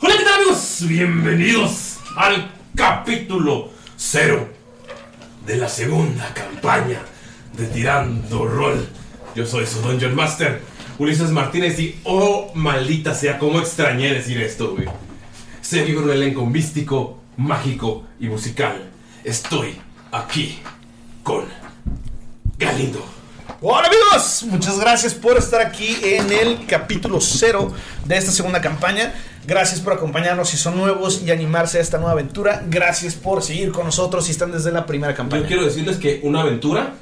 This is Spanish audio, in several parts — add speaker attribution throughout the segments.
Speaker 1: Hola, ¿qué tal amigos? Bienvenidos al capítulo cero de la segunda campaña de Tirando Roll. Yo soy su Dungeon Master, Ulises Martínez y oh, maldita sea, cómo extrañé decir esto, güey. Se vive un elenco místico, mágico y musical. Estoy aquí con Galindo.
Speaker 2: Hola amigos, muchas gracias por estar aquí en el capítulo cero de esta segunda campaña. Gracias por acompañarnos si son nuevos y animarse a esta nueva aventura. Gracias por seguir con nosotros si están desde la primera campaña.
Speaker 1: Yo quiero decirles que una aventura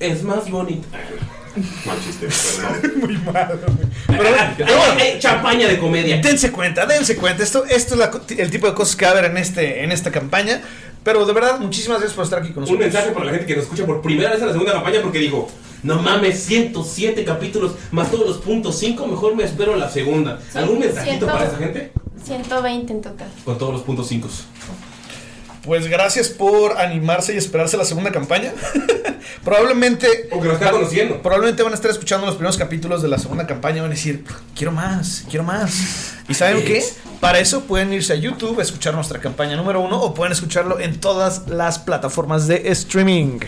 Speaker 1: es más bonita. Mal chiste, perdón.
Speaker 2: Muy malo. güey.
Speaker 1: Pero bueno, champaña de comedia.
Speaker 2: eh, Dense cuenta, dense cuenta. Esto, esto es la co- el tipo de cosas que va a haber en, este, en esta campaña. Pero de verdad, muchísimas gracias por estar aquí con
Speaker 1: Un
Speaker 2: nosotros.
Speaker 1: mensaje para la gente que nos escucha por primera vez en la segunda campaña porque dijo, no mames, 107 capítulos más todos los puntos 5, mejor me espero la segunda. ¿Algún mensajito
Speaker 3: ciento-
Speaker 1: para esa gente?
Speaker 3: 120 en total.
Speaker 1: Con todos los puntos 5.
Speaker 2: Pues gracias por animarse y esperarse la segunda campaña. Probablemente
Speaker 1: O que nos está conociendo.
Speaker 2: Probablemente van a estar escuchando los primeros capítulos de la segunda campaña y van a decir, quiero más, quiero más. ¿Y saben qué? Para eso pueden irse a YouTube, a escuchar nuestra campaña número uno o pueden escucharlo en todas las plataformas de streaming.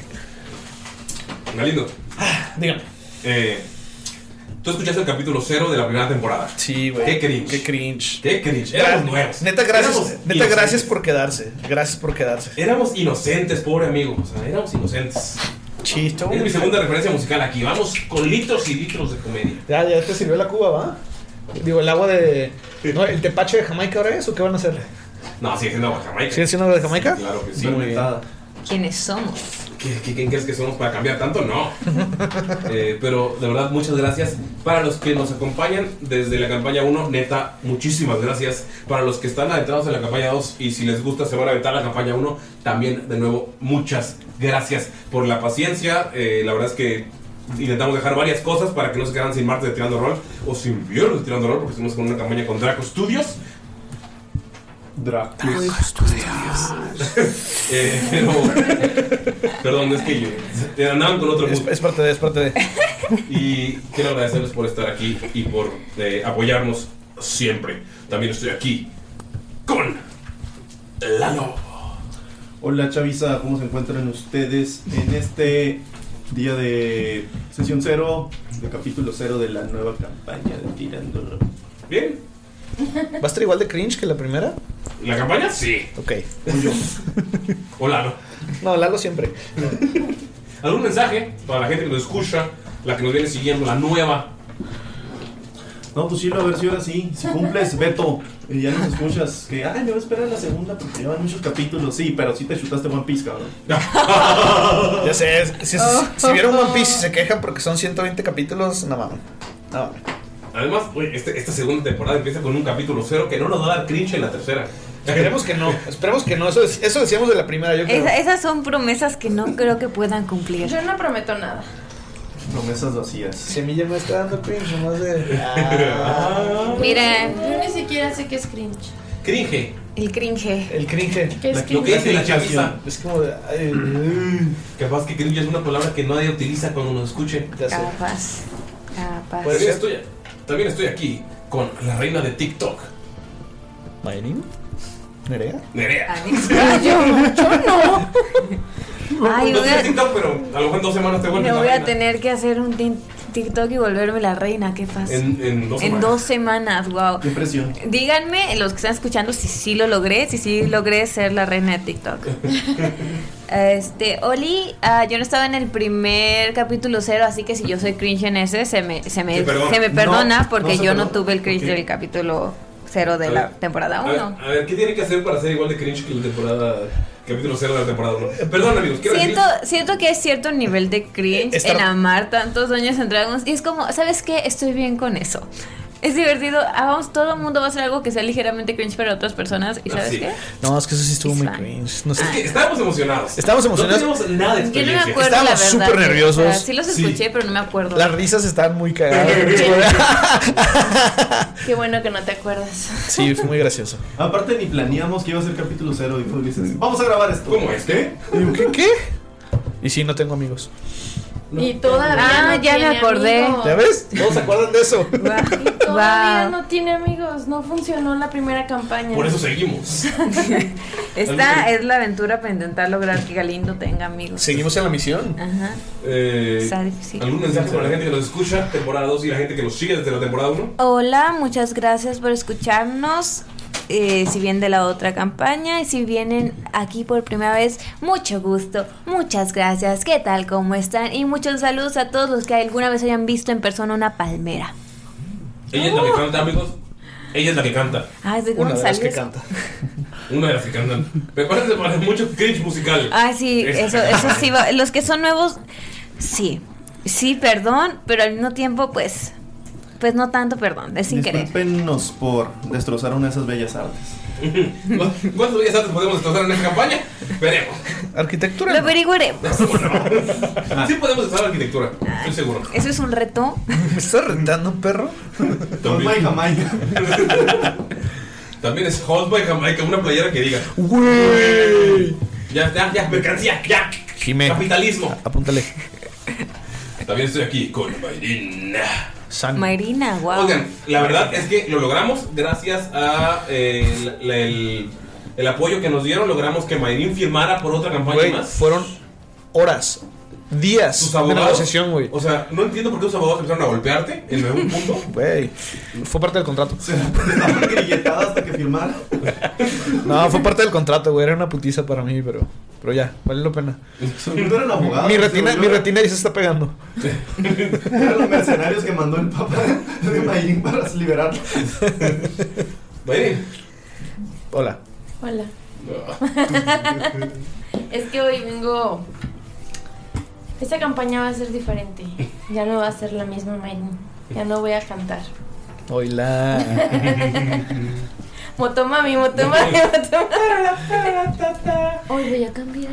Speaker 1: Galindo,
Speaker 2: Díganme.
Speaker 1: eh, tú escuchaste el capítulo 0 de la primera temporada.
Speaker 2: Sí, güey.
Speaker 1: Qué cringe.
Speaker 2: Qué cringe.
Speaker 1: Qué cringe. Éramos
Speaker 2: Gra-
Speaker 1: nuevos.
Speaker 2: Neta,
Speaker 1: Éramos
Speaker 2: gracias, neta,
Speaker 1: inocentes.
Speaker 2: gracias por quedarse. Gracias por quedarse.
Speaker 1: Éramos inocentes, pobre amigo. O sea, éramos inocentes.
Speaker 2: Chito.
Speaker 1: Es mi segunda referencia musical aquí. Vamos con litros y litros de comedia.
Speaker 2: Ya, ya te sirvió la cuba, ¿va? Digo, el agua de... No, ¿El tepache de Jamaica ahora es o qué van a hacer?
Speaker 1: No, sigue siendo agua Jamaica.
Speaker 2: ¿Sigue siendo agua de Jamaica?
Speaker 1: Claro que sí.
Speaker 2: Muy bien.
Speaker 4: quiénes somos.
Speaker 1: ¿Qué- qué- ¿Quién crees que somos para cambiar tanto? No. Eh, pero de verdad, muchas gracias. Para los que nos acompañan desde la campaña 1, neta, muchísimas gracias. Para los que están adentrados en la campaña 2 y si les gusta se van a aventar la campaña 1, también de nuevo, muchas gracias por la paciencia. Eh, la verdad es que intentamos dejar varias cosas para que no se quedaran sin Marte de Tirando Roll o sin viernes de Tirando Roll, porque estamos con una campaña con Draco Studios. Eh, pero- perdón, es que yo, te andaban con otro
Speaker 2: Es,
Speaker 1: mood.
Speaker 2: es parte de, es parte de...
Speaker 1: Y quiero agradecerles por estar aquí y por eh, apoyarnos siempre. También estoy aquí con Lalo.
Speaker 5: Hola Chaviza, ¿cómo se encuentran ustedes en este día de sesión cero, de capítulo cero de la nueva campaña de Tirando?
Speaker 1: ¿Bien?
Speaker 2: ¿Va a estar igual de cringe que la primera?
Speaker 1: ¿La campaña? Sí.
Speaker 2: Ok.
Speaker 1: O Lalo.
Speaker 2: No, Lalo siempre.
Speaker 1: ¿Algún mensaje para la gente que nos escucha, la que nos viene siguiendo, la nueva?
Speaker 5: No, pues sí, a ver si ahora sí. Si cumples, Beto, y ya nos escuchas que, ay, me voy a esperar la segunda porque llevan muchos capítulos. Sí, pero sí te chutaste One Piece, cabrón.
Speaker 2: Ya sé, si, si-
Speaker 4: Oh.
Speaker 2: si vieron One Piece y se quejan porque son 120 capítulos, no mames. No mames.
Speaker 1: Además, güey, este- esta segunda temporada empieza con un capítulo cero que no nos va a dar cringe en la tercera.
Speaker 2: Esperemos que no, esperemos que no. Eso, es- eso decíamos de la primera, yo creo.
Speaker 4: Esa- esas son promesas que no creo que puedan cumplir. Yo no prometo nada.
Speaker 5: Promesas vacías.
Speaker 2: Si a mí ya me está dando cringe, nomás de.
Speaker 1: Ah.
Speaker 4: Miren.
Speaker 3: Yo ni siquiera sé qué es cringe.
Speaker 1: Cringe.
Speaker 4: El cringe.
Speaker 2: El cringe.
Speaker 3: ¿Qué es
Speaker 5: La-
Speaker 1: Lo
Speaker 3: cringe?
Speaker 1: que dice la chaviza.
Speaker 5: Cringe.
Speaker 2: Es como de. ay, ay,
Speaker 1: Capaz que cringe es una palabra que nadie utiliza cuando nos escuche.
Speaker 2: ya sé.
Speaker 4: Capaz. Capaz.
Speaker 2: Pues-
Speaker 1: También estoy, también estoy aquí con la reina de TikTok,
Speaker 2: ¿Nerea?
Speaker 1: Nerea.
Speaker 4: Ay, yo, no. Ay,
Speaker 1: no
Speaker 4: voy
Speaker 1: tiene
Speaker 4: a,
Speaker 1: TikTok, pero a lo mejor en dos semanas te vuelves
Speaker 4: me
Speaker 1: la
Speaker 4: voy a
Speaker 1: reina.
Speaker 4: tener que hacer un tin- TikTok y volverme la reina. Qué fácil.
Speaker 1: En, en dos
Speaker 4: En,
Speaker 1: semanas.
Speaker 4: dos semanas, wow.
Speaker 5: Qué presión.
Speaker 4: Díganme, los que están escuchando, si sí lo logré, si sí logré ser la reina de TikTok. Este, Oli, ah, yo no estaba en el primer capítulo cero, así que si yo soy cringe en ese, se me, se me,
Speaker 1: Se perdona.
Speaker 4: se me
Speaker 5: No,
Speaker 4: perdona
Speaker 5: no
Speaker 4: porque
Speaker 5: se
Speaker 4: yo no
Speaker 5: perdona.
Speaker 4: tuve el cringe
Speaker 5: Ok.
Speaker 4: del capítulo cero de
Speaker 1: A
Speaker 4: la
Speaker 1: ver,
Speaker 4: temporada
Speaker 1: a ver,
Speaker 4: 1.
Speaker 1: A ver, ¿qué tiene que hacer para ser igual de cringe que la temporada, capítulo 0 de la temporada 1? Perdón, amigos, quiero
Speaker 4: Siento,
Speaker 1: decir.
Speaker 4: siento que hay cierto nivel de cringe
Speaker 2: Eh, estar-
Speaker 4: en amar tantos Dungeons and Dragons. Y es como, ¿sabes qué? Estoy bien con eso. Es divertido. Ah, vamos, todo el mundo va a hacer algo que sea ligeramente cringe para otras personas. ¿Y
Speaker 1: Ah,
Speaker 4: sabes
Speaker 1: sí.
Speaker 4: qué? Ah.
Speaker 2: No, es que eso sí estuvo
Speaker 4: muy
Speaker 2: muy
Speaker 4: It's fine.
Speaker 2: cringe. No sé.
Speaker 1: Es que estábamos emocionados.
Speaker 2: Estábamos emocionados.
Speaker 1: No tenemos nada de
Speaker 4: Yo no me
Speaker 1: experiencia.
Speaker 4: acuerdo. la
Speaker 2: Estábamos
Speaker 4: verdad,
Speaker 2: súper
Speaker 4: ¿eh?
Speaker 2: nerviosos.
Speaker 4: O sea, sí los
Speaker 1: Sí.
Speaker 4: escuché, pero no me acuerdo.
Speaker 2: Las risas están muy cagadas.
Speaker 3: Qué bueno que no te acuerdas.
Speaker 2: sí, fue muy gracioso.
Speaker 5: Aparte, ni planeamos que iba a ser capítulo cero. Dijo Ulises, vamos a grabar esto.
Speaker 1: ¿Cómo es que?
Speaker 2: Y digo, ¿Qué? ¿Qué? Y sí, no tengo amigos.
Speaker 3: y todavía.
Speaker 4: Ah,
Speaker 3: no
Speaker 4: ya me
Speaker 3: tiene
Speaker 4: acordé.
Speaker 3: amigos.
Speaker 2: ¿Ya ves? Todos se acuerdan de eso.
Speaker 3: Y todavía
Speaker 4: Wow.
Speaker 3: no tiene amigos. No funcionó la primera campaña.
Speaker 1: Por eso seguimos.
Speaker 4: Esta es la aventura para intentar lograr que Galindo tenga amigos.
Speaker 2: Seguimos en la misión.
Speaker 4: Ajá.
Speaker 1: Eh,
Speaker 4: Está difícil.
Speaker 1: ¿Algún mensaje para la gente que nos escucha, temporada 2 y la gente que nos sigue desde la temporada 1?
Speaker 4: Hola, muchas gracias por escucharnos. Eh, si vienen de la otra campaña y si vienen aquí por primera vez, mucho gusto, muchas gracias, ¿qué tal? ¿Cómo están? Y muchos saludos a todos los que alguna vez hayan visto en persona una palmera.
Speaker 1: Ella es la que canta, amigos. Ella es la que canta.
Speaker 4: Ay, Uh. pues ¿de
Speaker 2: Una
Speaker 4: cómo
Speaker 2: de las
Speaker 4: salió
Speaker 2: que
Speaker 4: eso?
Speaker 2: canta.
Speaker 1: Una de las que cantan. Prepárense para mucho cringe musical.
Speaker 4: Ay, Ah, sí,
Speaker 1: Es-
Speaker 4: eso, eso sí. va- Los que son nuevos, sí. Sí, perdón, pero al mismo tiempo, pues, pues no tanto perdón, es sin querer.
Speaker 5: Disculpenos por destrozar una de esas bellas artes.
Speaker 1: ¿Cu- ¿Cuántos días antes podemos destrozar en esta campaña? Veremos.
Speaker 4: Lo
Speaker 2: Arquitectura.
Speaker 4: averiguaremos. Ah.
Speaker 1: Sí podemos destrozar arquitectura, estoy seguro.
Speaker 4: Eso es un reto.
Speaker 2: ¿Me estás rentando, perro?
Speaker 5: Con Mike Jamaica.
Speaker 1: También es Hot by Jamaica, una playera que diga.
Speaker 2: Güey.
Speaker 1: Ya, ya, ya, mercancía, ya.
Speaker 2: Jimé.
Speaker 1: Capitalismo.
Speaker 2: Apúntale.
Speaker 1: También estoy aquí con Mayrina.
Speaker 2: San.
Speaker 4: Marina, wow.
Speaker 1: Oigan, la verdad es que lo logramos gracias a eh, el, la- el- el apoyo que nos dieron. Logramos que Mayrin firmara por otra campaña
Speaker 2: Güey,
Speaker 1: más.
Speaker 2: fueron horas, días
Speaker 1: Sus
Speaker 2: de
Speaker 1: abogados.
Speaker 2: negociación, güey.
Speaker 1: O sea, no entiendo por qué tus abogados empezaron a golpearte en algún punto.
Speaker 2: Güey, fue parte del contrato.
Speaker 5: Se la pasaron grilletada hasta que firmara.
Speaker 2: No, fue parte del contrato, güey. Era una putiza para mí, pero, pero ya, vale la pena.
Speaker 5: No eran abogados.
Speaker 2: mi retina,
Speaker 5: se
Speaker 2: mi
Speaker 5: volvió-
Speaker 2: retina ya se está pegando.
Speaker 5: Eran los mercenarios que mandó el Papa de Mayín para liberarlo.
Speaker 1: Mayrin.
Speaker 2: Hola.
Speaker 3: Hola.
Speaker 1: Ah.
Speaker 3: es que hoy vengo. Esta campaña va a ser diferente. Ya no va a ser la misma Mayrin. Ya no voy a cantar.
Speaker 2: Hola.
Speaker 3: Motomami, motomami, motomami. Hoy voy a cambiar.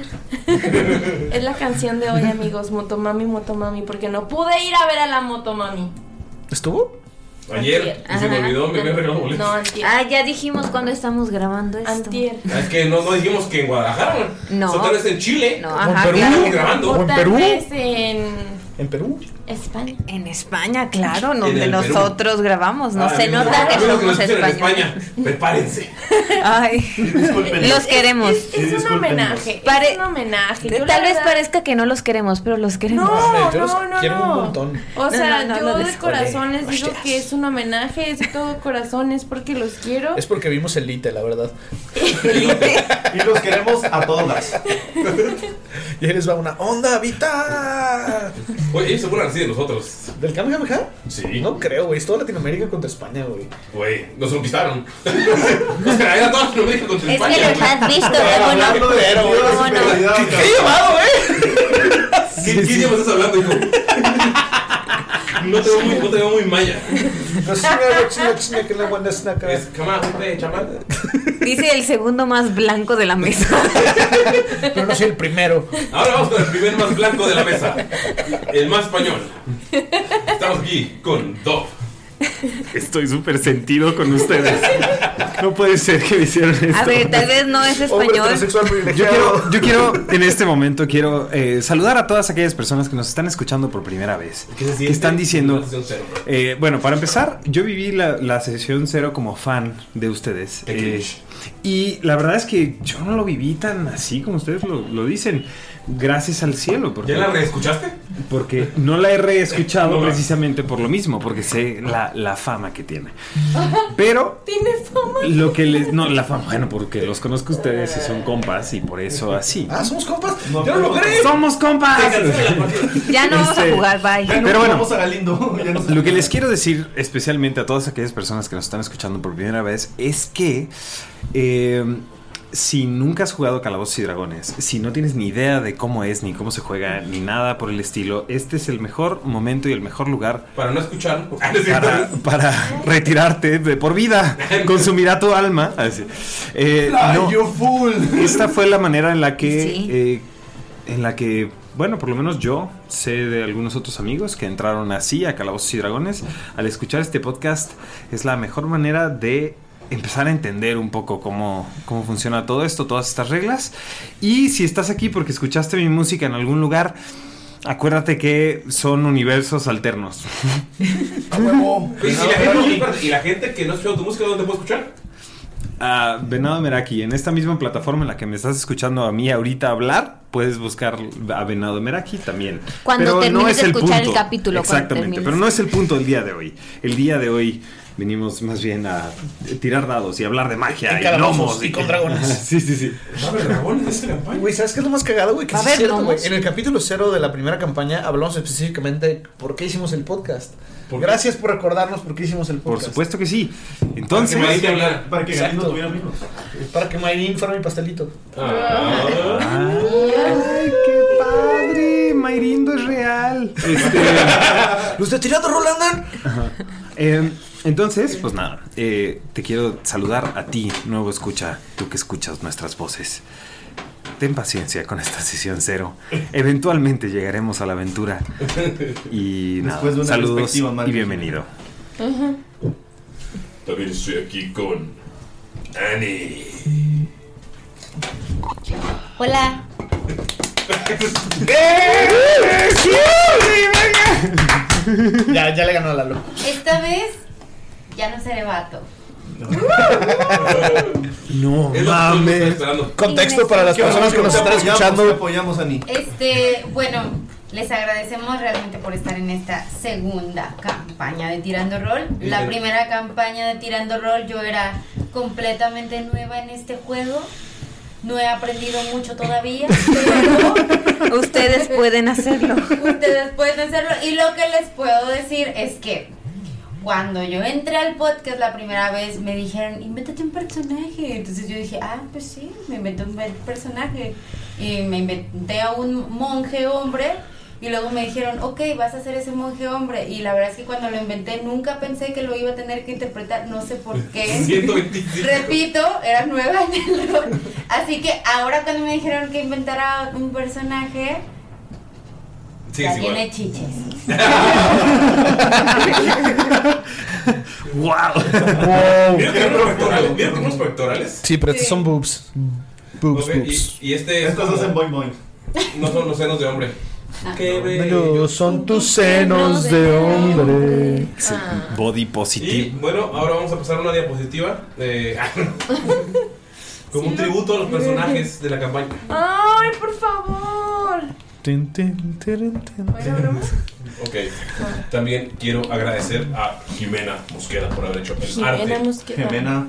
Speaker 3: es la canción de hoy, amigos. Motomami, motomami. Porque no pude ir a ver a la motomami.
Speaker 2: ¿Estuvo?
Speaker 1: Ayer y se me
Speaker 4: Ajá.
Speaker 1: olvidó, me había regalado boletos.
Speaker 3: No, antier.
Speaker 4: Ah, ya dijimos cuando estamos grabando esto.
Speaker 3: Antier.
Speaker 1: Ah, Es que no, no dijimos que en Guadalajara.
Speaker 4: No.
Speaker 1: O sea, tal vez en Chile.
Speaker 4: No,
Speaker 1: O
Speaker 4: ajá,
Speaker 2: Perú?
Speaker 4: claro que no. pues.
Speaker 1: grabando.
Speaker 3: O
Speaker 2: ¿En
Speaker 3: tal
Speaker 2: Perú?
Speaker 3: vez en
Speaker 2: ¿En Perú?
Speaker 3: España.
Speaker 4: En España, claro,
Speaker 1: En
Speaker 4: donde
Speaker 1: el Perú.
Speaker 4: nosotros grabamos, no
Speaker 1: Ah,
Speaker 4: se
Speaker 1: amigos,
Speaker 4: nota que
Speaker 1: amigos nos
Speaker 4: somos
Speaker 1: escuchan en
Speaker 4: españoles.
Speaker 1: España, prepárense.
Speaker 4: Ay, los queremos.
Speaker 3: Es, es un homenaje.
Speaker 4: Pare-
Speaker 3: es un homenaje. Yo, la
Speaker 4: Tal vez
Speaker 3: verdad-
Speaker 4: parezca que no los queremos, pero los queremos.
Speaker 3: No,
Speaker 2: Yo los
Speaker 3: no, no,
Speaker 2: quiero un
Speaker 3: no.
Speaker 2: montón.
Speaker 3: O sea,
Speaker 4: no, no,
Speaker 3: yo
Speaker 4: lo
Speaker 3: de
Speaker 4: descubrí.
Speaker 3: corazón les digo que es un homenaje, es de todo corazón, es porque los quiero.
Speaker 2: Es porque vimos el Lite, la verdad.
Speaker 5: Y los queremos a todos gas.
Speaker 2: Y ahí les va una onda vital.
Speaker 1: Oye, ellos se burlan así de nosotros.
Speaker 2: ¿Del Kamehameha?
Speaker 1: Sí.
Speaker 2: No creo, güey. Es toda Latinoamérica contra España, güey.
Speaker 1: Güey, nos conquistaron. Nos traían a todos los médicos contra
Speaker 4: Es que
Speaker 1: España.
Speaker 4: los has visto, qué
Speaker 2: Hablando
Speaker 4: bonito.
Speaker 2: de héroes,
Speaker 4: ¿Cómo no?
Speaker 5: Superioridad,
Speaker 2: ¡Qué llevado,
Speaker 1: eh!
Speaker 2: güey!
Speaker 1: ¿Qué, qué idioma estás hablando, hijo? No te veo muy, no te veo muy maya.
Speaker 2: Pues
Speaker 1: Es cama, junte, chamán.
Speaker 4: Dice el segundo más blanco de la mesa.
Speaker 2: Pero no soy el primero.
Speaker 1: Ahora vamos con el primer más blanco de la mesa. El más español. Estamos aquí con Dove.
Speaker 6: Estoy súper sentido con ustedes. No puede ser que me hicieron esto.
Speaker 4: A ver, tal vez no es español.
Speaker 6: Yo quiero, yo quiero, en este momento, quiero eh, saludar a todas aquellas personas que nos están escuchando por primera vez. Que están diciendo... Eh, bueno, para empezar, yo viví la, la sesión cero como fan de ustedes.
Speaker 1: Qué
Speaker 6: Eh,
Speaker 1: cringe.
Speaker 6: y la verdad es que yo no lo viví tan así como ustedes lo, lo dicen. Gracias al cielo, porque,
Speaker 1: ¿Ya la reescuchaste?
Speaker 6: porque no la he reescuchado
Speaker 1: No.
Speaker 6: precisamente por lo mismo, porque sé la, la fama que tiene. Pero
Speaker 3: Tiene fama.
Speaker 6: lo que les... No, la fama, bueno, porque los conozco a ustedes y son compas y por eso así.
Speaker 2: Ah, somos compas. yo no lo creo.
Speaker 6: ¡Somos compas!
Speaker 4: Ya no vamos a
Speaker 6: Este,
Speaker 4: jugar, bye.
Speaker 6: Pero bueno.
Speaker 5: Vamos a Galindo. ya nos-
Speaker 6: Lo que les quiero decir especialmente a todas aquellas personas que nos están escuchando por primera vez es que eh, si nunca has jugado Calabozos y Dragones, si no tienes ni idea de cómo es, ni cómo se juega, ni nada por el estilo, este es el mejor momento y el mejor lugar
Speaker 1: Para no escuchar.
Speaker 6: para, para retirarte de por vida, consumirá tu alma. Así. Eh, no,
Speaker 5: Yo full.
Speaker 6: esta fue la manera en la que,
Speaker 4: Sí.
Speaker 6: eh, en la que, bueno, por lo menos yo sé de algunos otros amigos que entraron así a Calabozos y Dragones. Al escuchar este podcast es la mejor manera de empezar a entender un poco cómo, cómo funciona todo esto, todas estas reglas. Y si estás aquí porque escuchaste mi música en algún lugar, acuérdate que son universos alternos. Ah,
Speaker 1: Oye, ¿Y la, gente, y la gente que no escuchó tu música, ¿dónde puede escuchar?
Speaker 6: Ah, Venado Meraki, en esta misma plataforma en la que me estás escuchando a mí ahorita hablar, puedes buscar a Venado Meraki también.
Speaker 4: Cuando termines de escuchar el capítulo, cuando
Speaker 6: Exactamente,
Speaker 4: termines.
Speaker 6: pero no es el punto del día de hoy. El día de hoy venimos más bien a tirar dados y hablar de magia
Speaker 2: En
Speaker 6: y
Speaker 2: calabozos
Speaker 6: gnomos
Speaker 2: y con dragones.
Speaker 6: sí, sí, sí.
Speaker 1: Va a haber dragones en esta campaña.
Speaker 2: Güey, ¿sabes qué es lo más cagado, güey? Que
Speaker 4: A
Speaker 2: sí
Speaker 4: ver,
Speaker 2: es cierto,
Speaker 4: ¿no?
Speaker 2: güey. En el capítulo cero de la primera campaña hablamos específicamente de por qué hicimos el podcast.
Speaker 1: ¿Por qué?
Speaker 2: Gracias por recordarnos por qué hicimos el
Speaker 6: Por
Speaker 2: podcast.
Speaker 6: supuesto que sí.
Speaker 1: Que me
Speaker 6: Entonces,
Speaker 1: dejen hablar.
Speaker 5: Para que Galindo
Speaker 2: Exacto.
Speaker 5: tuviera amigos.
Speaker 2: Para que Mayrin fuera mi pastelito.
Speaker 1: Ah.
Speaker 6: ay, qué padre, Mairindo es real. Este
Speaker 2: ¿Los de tirando Rolandan?
Speaker 6: Eh, entonces, pues nada, eh, te quiero saludar a ti, nuevo escucha, tú que escuchas nuestras voces. Ten paciencia con esta sesión cero. Eventualmente llegaremos a la aventura. Y nada,
Speaker 5: Después de una
Speaker 6: saludos
Speaker 5: respectiva
Speaker 6: y
Speaker 5: marca.
Speaker 6: bienvenido.
Speaker 1: También estoy aquí con Annie.
Speaker 4: Hola.
Speaker 2: ¡Eh! Ya, ya le ganó a Lalo.
Speaker 7: Esta vez ya no seré vato.
Speaker 6: No
Speaker 1: Es lo que todos están esperando.
Speaker 2: Contexto para las personas que nos
Speaker 5: Te
Speaker 2: están
Speaker 5: apoyamos, Te
Speaker 2: escuchando.
Speaker 5: apoyamos, Ani.
Speaker 7: Este, bueno, les agradecemos realmente por estar en esta segunda campaña de Tirando Rol. La
Speaker 1: Sí.
Speaker 7: primera campaña de Tirando Rol yo era completamente nueva en este juego. No he aprendido mucho todavía, pero
Speaker 4: Ustedes pueden hacerlo.
Speaker 7: ustedes pueden hacerlo. Y lo que les puedo decir es que cuando yo entré al podcast la primera vez, me dijeron, invéntate un personaje. Entonces yo dije, ah, pues sí, me inventé un buen personaje. Y me inventé a un monje hombre. Y luego me dijeron, ok, vas a ser ese monje hombre. Y la verdad es que cuando lo inventé nunca pensé que lo iba a tener que interpretar, no sé por qué.
Speaker 1: 125.
Speaker 7: Repito, era nueva en el rol. Así que ahora cuando me dijeron que inventara un personaje,
Speaker 1: Sigues
Speaker 7: ya
Speaker 1: igual.
Speaker 7: tiene chiches.
Speaker 6: ¡Wow!
Speaker 1: Mira que tenemos pectorales. Mira que tenemos pectorales.
Speaker 2: Sí, pero estos
Speaker 7: Sí.
Speaker 2: son boobs. Boobs,
Speaker 1: Ok,
Speaker 2: boobs.
Speaker 1: y, y este es
Speaker 5: Estos
Speaker 1: como-
Speaker 5: hacen boing Ah. boing.
Speaker 1: no son los senos de hombre. Qué
Speaker 2: bellos son tus senos de hombre.
Speaker 5: Ah.
Speaker 6: Body positive.
Speaker 1: Y bueno, ahora vamos a pasar a una diapositiva. eh, como un tributo a los personajes de la campaña.
Speaker 3: ¡Ay, por favor!
Speaker 1: Ok. También quiero agradecer a Jimena Mosqueda por haber hecho el
Speaker 3: Jimena
Speaker 1: arte.
Speaker 3: Mosqueda. Jimena.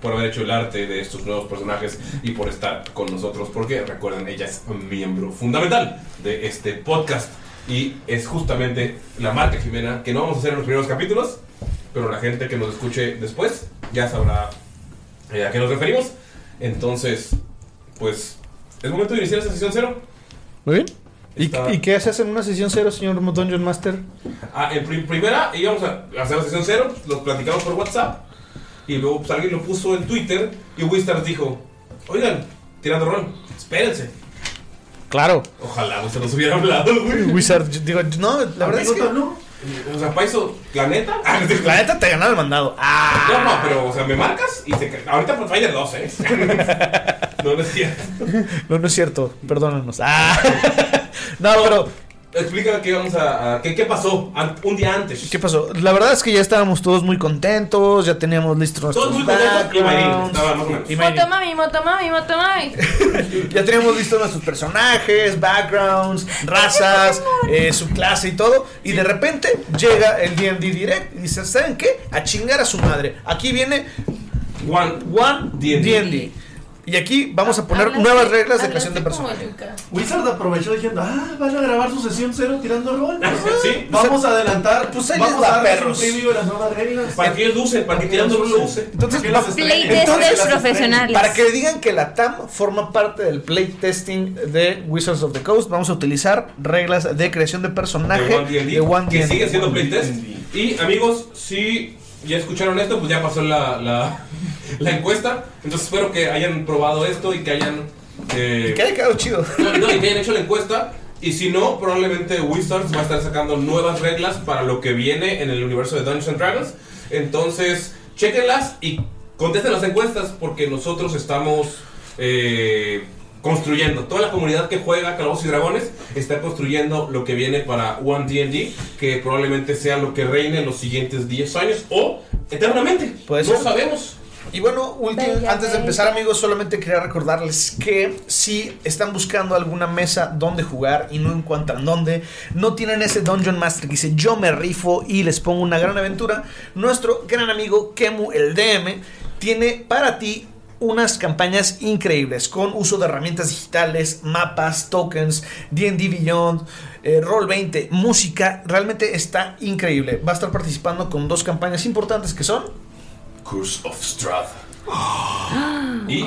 Speaker 1: Por haber hecho el arte de estos nuevos personajes y por estar con nosotros. Porque recuerden, ella es un miembro fundamental de este podcast. Y es justamente la marca Jimena que no vamos a hacer en los primeros capítulos. Pero la gente que nos escuche después ya sabrá eh, a qué nos referimos. Entonces, pues, es momento de iniciar esta sesión cero.
Speaker 2: Muy bien. ¿Y,
Speaker 1: Está-
Speaker 2: y qué haces en una sesión cero, señor Dungeon Master?
Speaker 1: Ah, en pri- primera íbamos a hacer la sesión cero, los platicamos por WhatsApp. Y luego pues, alguien lo puso en Twitter y Wistars dijo, oigan, tirando rol, espérense.
Speaker 2: Claro.
Speaker 1: Ojalá se nos hubiera hablado, güey.
Speaker 2: Wizard, yo digo, no, la verdad es que.
Speaker 1: O sea, Paiso, la neta.
Speaker 2: La neta te ganó el mandado. Ah.
Speaker 1: No, no, pero, o sea, me marcas y te... ca- Ahorita por Finder 2, ¿eh? no, no es cierto.
Speaker 2: No, no es cierto. Perdónanos. Ah. No, pero.
Speaker 1: Explica qué vamos a... a- qué, qué pasó an- un día antes.
Speaker 2: ¿Qué pasó? La verdad es que ya estábamos todos muy contentos, ya teníamos listos nuestros
Speaker 1: Todos muy contentos y Mayrin
Speaker 2: backgrounds.
Speaker 1: estaba más o menos.
Speaker 2: Y Mayrin.
Speaker 3: Motomami, motomami, motomami.
Speaker 2: Ya teníamos listos nuestros personajes, backgrounds, razas, eh, su clase y todo. Y de repente llega el DD Direct y dice: ¿Saben qué? A chingar a su madre. Aquí viene
Speaker 1: One,
Speaker 2: One D&D. Y aquí vamos a poner nuevas reglas de creación de personajes.
Speaker 5: Wizard aprovechó diciendo, ah, van a grabar su sesión cero tirando rol.
Speaker 1: Sí.
Speaker 5: Vamos a adelantar,
Speaker 2: Pues ahí
Speaker 5: vamos
Speaker 2: les va,
Speaker 5: a darles
Speaker 2: perros.
Speaker 5: un preview de las nuevas reglas.
Speaker 1: Para que ellos lucen, para que tirando rol lo use.
Speaker 2: Entonces,
Speaker 5: Que las
Speaker 2: va-
Speaker 5: estrenen.
Speaker 4: Playtesters
Speaker 5: Entonces, que las
Speaker 4: profesionales.
Speaker 2: Para que digan que la TAM forma parte del playtesting de Wizards of the Coast, vamos a utilizar reglas de creación de
Speaker 1: de
Speaker 2: personaje
Speaker 1: One D&D,
Speaker 2: de One
Speaker 1: que sigue
Speaker 2: D&D.
Speaker 1: siendo playtest. Y amigos, si ya escucharon esto, pues ya pasó la, la, la encuesta. Entonces espero que hayan probado esto y que hayan. eh,
Speaker 2: Que haya quedado chido.
Speaker 1: no, no, y que hayan hecho la encuesta. Y si no, probablemente Wizards va a estar sacando nuevas reglas para lo que viene en el universo de Dungeons and Dragons. Entonces, chequenlas y contesten las encuestas porque nosotros estamos eh, construyendo. Toda la comunidad que juega Calabozos y Dragones está construyendo lo que viene para One D&D, que probablemente sea lo que reine en los siguientes 10 años o eternamente.
Speaker 2: Puede
Speaker 1: no
Speaker 2: ser.
Speaker 1: sabemos.
Speaker 2: Y bueno, último,
Speaker 3: Bella,
Speaker 2: antes de
Speaker 3: bella.
Speaker 2: empezar amigos, solamente quería recordarles que si están buscando alguna mesa donde jugar y no encuentran dónde, no tienen ese Dungeon Master que dice yo me rifo y les pongo una gran aventura, nuestro gran amigo Kemu el DM tiene para ti unas campañas increíbles con uso de herramientas digitales, mapas, tokens, D&D Beyond, eh, Roll 20, música, realmente está increíble. Va a estar participando con dos campañas importantes que son
Speaker 1: Curse of Strath.
Speaker 3: Ah,
Speaker 1: Y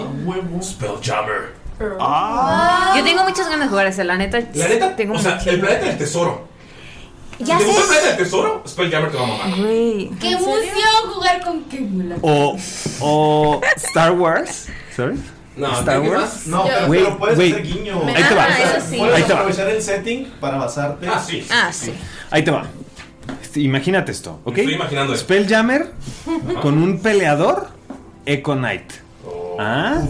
Speaker 1: Spelljammer.
Speaker 4: Yo tengo muchas ganas de jugar ese, la neta.
Speaker 1: La neta,
Speaker 4: tengo
Speaker 1: o sea,
Speaker 4: muchas.
Speaker 1: el planeta del tesoro.
Speaker 4: Ya
Speaker 1: ¿Te gusta el
Speaker 4: sé.
Speaker 1: planeta del tesoro? Spelljammer te va a mamar.
Speaker 4: Güey.
Speaker 7: ¡Qué emoción jugar con Kimula!
Speaker 1: Oh.
Speaker 6: O, o Star Wars. ¿Sorry?
Speaker 1: No,
Speaker 6: Star
Speaker 1: ¿qué
Speaker 6: Wars.
Speaker 1: más?
Speaker 5: No, pero,
Speaker 6: Güey,
Speaker 5: pero puedes
Speaker 6: güey.
Speaker 5: hacer guiño.
Speaker 6: Ahí te va.
Speaker 3: Ah, eso sí.
Speaker 5: Puedes
Speaker 6: Ahí te va.
Speaker 5: aprovechar el setting para basarte.
Speaker 1: Ah, sí.
Speaker 4: Ah, sí.
Speaker 6: Ahí te va. Este, imagínate esto, ¿ok?
Speaker 1: Me estoy imaginando esto.
Speaker 6: Spelljammer con un peleador Eco Knight.
Speaker 5: Oh.
Speaker 6: ¿Ah?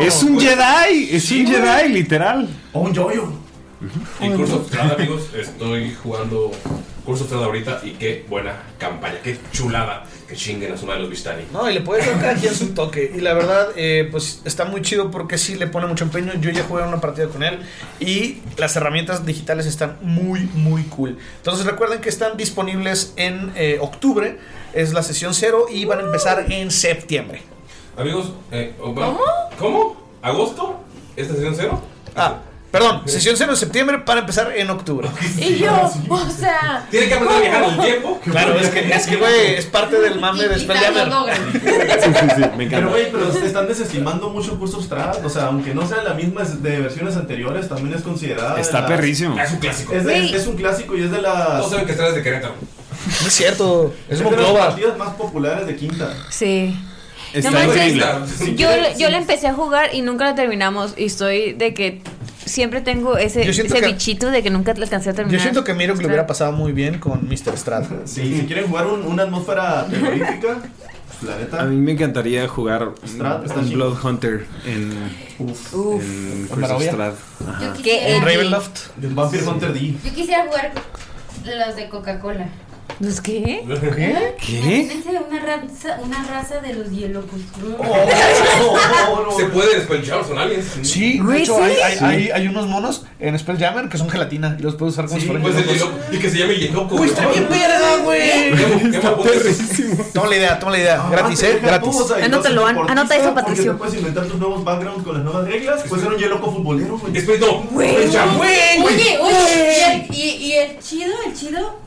Speaker 6: Es un Jedi, es un Jedi, literal.
Speaker 5: O un yoyo.
Speaker 1: Y Curse of Strahd, amigos, estoy jugando Curse of Strahd ahorita y qué buena campaña, qué chulada que chinguen a su madre los Vistani.
Speaker 2: No, y le puedes dar cada quien su toque. Y la verdad, eh, pues está muy chido porque sí le pone mucho empeño. Yo ya jugué una partida con él y las herramientas digitales están muy, muy cool. Entonces recuerden que están disponibles en eh, octubre, es la sesión cero y van a empezar en septiembre.
Speaker 1: Amigos, eh, oh, bueno, ¿cómo? ¿Agosto? ¿Esta sesión cero?
Speaker 2: Ah, perdón, sesión cero en septiembre para empezar en octubre.
Speaker 3: Y yo, o sea.
Speaker 1: Tiene que aprender a viajar en el tiempo.
Speaker 2: Claro, es que, es que, güey, es parte del mame de
Speaker 7: Y quizás lo
Speaker 2: Spelljammer.
Speaker 7: logran.
Speaker 6: me
Speaker 5: Pero,
Speaker 6: encanta.
Speaker 5: güey, pero te están desestimando mucho Curse of Strahd. O sea, aunque no sea la misma de versiones anteriores, también es considerada. de
Speaker 6: Está
Speaker 5: las-
Speaker 6: perrísimo.
Speaker 1: Es un clásico.
Speaker 5: Es, de-
Speaker 4: Güey.
Speaker 5: es un clásico y es de las.
Speaker 1: Todos saben que estás de Querétaro.
Speaker 2: No es cierto, es
Speaker 5: es de las
Speaker 2: Monclova.
Speaker 5: partidas más populares de quinta.
Speaker 4: Sí.
Speaker 6: Está
Speaker 4: No manches.
Speaker 6: increíble.
Speaker 1: Sí.
Speaker 4: Yo, yo la empecé a jugar y nunca la terminamos. Y estoy de que siempre tengo ese,
Speaker 2: Yo siento
Speaker 4: ese
Speaker 2: que-
Speaker 4: bichito de que nunca la alcancé a terminar.
Speaker 2: Yo siento que Miro que le hubiera pasado muy bien con Mr. Strad.
Speaker 5: Sí, si quieren jugar un- una atmósfera terrorífica, La
Speaker 6: A mí me encantaría jugar
Speaker 5: Strad, está
Speaker 6: un
Speaker 5: chido.
Speaker 6: Blood Hunter en,
Speaker 7: Uf.
Speaker 6: en
Speaker 5: Está
Speaker 6: Curse of
Speaker 5: maravilla.
Speaker 6: Strahd. Ajá.
Speaker 7: Yo quisiera- En Ravenloft.
Speaker 5: Del Vampire Hunter D.
Speaker 7: Yo quisiera jugar los de Coca-Cola.
Speaker 4: ¿Los qué?
Speaker 5: ¿Qué?
Speaker 7: Imagínense una raza, una raza de los hielocos.
Speaker 1: Oh, Se puede despelchar, son aliens.
Speaker 2: Sí, de
Speaker 7: Güey,
Speaker 2: hecho,
Speaker 7: sí.
Speaker 2: Hay, hay,
Speaker 1: Sí.
Speaker 2: hay- hay unos monos en Spelljammer que son gelatina y los puedes usar como
Speaker 1: Sí,
Speaker 2: si fueran
Speaker 1: pues el
Speaker 2: hielocos.
Speaker 1: hielo- y que se llame Yenoco.
Speaker 2: Güey, está bien verga, güey.
Speaker 1: Está
Speaker 2: perrísimo. Toma la idea, toma la idea. Gratis,
Speaker 5: Antes
Speaker 2: eh,
Speaker 5: deja
Speaker 2: gratis.
Speaker 5: tú, o sea, y no
Speaker 4: Anótalo,
Speaker 5: ser
Speaker 4: an-
Speaker 5: deportista,
Speaker 4: anota eso,
Speaker 5: porque
Speaker 4: Patricio.
Speaker 5: te puedes inventar tus nuevos backgrounds con las nuevas reglas. Puedes ser un loco futbolero, güey.
Speaker 1: Después, no. Pues
Speaker 7: Oye, oye, oye. Y, el, y- y el chido, el chido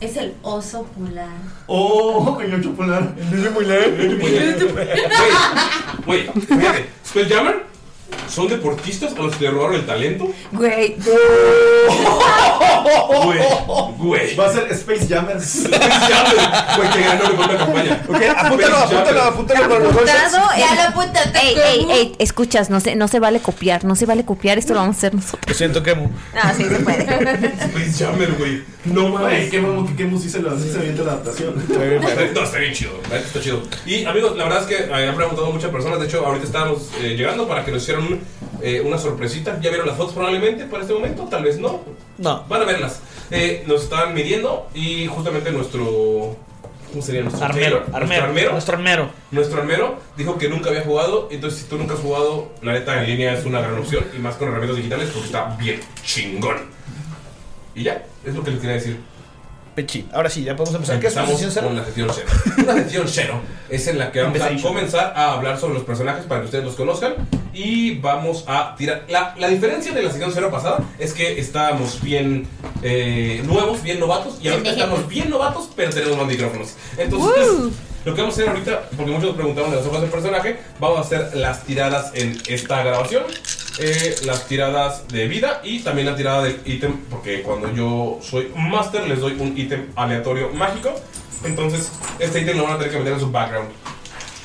Speaker 7: es el oso polar.
Speaker 5: Oh, coño, chocolate. Es muy leve.
Speaker 1: Güey, fíjate, Spelljammer son deportistas a los que le robaron el talento.
Speaker 4: Güey.
Speaker 1: Güey, güey.
Speaker 5: Va a ser Space Jammers.
Speaker 1: Güey, que ganó con una campaña.
Speaker 2: Ok, apúntalo, apúntalo, apúntalo para los bolsas.
Speaker 4: Apuntado,
Speaker 7: Ya
Speaker 4: eh,
Speaker 7: lo apuntaste.
Speaker 4: Ey, ey, ey, escuchas, no se, no se vale copiar, no se vale copiar, esto lo vamos a hacer nosotros.
Speaker 2: Lo siento, Kemu.
Speaker 4: No, Ah, sí se puede.
Speaker 1: Spelljammer, güey. No
Speaker 5: Güey,
Speaker 1: mames.
Speaker 5: qué bueno que Kemus hizo la, hizo bien la adaptación.
Speaker 1: No, está bien chido, la neta está chido. Y amigos, la verdad es que eh, han preguntado muchas personas. De hecho, ahorita estábamos eh, llegando para que nos hicieran un, eh, una sorpresita. Ya vieron las fotos probablemente para este momento, tal vez no.
Speaker 2: No.
Speaker 1: Van a verlas. Eh, nos estaban midiendo y justamente nuestro. ¿Cómo sería nuestro
Speaker 2: Armero,
Speaker 1: tailor?
Speaker 2: armero, nuestro armero.
Speaker 1: Nuestro armero dijo que nunca había jugado. Entonces, si tú nunca has jugado, la neta en línea es una gran opción. Y más con herramientas digitales porque está bien chingón. Y ya, es lo que les quería decir.
Speaker 2: Pechi. Ahora sí, ya podemos empezar. ¿Qué es una
Speaker 1: Empezamos
Speaker 2: sesión cero?
Speaker 1: con la sesión cero. Una sesión cero es en la que vamos a
Speaker 2: Empezation.
Speaker 1: comenzar a hablar sobre los personajes para que ustedes los conozcan y vamos a tirar. La, la diferencia de la sesión cero pasada es que estábamos bien eh, nuevos, bien novatos y ahora estamos bien novatos, pero tenemos más micrófonos. Entonces, lo que vamos a hacer ahorita, porque muchos nos preguntaron de las hojas del personaje, vamos a hacer las tiradas en esta grabación. eh, las tiradas de vida y también la tirada del ítem, porque cuando yo soy un máster les doy un ítem aleatorio mágico. Entonces, este ítem lo van a tener que meter en su background.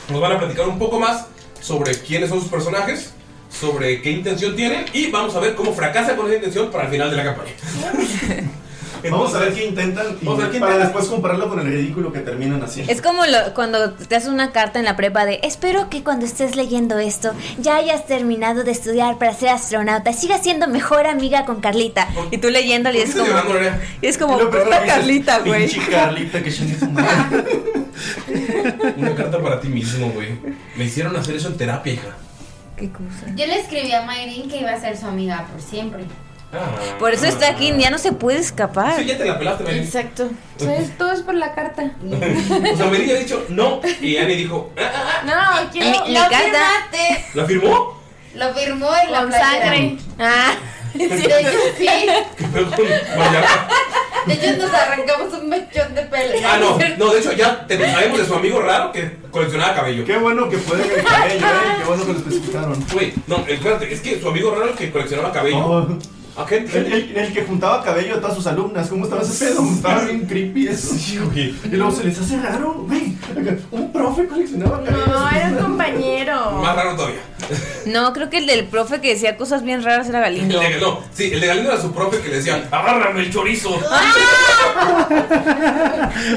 Speaker 1: Nos van a platicar un poco más sobre quiénes son sus personajes, sobre qué intención tienen y vamos a ver cómo fracasa con esa intención para el final de la campaña.
Speaker 5: Vamos a ver qué intentan y
Speaker 1: Vamos a ver qué
Speaker 5: para
Speaker 1: intentan.
Speaker 5: después compararlo con el ridículo que terminan haciendo.
Speaker 4: Es como lo- cuando te haces una carta en la prepa de espero que cuando estés leyendo esto ya hayas terminado de estudiar para ser astronauta, sigas siendo mejor amiga con Carlita. Y tú leyéndole y
Speaker 1: ¿Por
Speaker 4: es
Speaker 1: qué estás llorando,
Speaker 4: como,
Speaker 1: Lorea?
Speaker 4: y es como
Speaker 5: Y lo primero
Speaker 4: puta
Speaker 5: que dices,
Speaker 4: Carlita, güey.
Speaker 5: Pinche Carlita que chingue su madre.
Speaker 1: Una carta para ti mismo, güey. Me hicieron hacer eso en terapia, hija.
Speaker 4: Qué cosa.
Speaker 7: Yo le escribí a Mayrin que iba a ser su amiga por siempre.
Speaker 1: Ah.
Speaker 4: Por eso está aquí, ya no se puede escapar.
Speaker 1: Sí, ya te la pelaste, Mary.
Speaker 3: Exacto. ¿Sabes? Todo es por la carta.
Speaker 1: O sea, Mary ha dicho no y Annie dijo, "Ah, ah,
Speaker 3: No, quiero.
Speaker 4: Mi- mi
Speaker 7: lo
Speaker 4: carta.
Speaker 7: firmaste.
Speaker 1: ah". ¿la firmó?
Speaker 7: Lo firmó en la
Speaker 3: Con
Speaker 7: playera.
Speaker 3: sangre. Ah.
Speaker 7: De hecho, sí.
Speaker 1: ¿Qué pedo con Vallarta?
Speaker 7: De hecho, nos arrancamos un mechón de pelo.
Speaker 1: Ah, no, no, de hecho ya te sabemos de su amigo raro que coleccionaba cabello.
Speaker 5: Qué bueno que fue el cabello, eh. Qué bueno que lo especificaron.
Speaker 1: Güey, no, espérate, es que su amigo raro que coleccionaba cabello.
Speaker 5: Oh,
Speaker 1: ¿A qué?
Speaker 5: el, el- el que juntaba cabello a todas sus alumnas, ¿cómo estaba ese pedo? Estaba bien creepy eso. Y luego se les hace raro, güey. Acá, Un profe coleccionaba cabello.
Speaker 3: No, era un compañero.
Speaker 1: Más raro todavía.
Speaker 4: No, creo que el del profe que decía cosas bien raras era
Speaker 1: El
Speaker 4: Galindo.
Speaker 1: de- no, sí, el de Galindo era su profe que le decían, agárrame el chorizo.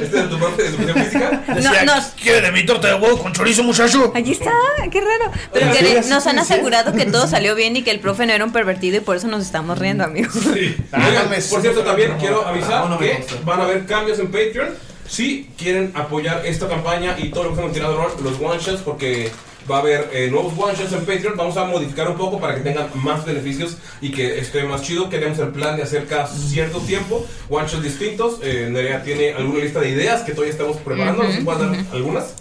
Speaker 1: Este era tu profe de educación física.
Speaker 2: Decía,
Speaker 4: no.
Speaker 2: ¿Quiere de mi torta de huevo con chorizo, muchacho?
Speaker 4: Allí está, qué raro. Pero
Speaker 1: Oye,
Speaker 4: que
Speaker 1: sí,
Speaker 4: le-
Speaker 1: así
Speaker 4: nos
Speaker 1: te
Speaker 4: han
Speaker 1: decía.
Speaker 4: asegurado que todo salió bien y que el profe no era un pervertido y por eso nos estamos riendo, amigos.
Speaker 1: Mm. Sí.
Speaker 2: Ah,
Speaker 1: Oigan,
Speaker 2: mames.
Speaker 1: por cierto, también quiero avisar
Speaker 5: Ah, no me
Speaker 1: que
Speaker 5: consta.
Speaker 1: van a haber cambios en Patreon. Si quieren apoyar esta campaña y todo lo que hemos tirado rol, los one shots, porque va a haber eh, nuevos one shots en Patreon, vamos a modificar un poco para que tengan más beneficios y que esté más chido. Queremos el plan de hacer cada cierto tiempo one shots distintos. Eh, Nerea tiene alguna lista de ideas que todavía estamos preparando. ¿Nos puedes dar algunas?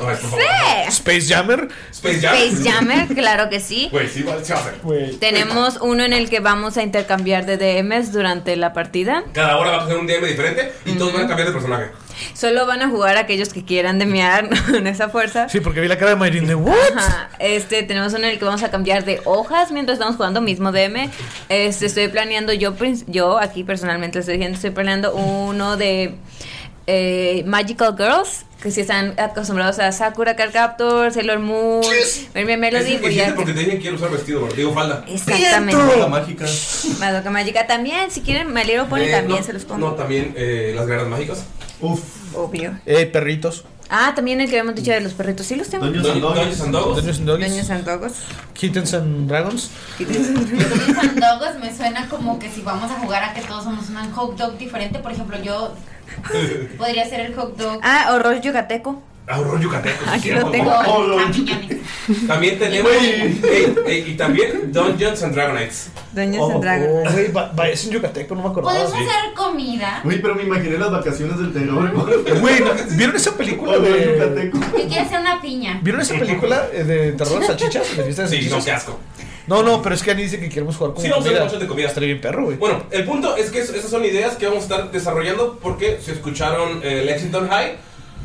Speaker 1: A ver, por favor.
Speaker 2: Space Jammer.
Speaker 1: Space Jam.
Speaker 4: Space Jammer, claro que sí.
Speaker 1: Güey, sí, va- se va a hacer.
Speaker 4: Tenemos uno en el que vamos a intercambiar de DMs durante la partida.
Speaker 1: Cada hora va a ser un DM diferente y todos van a cambiar de personaje.
Speaker 4: Solo van a jugar aquellos que quieran demear en esa fuerza.
Speaker 2: Sí, porque vi la cara de Mayrin de what?
Speaker 4: Ajá. Este, tenemos uno en el que vamos a cambiar de hojas mientras estamos jugando mismo DM. Este, estoy planeando, yo, prin- yo aquí personalmente estoy diciendo, estoy planeando uno de eh, Magical Girls, que si están acostumbrados a Sakura Card Captor, Sailor Moon, Mermaid
Speaker 1: Es
Speaker 4: Melody, pues
Speaker 1: el que
Speaker 4: voy a-
Speaker 1: hiciste porque te dije quiero usar vestido, digo falda.
Speaker 4: Exactamente.
Speaker 5: La mágica.
Speaker 4: Madoka Magica también, si quieren, Malero pone
Speaker 1: Eh,
Speaker 4: también,
Speaker 1: no,
Speaker 4: se los pongo.
Speaker 1: No, también eh, las garras mágicas.
Speaker 5: Uf.
Speaker 4: Obvio.
Speaker 2: Eh, perritos.
Speaker 4: Ah, también el que habíamos dicho de los perritos. Sí, los tengo.
Speaker 2: Dungeons and Doggies.
Speaker 4: Dungeons and Dogos.
Speaker 2: Kittens and Dragons.
Speaker 7: Dogos me suena como que si vamos a jugar a que todos somos un hot dog diferente. Por ejemplo, yo podría ser el hot dog.
Speaker 4: Ah, o rollo yucateco.
Speaker 1: Ahorro yucateco. sí,
Speaker 4: Aquí
Speaker 1: cierto.
Speaker 4: lo tengo.
Speaker 1: Oh, lo- También tenemos. Ey, ey, y también Dungeons and Dragonites.
Speaker 4: Dungeons
Speaker 2: Oh,
Speaker 4: and Dragons.
Speaker 2: oh, güey, va- va- es un yucateco, no me acordaba.
Speaker 7: Podemos hacer comida.
Speaker 5: Uy, pero me imaginé las vacaciones del terror.
Speaker 2: Güey, ¿no- ¿vieron esa película?
Speaker 5: Hola,
Speaker 2: de-
Speaker 5: Yucateco.
Speaker 7: Yo quiero hacer una piña.
Speaker 2: ¿Vieron esa película eh, de terror salchichas? ¿De fiesta de
Speaker 1: Sí, no,
Speaker 2: salchichas?
Speaker 1: qué asco.
Speaker 2: No, no, pero es que Ani dice que queremos jugar con
Speaker 1: Sí, vamos a hacer mucho de comida.
Speaker 2: Estaría bien perro, güey.
Speaker 1: Bueno, el punto es que es- esas son ideas que vamos a estar desarrollando porque si escucharon eh, Lexington High,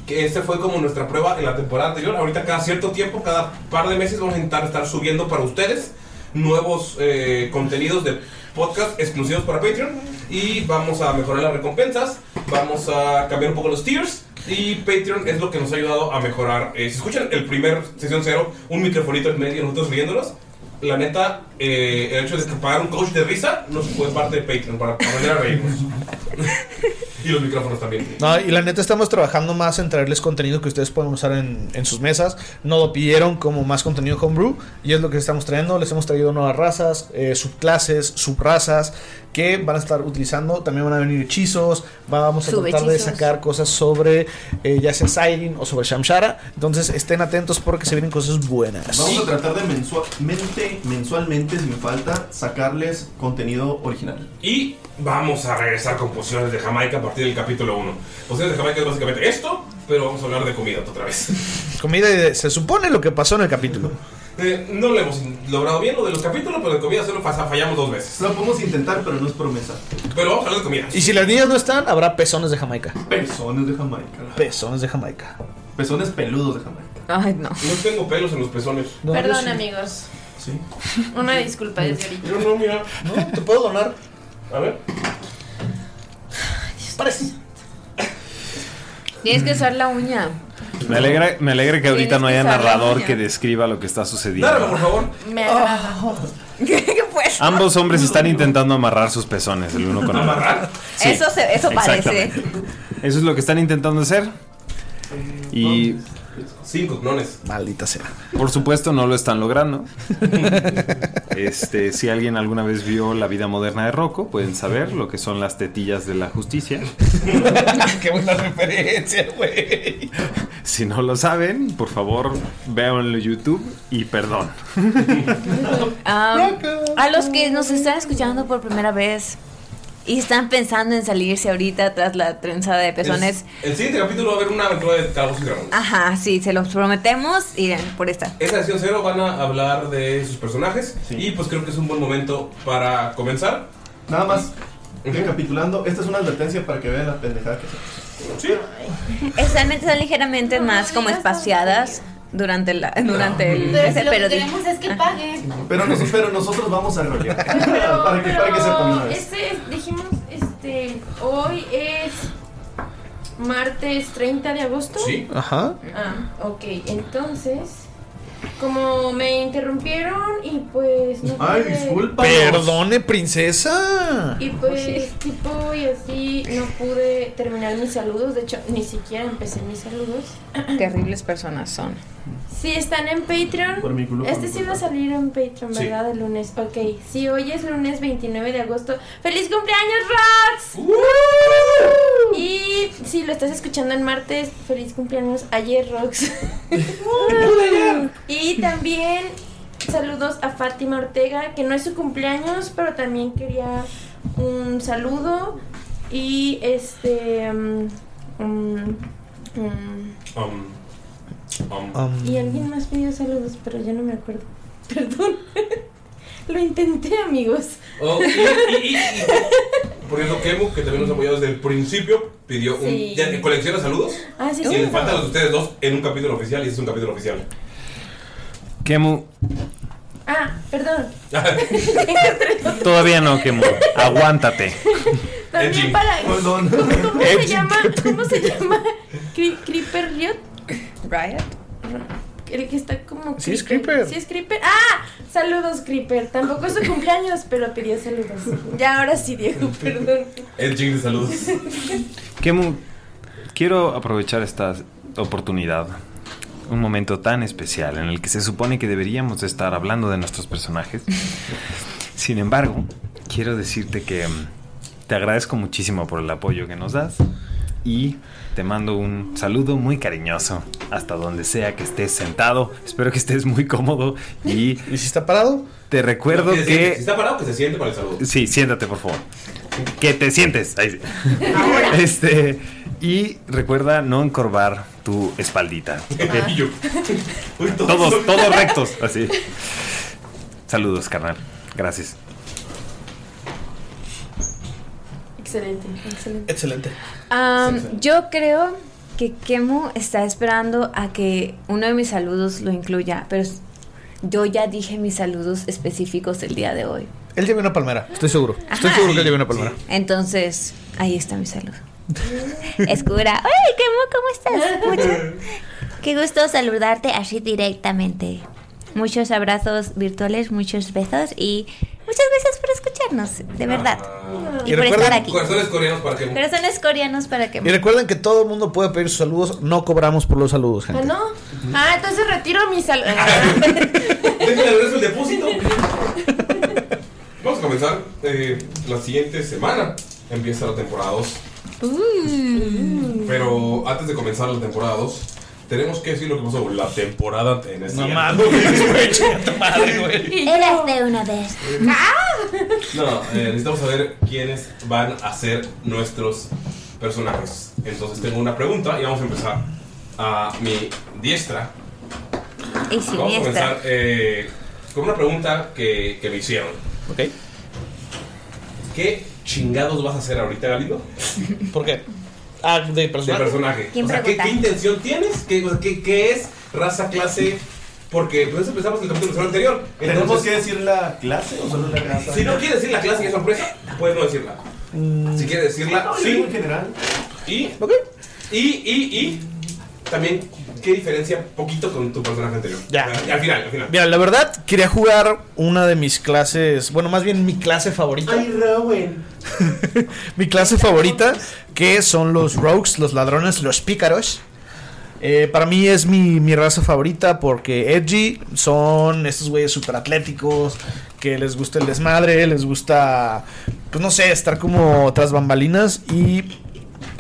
Speaker 1: que este fue como nuestra prueba en la temporada anterior, ahorita cada cierto tiempo, cada par de meses vamos a intentar estar subiendo para ustedes nuevos eh, contenidos de podcast exclusivos para Patreon y vamos a mejorar las recompensas, vamos a cambiar un poco los tiers y Patreon es lo que nos ha ayudado a mejorar. Eh, si escuchan el primer sesión cero, un microfonito en medio, nosotros riéndonos, la neta, eh, el hecho de que pagar un coach de risa nos fue parte de Patreon para aprender a reírnos. y los micrófonos también.
Speaker 2: No, y la neta estamos trabajando más en traerles contenido que ustedes puedan usar en, en sus mesas. No lo pidieron como más contenido homebrew y es lo que estamos trayendo. Les hemos traído nuevas razas, eh, subclases, subrazas que van a estar utilizando. También van a venir hechizos. Vamos a tratar de
Speaker 4: Subhechizos.
Speaker 2: sacar cosas sobre eh, ya sea Siren o sobre Shamshara. Entonces estén atentos porque se vienen cosas buenas.
Speaker 5: Vamos a tratar de mensualmente, mensualmente, sin falta, sacarles contenido original.
Speaker 1: Y vamos a regresar con pociones de Jamaica a partir del capítulo 1. Pociones de Jamaica es básicamente esto, pero vamos a hablar de comida otra vez.
Speaker 2: Comida y de- se supone lo que pasó en el capítulo.
Speaker 1: Eh, no lo hemos logrado bien lo de los capítulos, pero de comida solo falla- fallamos dos veces.
Speaker 5: Lo podemos intentar, pero no es promesa.
Speaker 1: Pero vamos a hablar de comida.
Speaker 2: Y si las niñas no están, habrá pezones de Jamaica.
Speaker 5: Pezones de Jamaica.
Speaker 2: Pezones de Jamaica.
Speaker 5: Pezones peludos de Jamaica.
Speaker 4: Ay, no.
Speaker 1: No tengo pelos en los pezones.
Speaker 2: No, yo
Speaker 3: Perdón,
Speaker 2: sí.
Speaker 3: amigos.
Speaker 5: Sí.
Speaker 3: Una disculpa desde ahorita.
Speaker 1: Yo no, mira.
Speaker 2: No, te puedo donar.
Speaker 1: A ver.
Speaker 2: Parece.
Speaker 4: Tienes que usar la uña.
Speaker 6: Me alegra, me alegra que ahorita
Speaker 4: Tienes
Speaker 6: no
Speaker 4: que
Speaker 6: haya
Speaker 4: usar la
Speaker 6: narrador
Speaker 4: uña.
Speaker 6: que describa lo que está sucediendo.
Speaker 1: Dárame, por favor. Ah.
Speaker 3: Me agrada.
Speaker 4: ¿Qué pues?
Speaker 6: Ambos hombres están intentando amarrar sus pezones el uno con el otro.
Speaker 1: ¿Amarrar?
Speaker 6: Sí,
Speaker 4: eso se, eso parece.
Speaker 6: exactamente. Eso es lo que están intentando hacer. Y
Speaker 1: Cinco clones.
Speaker 2: Maldita sea.
Speaker 6: por supuesto no lo están logrando. Este, si alguien alguna vez vio la vida moderna de Rocco, pueden saber lo que son las tetillas de la justicia.
Speaker 2: Qué buena referencia, güey.
Speaker 6: Si no lo saben, por favor, véanlo en YouTube y perdón.
Speaker 4: Am, a los que nos están escuchando por primera vez y están pensando en salirse ahorita tras la trenzada de pezones.
Speaker 1: El, el siguiente capítulo va a haber una aventura de Calvos y Dragones.
Speaker 4: Ajá, sí, se los prometemos. Irán por esta.
Speaker 1: Esta sesión cero van a hablar de sus personajes
Speaker 5: Sí.
Speaker 1: y pues creo que es un buen momento para comenzar.
Speaker 5: Nada más, recapitulando, esta es una advertencia para que vean la pendejada que hacemos.
Speaker 1: Sí.
Speaker 4: Exactamente, son ligeramente
Speaker 7: No,
Speaker 4: más
Speaker 7: no
Speaker 4: como
Speaker 7: digas
Speaker 4: espaciadas durante la durante el
Speaker 7: Pero si
Speaker 4: ese,
Speaker 7: lo
Speaker 4: pero
Speaker 7: que
Speaker 4: di-
Speaker 7: queremos es que paguen.
Speaker 5: Pero, nos- pero nosotros vamos a rolear.
Speaker 3: Pero,
Speaker 5: para, que, para que
Speaker 3: pero,
Speaker 5: sepan una vez.
Speaker 3: Este, es- dijimos, este, hoy es martes 30 de agosto.
Speaker 1: Sí.
Speaker 2: Ajá.
Speaker 3: Ah, ok, entonces, como me interrumpieron y pues no
Speaker 5: Ay,
Speaker 3: pude-
Speaker 5: disculpa.
Speaker 2: Perdone, princesa.
Speaker 3: Y pues, tipo, y así no pude terminar mis saludos. De hecho, ni siquiera empecé mis saludos.
Speaker 4: qué horribles personas son.
Speaker 3: Si están en
Speaker 5: Por mi
Speaker 3: Patreon,
Speaker 5: culo, por mi
Speaker 3: este sí va a
Speaker 5: culpa.
Speaker 3: salir en Patreon,
Speaker 1: Sí.
Speaker 3: ¿verdad? El lunes. Ok, si hoy es lunes 29 de agosto, ¡Feliz cumpleaños, Rox!
Speaker 5: ¡Uh!
Speaker 3: Y si lo estás escuchando en martes, ¡Feliz cumpleaños ayer, Rox! y también saludos a Fátima Ortega, que no es su cumpleaños, pero también quería un saludo. Y este. mm, mm, mm,
Speaker 1: Um, um,
Speaker 2: Um,
Speaker 3: y alguien más pidió saludos, pero yo no me acuerdo. Perdón. Lo intenté, amigos.
Speaker 1: oh, y, y- y- y- por ejemplo, Kemu, que también nos apoyó desde el principio, pidió un.
Speaker 3: Sí.
Speaker 1: Ya, colecciona saludos.
Speaker 3: Ah, sí,
Speaker 1: Y
Speaker 3: sí.
Speaker 1: le faltan los de ustedes dos en un capítulo oficial y ese es un capítulo oficial.
Speaker 6: Kemu,
Speaker 3: Ah, perdón.
Speaker 6: todavía no, Kemu. Aguántate.
Speaker 3: También
Speaker 1: Edgy.
Speaker 3: para.
Speaker 5: Perdón.
Speaker 3: ¿Cómo se llama? ¿Cómo se llama? Cri- Creeper Riot.
Speaker 4: Riot.
Speaker 3: El que está como.
Speaker 2: Sí, es Creeper.
Speaker 3: Sí, es Creeper. ¡Ah! Saludos, Creeper. Tampoco es su cumpleaños, pero pidió saludos. Ya ahora sí, Diego, perdón.
Speaker 1: El jig de saludos.
Speaker 6: Kemu, quiero aprovechar esta oportunidad. Un momento tan especial en el que se supone que deberíamos de estar hablando de nuestros personajes. Sin embargo, quiero decirte que mm, te agradezco muchísimo por el apoyo que nos das y te mando un saludo muy cariñoso hasta donde sea que estés sentado. Espero que estés muy cómodo y...
Speaker 2: ¿Y si está parado?
Speaker 6: Te recuerdo
Speaker 1: No, que se
Speaker 6: que...
Speaker 1: siente. Si está parado, que se siente para el saludo.
Speaker 6: Sí, siéntate, por favor. Que te sientes. Ahí sí. Este, y recuerda no encorvar tu espaldita. ¿ok?
Speaker 1: Y yo, uy,
Speaker 6: Todos, todos rectos. Así. Saludos, carnal. Gracias.
Speaker 3: Excelente, excelente.
Speaker 2: Excelente.
Speaker 4: Am, yo creo que Kemu está esperando a que uno de mis saludos lo incluya, pero s- yo ya dije mis saludos específicos el día de hoy.
Speaker 2: Él lleva una palmera, estoy seguro. Estoy
Speaker 4: Ajá.
Speaker 2: seguro que él lleva una palmera.
Speaker 4: Entonces, ahí está mi saludo. Escura. ¡Ay, Kemu, ¿cómo estás? Mucho- Qué gusto saludarte así directamente. Muchos abrazos virtuales, muchos besos y muchas gracias por escucharnos, de verdad.
Speaker 2: Y
Speaker 4: Y por
Speaker 2: recuerda-
Speaker 4: estar aquí.
Speaker 1: Corazones coreanos para que.
Speaker 4: Corazones coreanos para que...
Speaker 2: Y recuerden que todo el mundo puede pedir sus saludos, no cobramos por los saludos,
Speaker 3: Ah,
Speaker 2: gente.
Speaker 3: no. Ah, entonces retiro mi saludo.
Speaker 1: Déjenle regreso el depósito. Vamos a comenzar eh, la siguiente semana. Empieza la temporada 2.
Speaker 4: Mm.
Speaker 1: Pero antes de comenzar la temporada 2, tenemos que decir lo que pasó la temporada en este año.
Speaker 4: Eras de una vez. ¡Ah!
Speaker 1: No, eh, necesitamos saber quiénes van a ser nuestros personajes. Entonces tengo una pregunta y vamos a empezar a mi diestra.
Speaker 4: Y
Speaker 1: Vamos a
Speaker 4: siniestra.
Speaker 1: comenzar eh, con una pregunta que, que me hicieron.
Speaker 2: Ok.
Speaker 1: ¿Qué chingados vas a hacer ahorita, Galindo?
Speaker 2: ¿Por qué? Ah, de
Speaker 1: De
Speaker 2: personaje.
Speaker 1: personaje.
Speaker 4: ¿Quién
Speaker 1: o sea, ¿qué,
Speaker 4: pregunta?
Speaker 1: qué intención tienes? ¿Qué, o sea, qué- qué es raza, clase? Porque pues eso empezamos en el capítulo anterior.
Speaker 5: ¿Tenemos
Speaker 1: Entonces,
Speaker 5: que decir la clase o solo la clase?
Speaker 1: si no quieres decir la clase y es sorpresa, puedes no decirla.
Speaker 2: Mm.
Speaker 1: Si quieres decirla,
Speaker 5: Sí,
Speaker 1: sí.
Speaker 5: en general.
Speaker 1: Y, y, y, y también, ¿qué diferencia poquito con tu personaje anterior?
Speaker 2: Ya.
Speaker 1: O sea, Al final, al final.
Speaker 2: Mira, la verdad, quería jugar una de mis clases, bueno, más bien mi clase favorita.
Speaker 5: Ay, Rowan.
Speaker 2: mi clase favorita, que son los rogues, los ladrones, los pícaros. Eh, para mí es mi, mi raza favorita porque Edgy son estos güeyes super atléticos, que les gusta el desmadre, les gusta, pues no sé, estar como tras bambalinas. Y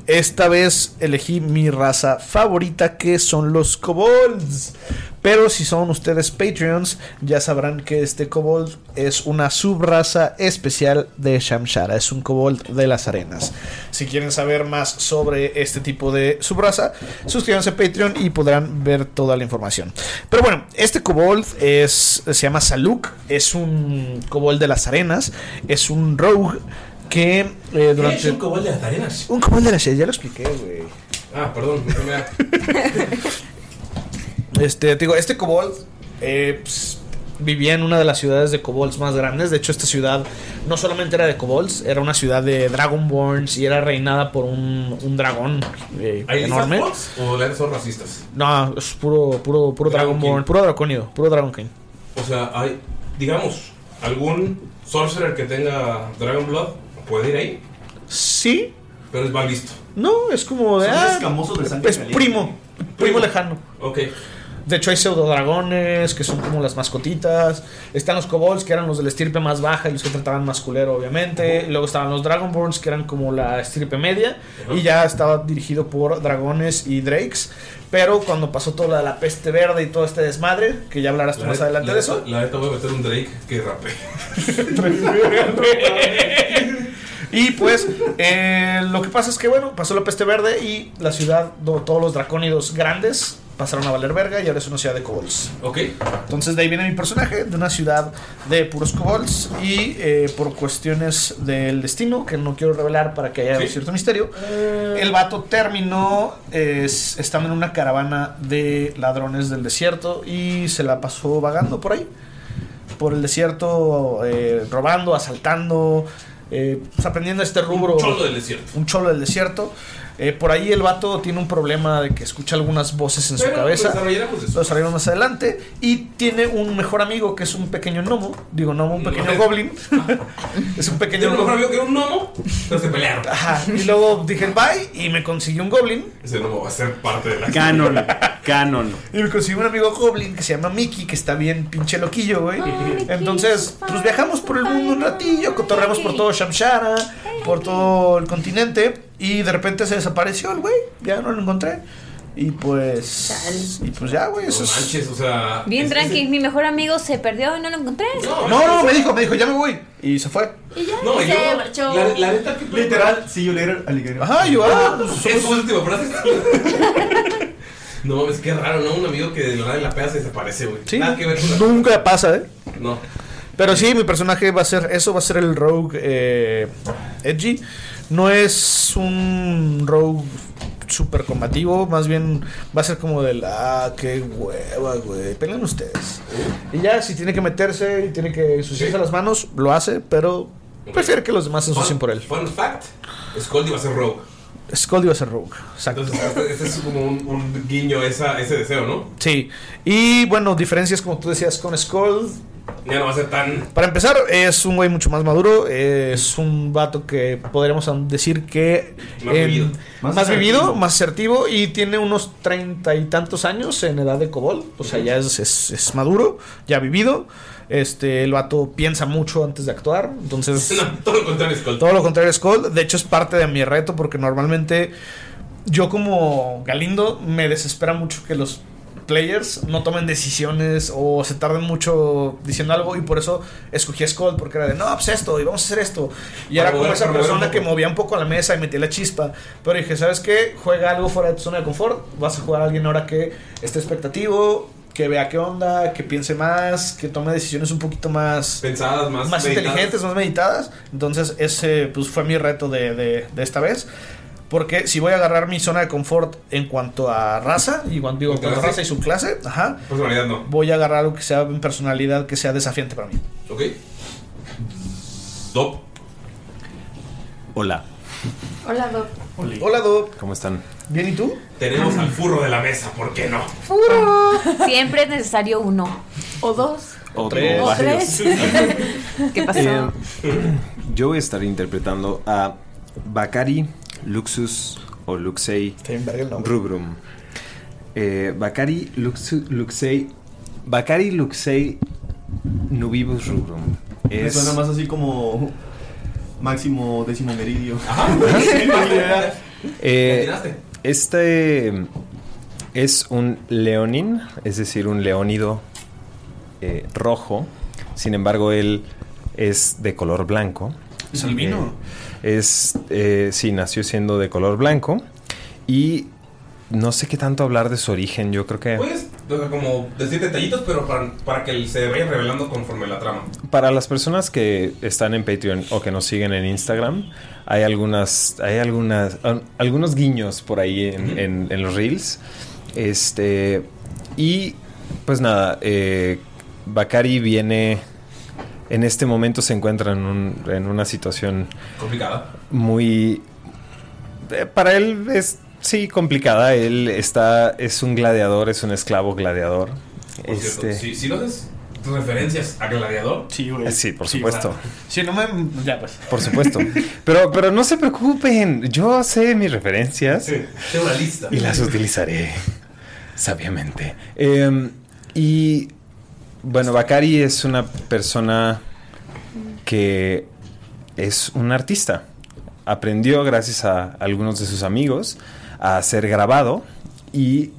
Speaker 2: esta vez elegí mi raza favorita, que son los kobolds. Pero si son ustedes Patreons, ya sabrán que este kobold es una subraza especial de Shamshara. Es un kobold de las arenas. Si quieren saber más sobre este tipo de subraza, suscríbanse a Patreon y podrán ver toda la información. Pero bueno, este kobold es, se llama Saluk. Es un kobold de las arenas. Es un rogue que eh, durante...
Speaker 1: ¿Eres un cobol de las arenas?
Speaker 2: Un kobold de las arenas, ya lo expliqué, güey.
Speaker 1: Ah, perdón. no me da-
Speaker 2: Este, te digo, este kobold eh, pues, vivía en una de las ciudades de kobolds más grandes. De hecho, esta ciudad no solamente era de kobolds, era una ciudad de dragonborns y era reinada por un, un dragón eh,
Speaker 1: ¿Hay
Speaker 2: enorme.
Speaker 1: listas bots o las son racistas?
Speaker 2: No, es puro, puro, puro
Speaker 1: Dragon
Speaker 2: dragonborn,
Speaker 1: King.
Speaker 2: puro draconido, puro dragon king.
Speaker 1: O sea, hay, digamos, algún sorcerer que tenga Dragon Blood puede ir ahí,
Speaker 2: Sí,
Speaker 1: pero es mal visto.
Speaker 2: no, es como de.
Speaker 5: Son
Speaker 2: ah,
Speaker 5: escamosos de sangre
Speaker 2: es
Speaker 5: caliente.
Speaker 2: primo, primo lejano.
Speaker 1: Ok.
Speaker 2: De hecho, hay pseudodragones, que son como las mascotitas. Están los kobolds, que eran los de la estirpe más baja y los que trataban más culero, obviamente. Luego estaban los dragonborns, que eran como la estirpe media. Y ya estaba dirigido por dragones y drakes. Pero cuando pasó toda la, la peste verde y todo este desmadre, que ya hablarás tú más
Speaker 1: neta-
Speaker 2: adelante de eso.
Speaker 1: neta- La neta voy a meter un Drake que rapee.
Speaker 2: Y pues, eh, lo que pasa es que, bueno, pasó la peste verde y la ciudad, do- todos los dracónidos grandes pasaron a valer verga y ahora es una ciudad de kobolds.
Speaker 1: Ok.
Speaker 2: Entonces de ahí viene mi personaje, de una ciudad de puros kobolds y eh, por cuestiones del destino, que no quiero revelar para que haya
Speaker 1: Sí.
Speaker 2: cierto misterio, el vato terminó eh, s- estando en una caravana de ladrones del desierto y se la pasó vagando por ahí, por el desierto, eh, robando, asaltando, eh, pues, aprendiendo este rubro
Speaker 1: Cholo del desierto.
Speaker 2: un cholo del desierto. Eh, por ahí el vato tiene un problema de que escucha algunas voces en su
Speaker 1: Pero lo
Speaker 2: cabeza.
Speaker 1: desarrollaremos después.
Speaker 2: Lo desarrollaremos más adelante. Y tiene un mejor amigo que es un pequeño gnomo. Digo, gnomo, un pequeño
Speaker 1: No.
Speaker 2: goblin. es un pequeño
Speaker 1: Tiene un mejor
Speaker 2: goblin.
Speaker 1: amigo que era un gnomo, pero se pelearon.
Speaker 2: Ajá. Y luego dije bye y me consiguió un goblin.
Speaker 1: Ese gnomo va a ser parte de la
Speaker 6: Canon, canon.
Speaker 2: Y me conseguí un amigo goblin que se llama Mickey, que está bien pinche loquillo, güey. Entonces, pues viajamos por el mundo un ratillo, cotorreamos por todo Shamshara, por todo el continente, y de repente se desapareció el güey, ya no lo encontré. Y pues. Y pues ya, güey,
Speaker 1: No
Speaker 2: eso es.
Speaker 1: manches, o sea.
Speaker 4: Bien
Speaker 1: es- es-
Speaker 4: tranqui, mi mejor amigo se perdió y no lo encontré.
Speaker 1: No,
Speaker 2: No, no, me dijo, me dijo, ya me voy. Y se fue.
Speaker 3: Y ya
Speaker 1: No,
Speaker 3: y
Speaker 1: y
Speaker 3: se
Speaker 1: luego,
Speaker 3: marchó.
Speaker 1: La, la neta que
Speaker 5: Literal, see you later, alligator.
Speaker 2: Ajá, yo, ah, pues,
Speaker 1: Es su última frase. no, es que es raro, ¿no? Un amigo que de la nada en la peda se desaparece, güey.
Speaker 2: sí.
Speaker 1: Nada que ver con la...
Speaker 2: Nunca pasa, ¿eh?
Speaker 1: No.
Speaker 2: Pero sí, mi personaje va a ser eso, va a ser el rogue eh, edgy. No es un rogue super combativo, más bien va a ser como del, ah, qué hueva, güey, peleen ustedes. Y ya, si tiene que meterse y tiene que ensuciarse
Speaker 1: Sí.
Speaker 2: las manos, lo hace, pero prefiere que los demás se ensucien
Speaker 1: Fun,
Speaker 2: por él.
Speaker 1: fun fact: Scoldy va a ser rogue.
Speaker 2: Scully va a ser rogue, exacto.
Speaker 1: Entonces, este, este es como un, un guiño a esa, ese deseo, ¿no?
Speaker 2: Sí, y bueno, diferencias como tú decías con Skull,
Speaker 1: Ya no va a ser tan.
Speaker 2: Para empezar, es un güey mucho más maduro. Es un vato que podríamos decir que.
Speaker 1: Más
Speaker 2: eh,
Speaker 1: vivido.
Speaker 2: Más,
Speaker 5: Más
Speaker 2: vivido,
Speaker 5: asertivo.
Speaker 2: más asertivo. Y tiene unos treinta y tantos años en edad de cobol. O sea, ya es, es- es maduro, ya vivido. Este, el vato piensa mucho antes de actuar. Entonces.
Speaker 1: No, todo lo contrario, Scold.
Speaker 2: Todo lo contrario es Cold. De hecho, es parte de mi reto porque normalmente yo como Galindo me desespera mucho que los players no tomen decisiones o se tarden mucho diciendo algo y por eso escogí a Skull porque era de no, pues esto y vamos a hacer esto y
Speaker 1: Para
Speaker 2: era como
Speaker 1: mover-
Speaker 2: esa
Speaker 1: para mover un
Speaker 2: persona que
Speaker 1: poco.
Speaker 2: movía un poco la mesa y metía la chispa pero dije, ¿sabes qué? juega algo fuera de tu zona de confort vas a jugar a alguien ahora que esté expectativo que vea qué onda, que piense más que tome decisiones un poquito más
Speaker 1: Pensadas más.
Speaker 2: más
Speaker 1: meditadas.
Speaker 2: inteligentes, más meditadas. Entonces, ese pues, fue mi reto de, de- de esta vez. Porque si voy a agarrar mi zona de confort en cuanto a raza, y cuando digo en cuanto a
Speaker 1: Clase.
Speaker 2: raza y subclase, ajá,
Speaker 1: Personalidad no.
Speaker 2: voy a agarrar algo que sea en personalidad que sea desafiante para mí.
Speaker 1: Ok. Dop.
Speaker 6: Hola,
Speaker 3: Hola, Doc.
Speaker 2: Hola, Dob.
Speaker 6: ¿cómo están?
Speaker 2: ¿Bien y tú?
Speaker 1: Tenemos al furro de la mesa, ¿por qué no?
Speaker 4: Siempre es necesario uno.
Speaker 3: O dos.
Speaker 6: O
Speaker 2: tres.
Speaker 6: o
Speaker 3: O
Speaker 6: varios.
Speaker 3: tres.
Speaker 4: ¿Qué pasó?
Speaker 6: Eh, yo voy a estar interpretando a Bakari, Luxus o Luxei
Speaker 2: Está bien verga el nombre.
Speaker 6: Rubrum. Eh, Bakari, Luxu- Luxei. Bakari, Luxei, Nubibus Rubrum.
Speaker 5: Me
Speaker 6: Es,
Speaker 5: suena más así como máximo décimo meridio.
Speaker 6: eh,
Speaker 1: ¿Atinaste?
Speaker 6: este es un leonín, es decir, un leónido eh, rojo. Sin embargo, él es de color blanco.
Speaker 2: Es albino.
Speaker 6: Eh, es, eh, sí, nació siendo de color blanco. Y no sé qué tanto hablar de su origen. Yo creo que
Speaker 2: Pues,
Speaker 1: Puedes o sea, como decir detallitos, pero para, para que se vaya revelando conforme la trama.
Speaker 6: para las personas que están en Patreon o que nos siguen en Instagram, hay algunas, hay algunas, al- algunos guiños por ahí en, en- en los reels. Este y pues nada, eh, Bakari viene. En este momento se encuentra en, un- en una situación
Speaker 1: Complicada.
Speaker 6: muy eh, para él es sí complicada él está es un gladiador es un esclavo gladiador
Speaker 1: Por
Speaker 6: Este,
Speaker 1: cierto, si, si no haces tus referencias a Gladiador,
Speaker 5: Sí,
Speaker 6: eh, sí por supuesto
Speaker 2: Si no me. Ya, pues.
Speaker 6: por supuesto pero pero no se preocupen yo sé mis referencias
Speaker 1: tengo una lista.
Speaker 6: y las utilizaré sabiamente. Em, y bueno, Bakari es una persona que es un artista. Aprendió gracias a algunos de sus amigos a ser grabado y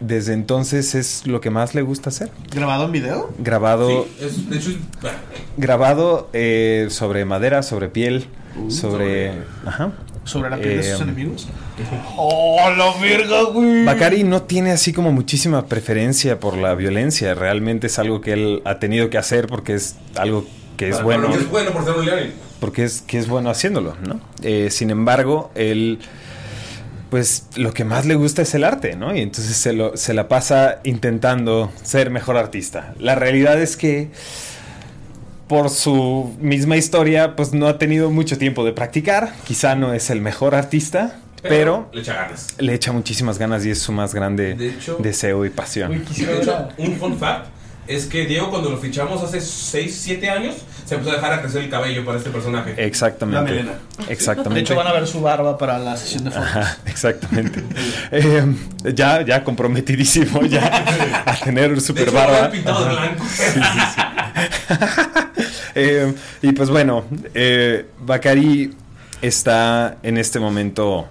Speaker 6: desde entonces es lo que más le gusta hacer.
Speaker 2: ¿Grabado en video?
Speaker 6: Grabado,
Speaker 1: Sí, es- de hecho, bueno,
Speaker 6: grabado eh, sobre madera, sobre piel,
Speaker 1: Uh,
Speaker 6: sobre... Ajá.
Speaker 2: ¿Sobre la piel de sus
Speaker 6: Em.
Speaker 2: enemigos? ¡Oh, la verga, güey!
Speaker 6: Bakari no tiene así como muchísima preferencia por la violencia. Realmente es algo que él ha tenido que hacer porque es algo que es
Speaker 1: para-
Speaker 6: bueno,
Speaker 1: porque es bueno por ser un león.
Speaker 6: porque es que es bueno haciéndolo, ¿no? Eh, sin embargo, él, pues lo que más le gusta es el arte, ¿no? Y entonces se, lo- se la pasa intentando ser mejor artista. La realidad es que por su misma historia, pues no ha tenido mucho tiempo de practicar. Quizá no es el mejor artista, Pero
Speaker 1: le echa ganas.
Speaker 6: le echa muchísimas ganas y es su más grande
Speaker 1: De hecho-
Speaker 6: deseo y pasión.
Speaker 1: De hecho, un fun fact es que Diego cuando lo fichamos hace 6, 7 años, se empezó a dejar a crecer el cabello para este personaje.
Speaker 6: Exactamente. La melena. Exactamente.
Speaker 2: De hecho, van a ver su barba para la sesión de fotos.
Speaker 6: Ajá, exactamente. Eh, ya, ya comprometidísimo ya a tener un super barba. Ajá. Eh, y pues bueno, eh, Bakari está en este momento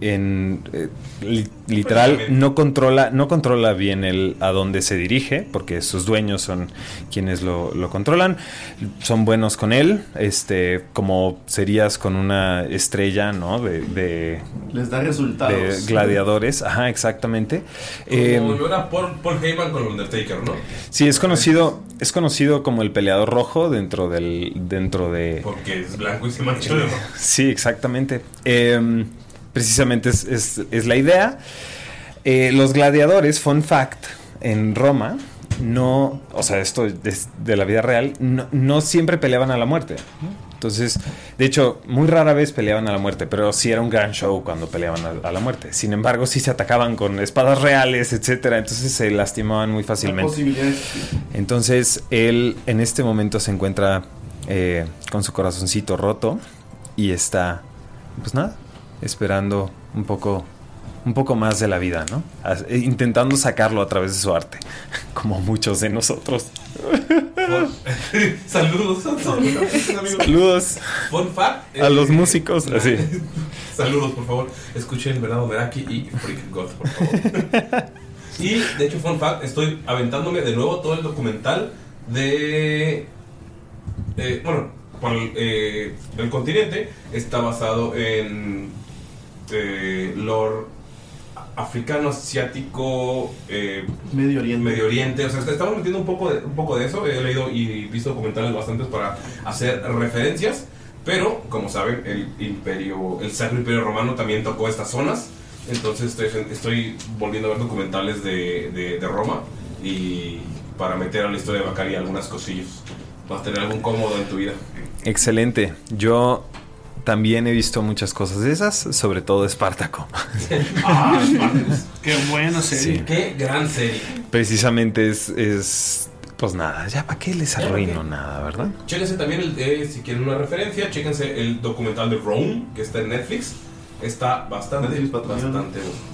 Speaker 6: en eh, li- literal no controla no controla bien el a dónde se dirige porque sus dueños son quienes lo, lo controlan son buenos con él este como serías con una estrella no de, de-
Speaker 5: Les da resultados.
Speaker 6: de gladiadores ajá exactamente Em,
Speaker 1: Como lo era Paul, Paul Heyman con Undertaker, ¿no?
Speaker 6: Sí, es conocido, es conocido como el peleador rojo dentro del, dentro de.
Speaker 1: Porque es blanco y se mancha de rojo.
Speaker 6: Sí, exactamente. Em, precisamente es, es- es la idea. Eh, los gladiadores, fun fact, en Roma, no, o sea, esto es de la vida real, no, no siempre peleaban a la muerte. Entonces, de hecho, muy rara vez peleaban a la muerte, pero sí era un gran show cuando peleaban a, a la muerte. Sin embargo, sí se atacaban con espadas reales, etcétera. Entonces se lastimaban muy fácilmente. Entonces él en este momento se encuentra eh, con su corazoncito roto y está, pues nada, esperando un poco, un poco más de la vida, ¿no? As- eh, Intentando sacarlo a través de su arte, como muchos de nosotros.
Speaker 1: Saludos, saludos.
Speaker 6: Saludos
Speaker 1: Fun fact.
Speaker 6: a
Speaker 1: eh,
Speaker 6: los músicos, así.
Speaker 1: Saludos, por favor. Escuchen Bernardo Meraki y Freak God, por favor. y de hecho, fun fact, estoy aventándome de nuevo todo el documental de. eh, bueno, por el, eh, el continente está basado en eh, lore africano, asiático, eh,
Speaker 5: Medio Oriente.
Speaker 1: Medio Oriente. O sea, estamos metiendo un poco de, un poco de eso. He leído y visto documentales bastantes para hacer referencias. Pero, como saben, el imperio, el Sacro Imperio Romano también tocó estas zonas. Entonces estoy, estoy volviendo a ver documentales de, de- de Roma y para meter a la historia de Bacari algunas cosillas. Vas a tener algún cómodo en tu vida.
Speaker 6: Excelente. Yo también he visto muchas cosas de esas, sobre todo Espartaco.
Speaker 1: Ah, Spartacus.
Speaker 2: Qué buena serie.
Speaker 6: Sí.
Speaker 1: Qué gran serie.
Speaker 6: Precisamente es, es pues nada, ya para qué les arruino nada, ¿verdad?
Speaker 1: Chéquense también, el- eh, si quieren una referencia, chéquense el documental de Rome, que está en Netflix. Está bastante, bastante bueno.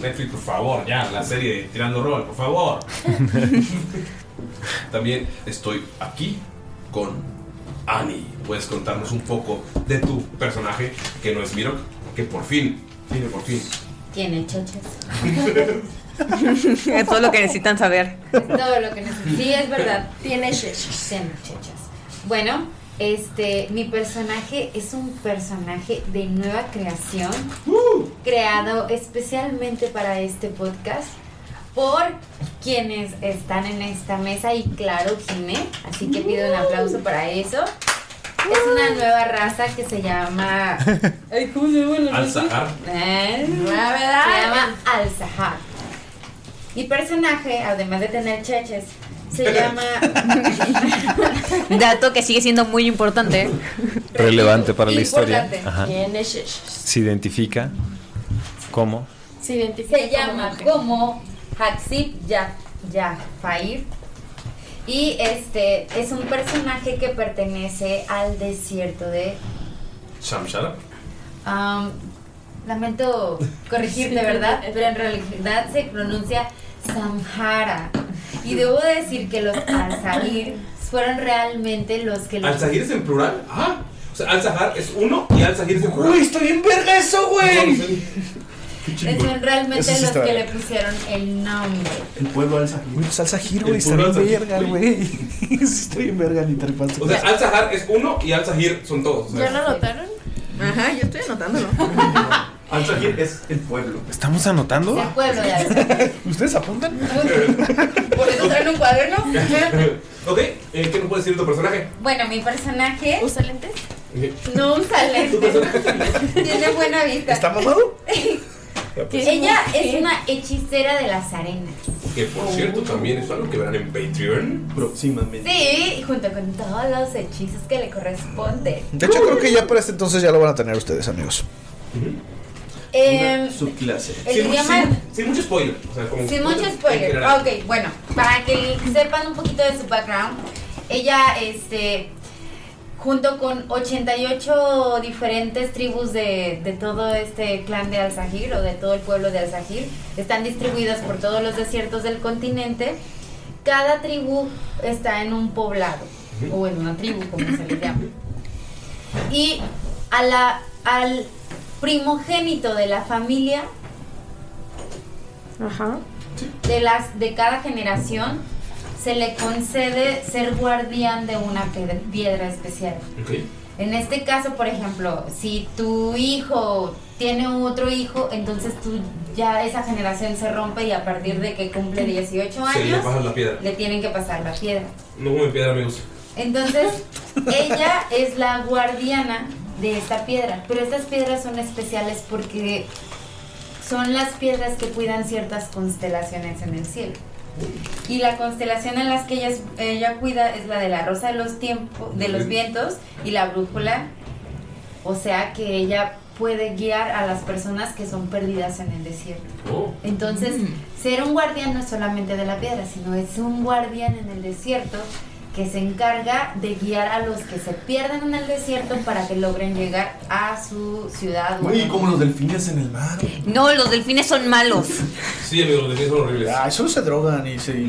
Speaker 1: Netflix, por favor, ya, la serie de Tirando Rol, por favor. también estoy aquí con Annie. Puedes contarnos un poco de tu personaje, que no es Mirok, que por fin, tiene por fin.
Speaker 7: Tiene choches.
Speaker 8: Es todo lo que necesitan saber.
Speaker 7: Todo lo que necesito. Sí, es verdad. Tiene chechas. Tiene chechas. Bueno, este, mi personaje es un personaje de nueva creación. Creado especialmente para este podcast. Por quienes están en esta mesa y claro, Jimé. Así que pido un aplauso para eso. Es una nueva raza que se llama. Ay, ¿Cómo se llama la raza?
Speaker 1: Al-Sahar.
Speaker 7: Eh,
Speaker 8: La verdad.
Speaker 7: Se llama Al-Sahar. Mi personaje, además de tener cheches, se llama
Speaker 8: Dato que sigue siendo muy importante.
Speaker 6: Relevante para la historia.
Speaker 7: Importante.
Speaker 6: Ajá.
Speaker 3: Tiene shishas.
Speaker 6: se identifica como
Speaker 3: Se identifica.
Speaker 7: se llama como Haxip Ya- Jafair. Y este es un personaje que pertenece al desierto de.
Speaker 1: Shamshara.
Speaker 7: am, lamento corregirte, ¿verdad? Pero en realidad se pronuncia Samhara. Y debo decir que los Al-Sahir fueron realmente los que los.
Speaker 1: Al-Sahir es en plural. Ah, o sea, Al-Sahar es uno y Al-Sahir es en plural.
Speaker 2: Uy, estoy bien verga eso, güey.
Speaker 7: Son realmente
Speaker 2: Eso sí
Speaker 7: los
Speaker 2: está
Speaker 7: que le
Speaker 2: bien.
Speaker 7: pusieron el nombre.
Speaker 5: El pueblo alza.
Speaker 6: pues
Speaker 2: Salsa giro,
Speaker 5: El
Speaker 2: güey. Está
Speaker 5: puro
Speaker 2: bien
Speaker 5: salsa
Speaker 2: verga,
Speaker 5: giro.
Speaker 2: güey. Sí, Estoy bien verga, ni tal cual.
Speaker 1: O sea, Al-Sahar es uno y Al-Sahir son todos. o sea,
Speaker 3: ¿Ya lo notaron?
Speaker 8: Ajá, yo estoy anotándolo.
Speaker 5: Al-Sahir es el pueblo.
Speaker 6: ¿Estamos anotando?
Speaker 7: El pueblo de Al-Sahir.
Speaker 2: ¿Ustedes apuntan?
Speaker 7: ¿Por eso traen un cuaderno?
Speaker 1: ok, eh, ¿qué nos puede decir tu personaje?
Speaker 7: Bueno, mi personaje
Speaker 3: ¿Usa lentes?
Speaker 7: no usa lentes. pues Tiene buena vista.
Speaker 2: ¿Está mamado?
Speaker 7: Ella es una hechicera de las arenas.
Speaker 1: Que por cierto también es algo que verán en Patreon.
Speaker 5: Próximamente.
Speaker 7: Sí, junto con todos los hechizos que le corresponden.
Speaker 2: De hecho, creo que ya para este entonces ya lo van a tener ustedes, amigos.
Speaker 7: Em,
Speaker 5: subclase.
Speaker 7: el idioma-
Speaker 1: Sin mucho spoiler. O sea, como
Speaker 7: Sin mucho
Speaker 1: en
Speaker 7: spoiler.
Speaker 1: general.
Speaker 7: Ah, Ok, bueno, para que sepan un poquito de su background, ella, este, junto con 88 diferentes tribus de, de todo este clan de Alzahir o de todo el pueblo de Alzahir, están distribuidas por todos los desiertos del continente. Cada tribu está en un poblado, o en una tribu, como se le llama. Y a la, al primogénito de la familia de las de cada generación se le concede ser guardián de una piedra, piedra especial. En este caso, por ejemplo, si tu hijo tiene otro hijo, entonces tú ya esa generación se rompe y a partir de que cumple 18
Speaker 1: Se le
Speaker 7: años
Speaker 1: pasa la piedra.
Speaker 7: le tienen que pasar la piedra.
Speaker 1: No como piedra me gusta.
Speaker 7: Entonces, ella es la guardiana de esta piedra. Pero estas piedras son especiales porque son las piedras que cuidan ciertas constelaciones en el cielo. Y la constelación en las que ella, es- ella cuida es la de la rosa de los tiempos, de los vientos y la brújula. O sea que ella puede guiar a las personas que son perdidas en el desierto. Entonces, ser un guardián no es solamente de la piedra, sino es un guardián en el desierto que se encarga de guiar a los que se pierden en el desierto para que logren llegar a su ciudad. o
Speaker 5: Güey,
Speaker 7: a-
Speaker 5: como los delfines en el mar.
Speaker 8: No, los delfines son malos.
Speaker 1: Sí, amigos, los delfines son horribles.
Speaker 2: Ah, solo se drogan y se.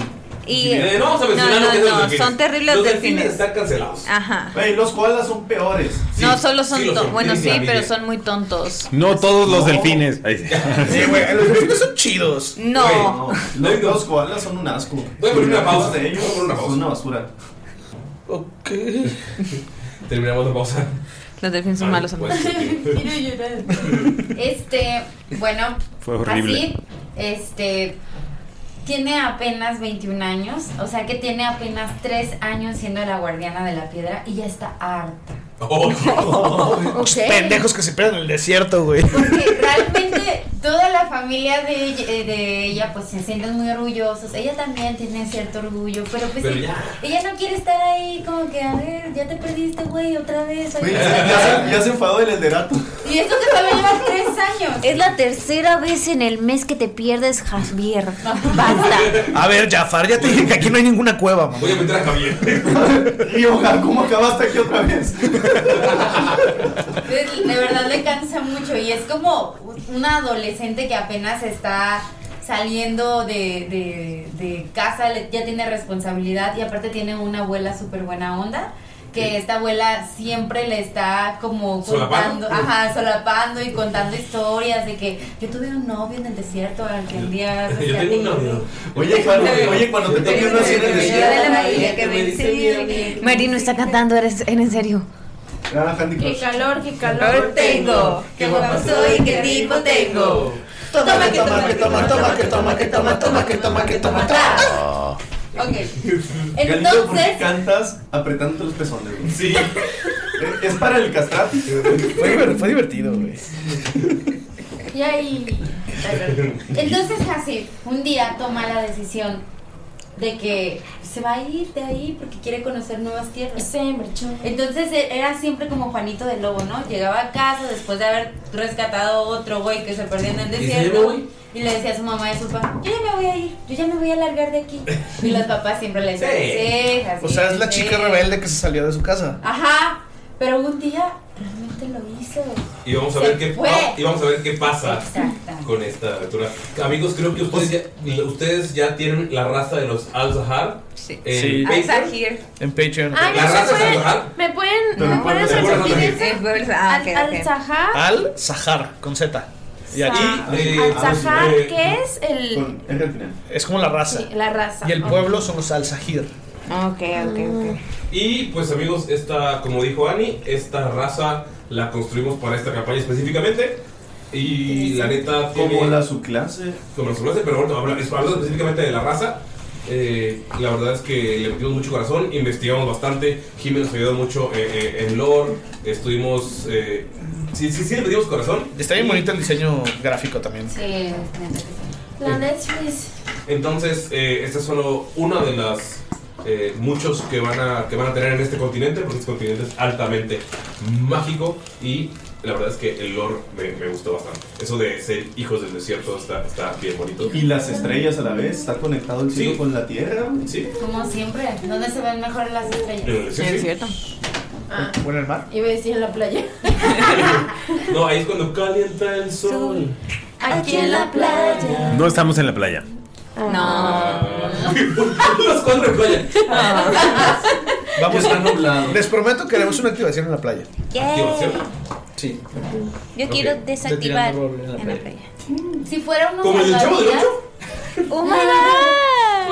Speaker 8: Y,
Speaker 1: Eh, no vamos a mencionar
Speaker 8: no,
Speaker 1: lo que
Speaker 8: no,
Speaker 1: son los
Speaker 8: no,
Speaker 1: delfines.
Speaker 8: son terribles
Speaker 1: Los delfines
Speaker 8: delfines.
Speaker 1: están cancelados.
Speaker 8: Ajá.
Speaker 5: Güey, los koalas son peores.
Speaker 8: no, solo son,
Speaker 1: sí lo
Speaker 8: to-
Speaker 1: son,
Speaker 8: bueno,
Speaker 1: tienen
Speaker 8: sí,
Speaker 1: clavillas.
Speaker 8: pero son muy tontos.
Speaker 6: No todos los delfines. Ahí sí.
Speaker 2: Sí, güey, los delfines son chidos.
Speaker 8: No.
Speaker 5: Los, los koalas son un asco.
Speaker 1: Voy a poner una
Speaker 5: Los
Speaker 1: pausa.
Speaker 5: de ellos
Speaker 1: Voy a poner una pausa.
Speaker 5: son una basura.
Speaker 2: Ok.
Speaker 1: Terminamos la pausa.
Speaker 8: Los delfines son malos. amigos.
Speaker 1: Pues, sí.
Speaker 7: Este, bueno,
Speaker 6: Fue horrible.
Speaker 7: así, este, tiene apenas 21 años, o sea que tiene apenas 3 años siendo la guardiana de la piedra y ya está harta.
Speaker 2: Pendejos que se pierden en el desierto, güey.
Speaker 7: Porque realmente toda la familia de, ella- eh, de ella pues se sienten muy orgullosos. Ella también tiene cierto orgullo, pero pues
Speaker 1: Pero
Speaker 7: sí,
Speaker 1: ya.
Speaker 7: ella no quiere estar ahí como que, a ver, ya te perdiste, güey, otra vez. oye,
Speaker 5: Güey,
Speaker 7: otra vez".
Speaker 5: ya, se, ya se enfadó el Elderato.
Speaker 7: Y eso que solo lleva 3 años.
Speaker 4: Es la tercera vez en el mes que te pierdes, Javier. Basta.
Speaker 2: A ver, Jafar, ya te dije que aquí no hay ninguna cueva, mamá.
Speaker 1: Voy a meter a Javier.
Speaker 5: Y ojalá, ¿cómo acabaste aquí otra vez?
Speaker 7: Entonces, de verdad le cansa mucho y es como una adolescente que apenas está saliendo de, de- de casa, le- ya tiene responsabilidad y aparte tiene una abuela súper buena onda. Que esta abuela siempre le está como
Speaker 1: ¿Solapando?
Speaker 7: contando, ajá, solapando y contando historias de que yo tuve un novio en el desierto al que un día.
Speaker 1: Yo tengo un novio.
Speaker 5: Oye, cuando, oye, cuando te toque una cena en el cielo.
Speaker 8: Marino está cantando, eres, en serio.
Speaker 5: Ah, Candy
Speaker 3: Qué
Speaker 5: Crush.
Speaker 3: calor, qué calor tengo.
Speaker 7: Qué guapo soy, qué tipo tengo.
Speaker 2: Toma, que toma, que toma, toma, que toma, que toma, toma, que toma, que toma,
Speaker 1: Ah.
Speaker 7: Ok.
Speaker 5: Galindo, ¿por qué
Speaker 7: Entonces.
Speaker 5: cantas apretándote los pezones? güey?
Speaker 1: Sí.
Speaker 5: ¿Es- ¿Es para el castrati?
Speaker 2: Fue, diver- fue divertido, güey.
Speaker 7: Y ahí. Entonces, así, un día toma la decisión de que se va a ir de ahí porque quiere conocer nuevas tierras.
Speaker 3: Se marchó.
Speaker 7: Entonces e- era siempre como Juanito del Lobo, ¿no? Llegaba a casa después de haber rescatado otro güey que se perdió en el
Speaker 1: ¿Y si yo me
Speaker 7: desierto.
Speaker 1: voy?
Speaker 7: Y le decía a su mamá y a su papá, yo ya me voy a ir, yo ya me voy a largar de aquí. Y los papás siempre le decían,
Speaker 1: Sí.
Speaker 7: "Sí, así
Speaker 2: O sea, es la
Speaker 7: sí".
Speaker 2: chica rebelde que se salió de su casa.
Speaker 7: Ajá, pero un día realmente lo hizo.
Speaker 1: Y vamos a
Speaker 7: Se
Speaker 1: ver qué
Speaker 7: fue.
Speaker 1: ah, y vamos a ver qué pasa
Speaker 7: Exactamente.
Speaker 1: con esta aventura. Amigos, creo que ustedes
Speaker 2: Pues,
Speaker 1: ya, ustedes ya tienen la raza de los Eh, Al Zahar.
Speaker 8: Sí.
Speaker 1: en
Speaker 2: Sí.
Speaker 1: Patreon.
Speaker 2: En Patreon.
Speaker 8: Ah,
Speaker 3: Ay,
Speaker 1: La
Speaker 3: no
Speaker 1: raza ah?
Speaker 3: se
Speaker 1: es
Speaker 3: pueden.
Speaker 1: Al-Zahar.
Speaker 3: ¿Me pueden,
Speaker 5: Pero
Speaker 3: ¿me
Speaker 5: no
Speaker 3: pueden
Speaker 5: puedes
Speaker 3: repetir
Speaker 1: repetir.
Speaker 3: ese?
Speaker 8: Ah, ok,
Speaker 3: al,
Speaker 8: ok.
Speaker 3: Zahar.
Speaker 2: Al Zahar, con Z. Y aquí
Speaker 1: eh,
Speaker 3: ah, al Zahar,
Speaker 1: eh,
Speaker 3: que es el,
Speaker 5: Con R al final.
Speaker 2: es como la raza.
Speaker 3: sí, la raza.
Speaker 2: Y el pueblo son los Al Zahir.
Speaker 8: Ok, ok, ok.
Speaker 1: Y pues amigos, esta, como dijo Ani, esta raza la construimos para esta campaña específicamente. Y la neta tiene-
Speaker 5: Como la subclase.
Speaker 1: como la subclase, pero bueno, habla- es- hablando específicamente de la raza. eh, la verdad es que le metimos mucho corazón, investigamos bastante, Jiménez nos ayudó mucho eh, eh, en lore, estuvimos... eh, sí, sí, sí, le metimos corazón.
Speaker 2: Está bien
Speaker 1: Y-
Speaker 2: bonito el diseño gráfico también.
Speaker 7: Sí, neta que sí.
Speaker 3: Eh, La Netflix.
Speaker 1: Entonces, eh, esta es solo una de las eh, muchos que van, a, que van a tener en este continente, porque este continente es altamente mágico y La verdad es que el lore me, me gustó bastante. Eso de ser hijos del desierto está, está bien bonito.
Speaker 5: Y las estrellas a la vez, está conectado el cielo con la tierra.
Speaker 1: Sí.
Speaker 7: Como siempre, ¿dónde se ven mejor las estrellas?
Speaker 1: Sí, es
Speaker 7: cierto. Ah,
Speaker 5: Bueno, el mar.
Speaker 7: iba a decir en la playa.
Speaker 1: No, ahí es cuando calienta el sol.
Speaker 7: Aquí en la playa.
Speaker 9: No estamos en la playa.
Speaker 1: Los cuatro en playa.
Speaker 2: Vamos
Speaker 1: está
Speaker 2: a Les prometo que haremos una activación en la playa.
Speaker 1: ¿Activación?
Speaker 2: Sí.
Speaker 7: Yo
Speaker 2: quiero Ok.
Speaker 7: desactivar
Speaker 2: en la playa.
Speaker 7: Si fuera uno
Speaker 1: ¿Como el del Chavo del
Speaker 7: Oh my god.